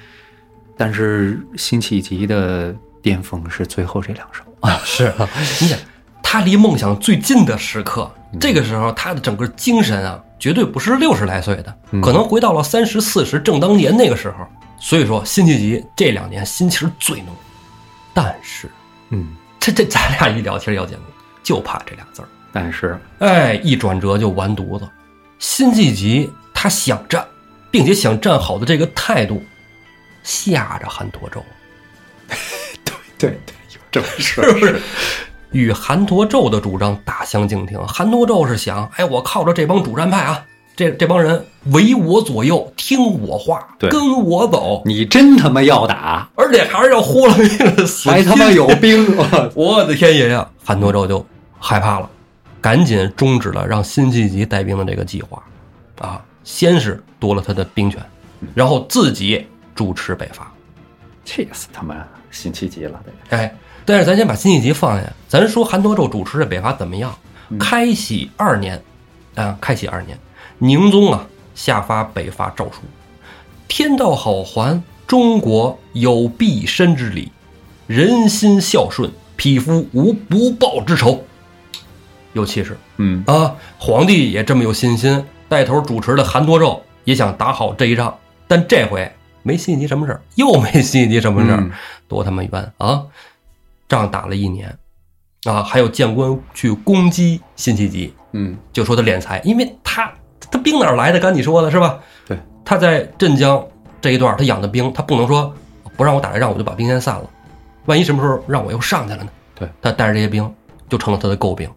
Speaker 1: 但是辛弃疾的巅峰是最后这两首啊，
Speaker 2: 是啊，你想，他离梦想最近的时刻，这个时候他的整个精神啊，绝对不是六十来岁的，可能回到了三十四十正当年那个时候。所以说，辛弃疾这两年心气儿最浓，但是
Speaker 1: 嗯，
Speaker 2: 这这咱俩一聊天要节目，就怕这俩字儿，
Speaker 1: 但是
Speaker 2: 哎，一转折就完犊子。辛弃疾他想战，并且想战好的这个态度，吓着韩侂胄。
Speaker 1: 对对，有这么事
Speaker 2: 是不是？与韩侂胄的主张大相径庭。韩侂胄是想，哎，我靠着这帮主战派啊，这这帮人为我左右，听我话，
Speaker 1: 对
Speaker 2: 跟我走，
Speaker 1: 你真他妈要打，
Speaker 2: 而且还是要豁了命的死。
Speaker 1: 还他妈有！兵， 我
Speaker 2: 我的天爷呀！韩侂胄就害怕了，赶紧终止了让辛弃疾带兵的这个计划，啊，先是夺了他的兵权，然后自己主持北伐。
Speaker 1: 气死他妈辛弃疾了，得
Speaker 2: 哎，但是咱先把辛弃疾放下，咱说韩侂胄主持的北伐怎么样？开禧二年，啊，开禧二年，宁宗啊下发北伐诏书：“天道好还，中国有必伸之理，人心孝顺，匹夫无不报之仇。”有气势
Speaker 1: 嗯，
Speaker 2: 啊！皇帝也这么有信心，带头主持的韩侂胄也想打好这一仗，但这回没辛弃疾什么事儿，又没辛弃疾什么事儿。
Speaker 1: 嗯
Speaker 2: 多他妈冤啊！仗打了一年啊，还有谏官去攻击辛弃疾，
Speaker 1: 嗯，
Speaker 2: 就说他敛财，因为他他兵哪儿来的？刚你说的是吧？
Speaker 1: 对，
Speaker 2: 他在镇江这一段他养的兵，他不能说哦不让我打这仗，我就把兵先散了，万一什么时候让我又上去了呢？
Speaker 1: 对，
Speaker 2: 他带着这些兵就成了他的诟病，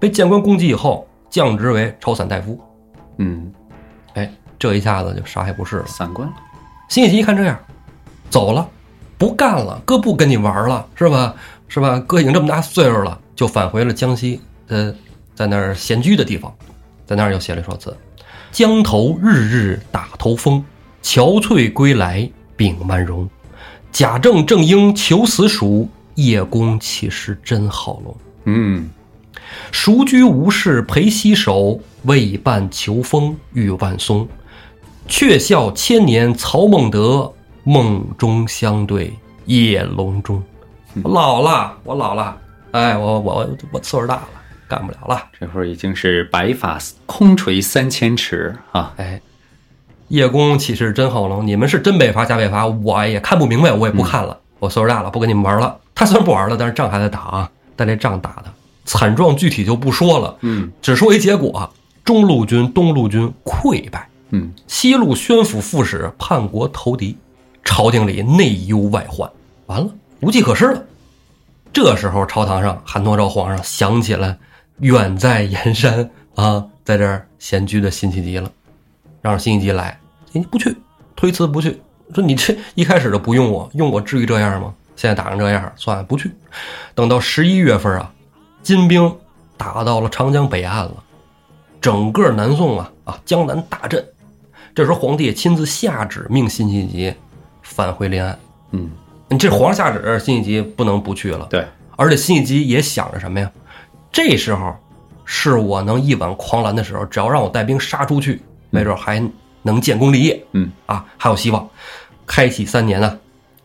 Speaker 2: 被谏官攻击以后降职为朝散大夫，
Speaker 1: 嗯，
Speaker 2: 哎，这一下子就啥也不是了。
Speaker 1: 散官了，
Speaker 2: 辛弃疾一看这样，走了，不干了，哥不跟你玩了，是吧？是吧？哥已经这么大岁数了，就返回了江西，呃，在那儿闲居的地方，在那儿又写了一首词：“江头日日打头风，憔悴归来鬓满容。贾政正应求死属，叶公岂是真好龙。”
Speaker 1: 嗯，
Speaker 2: 孰居无事陪西首，为伴求风欲万松。却笑千年曹孟德，梦中相对夜笼中。我老了，我老了，哎，我我我我岁数大了，干不了了。
Speaker 1: 这会儿已经是白发空垂三千尺啊，
Speaker 2: 哎，叶公岂是真好龙？你们是真北伐假北伐，我也看不明白，我也不看了。我岁数大了，不跟你们玩了。他虽然不玩了，但是仗还在打啊，但这仗打的惨状具体就不说了。
Speaker 1: 嗯
Speaker 2: 只说一结果：中路军、东路军溃败，
Speaker 1: 嗯，
Speaker 2: 西路宣抚副使叛国投敌，朝廷里内忧外患，完了无计可施了。这时候，朝堂上韩多昭皇上想起了远在盐山啊，在这儿闲居的辛弃疾了，让辛弃疾来，人家不去，推辞不去，说你这一开始就不用我，用我至于这样吗？现在打成这样，算了，不去。等到十一月份啊，金兵打到了长江北岸了，整个南宋啊啊江南大震。这时候皇帝也亲自下旨命辛弃疾返回临安。
Speaker 1: 嗯，
Speaker 2: 你这皇上下旨，辛弃疾不能不去了。
Speaker 1: 对，
Speaker 2: 而且辛弃疾也想着什么呀？这时候是我能一挽狂澜的时候，只要让我带兵杀出去，没准还能建功立业。
Speaker 1: 嗯
Speaker 2: 啊，还有希望。开启三年呢、啊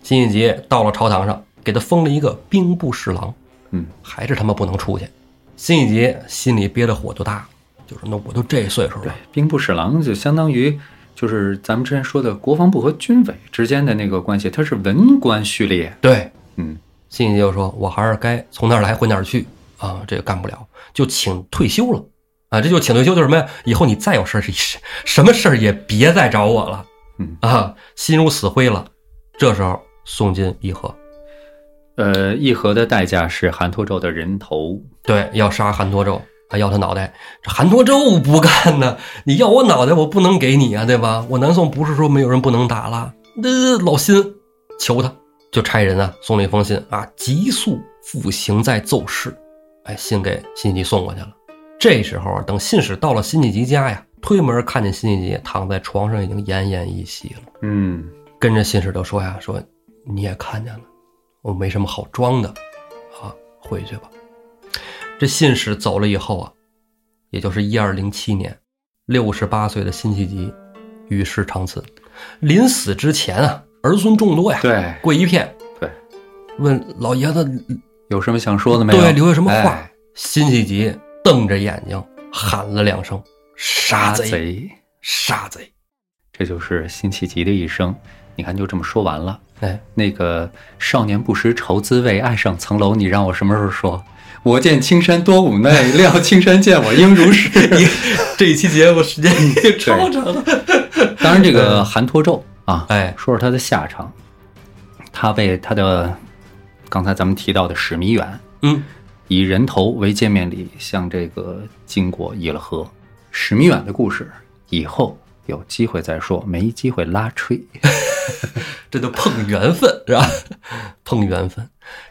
Speaker 2: 辛弃疾到了朝堂上，给他封了一个兵部侍郎。
Speaker 1: 嗯，
Speaker 2: 还是他妈不能出去。辛弃疾心里憋的火就大，就说那我都这岁数
Speaker 1: 对
Speaker 2: 了，，
Speaker 1: 兵部侍郎就相当于就是咱们之前说的国防部和军委之间的那个关系，它是文官序列。
Speaker 2: 对，
Speaker 1: 嗯，
Speaker 2: 辛弃疾就说：“我还是该从那儿来回那儿去啊，这个干不了，就请退休了啊！这就请退休，就是什么呀？以后你再有事儿，什什么事儿也别再找我了，
Speaker 1: 嗯
Speaker 2: 啊，心如死灰了。”这时候，送进议和，
Speaker 1: 呃，议和的代价是韩托胄的人头。
Speaker 2: 对，要杀韩多胄，还要他脑袋。这韩多胄不干呢，你要我脑袋，我不能给你啊，对吧？ 我南宋不是说没有人不能打了，那老辛求他，就差人啊送了一封信啊，急速复行在奏事，哎，信给辛弃疾送过去了。这时候啊等信使到了辛弃疾家呀，推门看见辛弃疾躺在床上已经奄奄一息了。
Speaker 1: 嗯，
Speaker 2: 跟着信使就说呀：“说你也看见了，我没什么好装的，啊，回去吧。”这信使走了以后啊，也就是一二零七年，六十八岁的辛弃疾与世长辞。临死之前啊，儿孙众多呀，
Speaker 1: 对
Speaker 2: 跪一片，
Speaker 1: 对，
Speaker 2: 问老爷子
Speaker 1: 有什么想说的没有？
Speaker 2: 对留下什么话。
Speaker 1: 哎
Speaker 2: 辛弃疾瞪着眼睛喊了两声：“杀
Speaker 1: 杀
Speaker 2: 贼，
Speaker 1: 贼，
Speaker 2: 杀贼
Speaker 1: 这就是辛弃疾的一生。你看，就这么说完了。！”
Speaker 2: 哎，
Speaker 1: 那个少年不识愁滋味，爱上层楼，你让我什么时候说？我见青山多妩媚，料青山见我应如是。
Speaker 2: 这一期节目时间已经超长了。
Speaker 1: 当然，这
Speaker 2: 嗯
Speaker 1: 个韩托胄啊，
Speaker 2: 哎，
Speaker 1: 说说他的下场。他被他的刚才咱们提到的史弥远
Speaker 2: 嗯，
Speaker 1: 以人头为见面礼向这个晋国议了和。史弥远的故事以后有机会再说，没机会拉吹。
Speaker 2: 这就碰缘分是吧？ 碰缘分。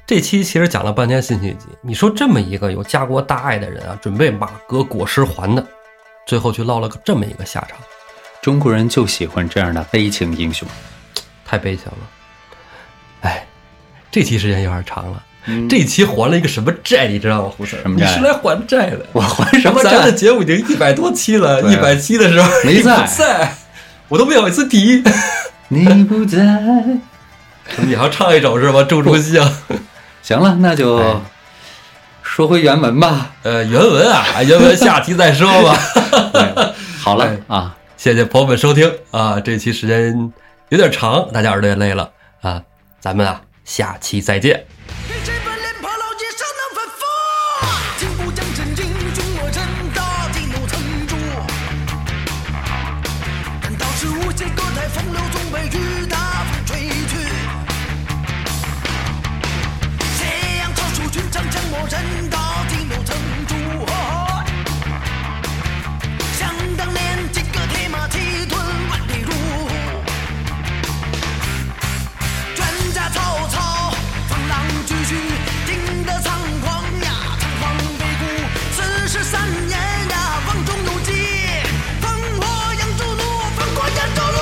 Speaker 2: 这期其实讲了半天辛弃疾，你说这么一个有家国大爱的人啊，准备马革裹尸还的，最后却落了个这么一个下场，
Speaker 1: 中国人就喜欢这样的悲情英雄。
Speaker 2: 太悲情了。哎，这期时间有点长了，
Speaker 1: 嗯
Speaker 2: 这期还了一个什么债，你知道吗，胡森
Speaker 1: 什？么
Speaker 2: 你
Speaker 1: 债
Speaker 2: 是来还债的。
Speaker 1: 我还什么
Speaker 2: 咱们的
Speaker 1: 债？
Speaker 2: 节目已经一百多期了，
Speaker 1: 对
Speaker 2: 一
Speaker 1: 啊
Speaker 2: 百期的时候
Speaker 1: 没
Speaker 2: 你不
Speaker 1: 在
Speaker 2: 在，我都不好意思提。
Speaker 1: 你不在。
Speaker 2: 你还要唱一首是吧？郑中基啊。
Speaker 1: 行了，那就说回原文吧。
Speaker 2: 呃，原文啊， 原文下期再说吧。
Speaker 1: 对哎好了啊，
Speaker 2: 谢谢朋友们收听啊，这期时间有点长，大家耳朵也累了啊，咱们啊下期再见。
Speaker 3: 给这本脸庞老街上当反复，进步将真英雄我真大地怒沉住。但道是无邪歌台风流总被雨打风吹去。斜阳照出军场将我人大地怒沉住。想当年金戈铁马气吞万里路。冤家曹操，放浪巨星，听得仓皇呀，仓皇北顾。四十三年呀，望中有记，烽火扬州路，烽火扬州路。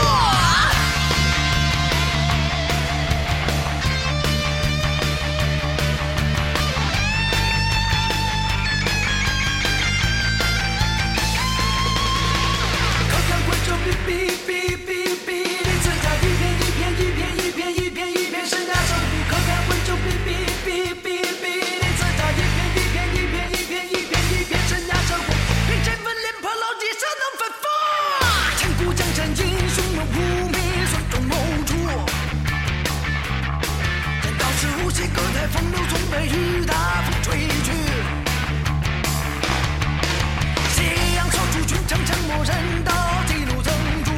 Speaker 3: 高墙观众哔哔哔哔哔，列子家一片一片一片一片一片一片山崖上，高墙观众哔哔哔哔哔，列子家一片一片一片一片一片一片山崖上，凭身份脸庞老几山能反复，千古江山英雄我无名，酸中某处。但道是无邪，隔代风流总被雨打风吹去。斜阳照出军场，将我人道记录曾驻。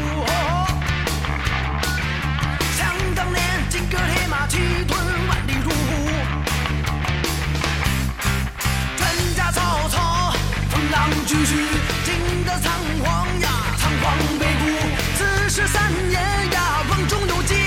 Speaker 3: 想当年，金戈铁马，气吞万里路。专家曹操，风浪巨须，金戈仓皇呀，仓皇北顾。四十三年呀，望中有记，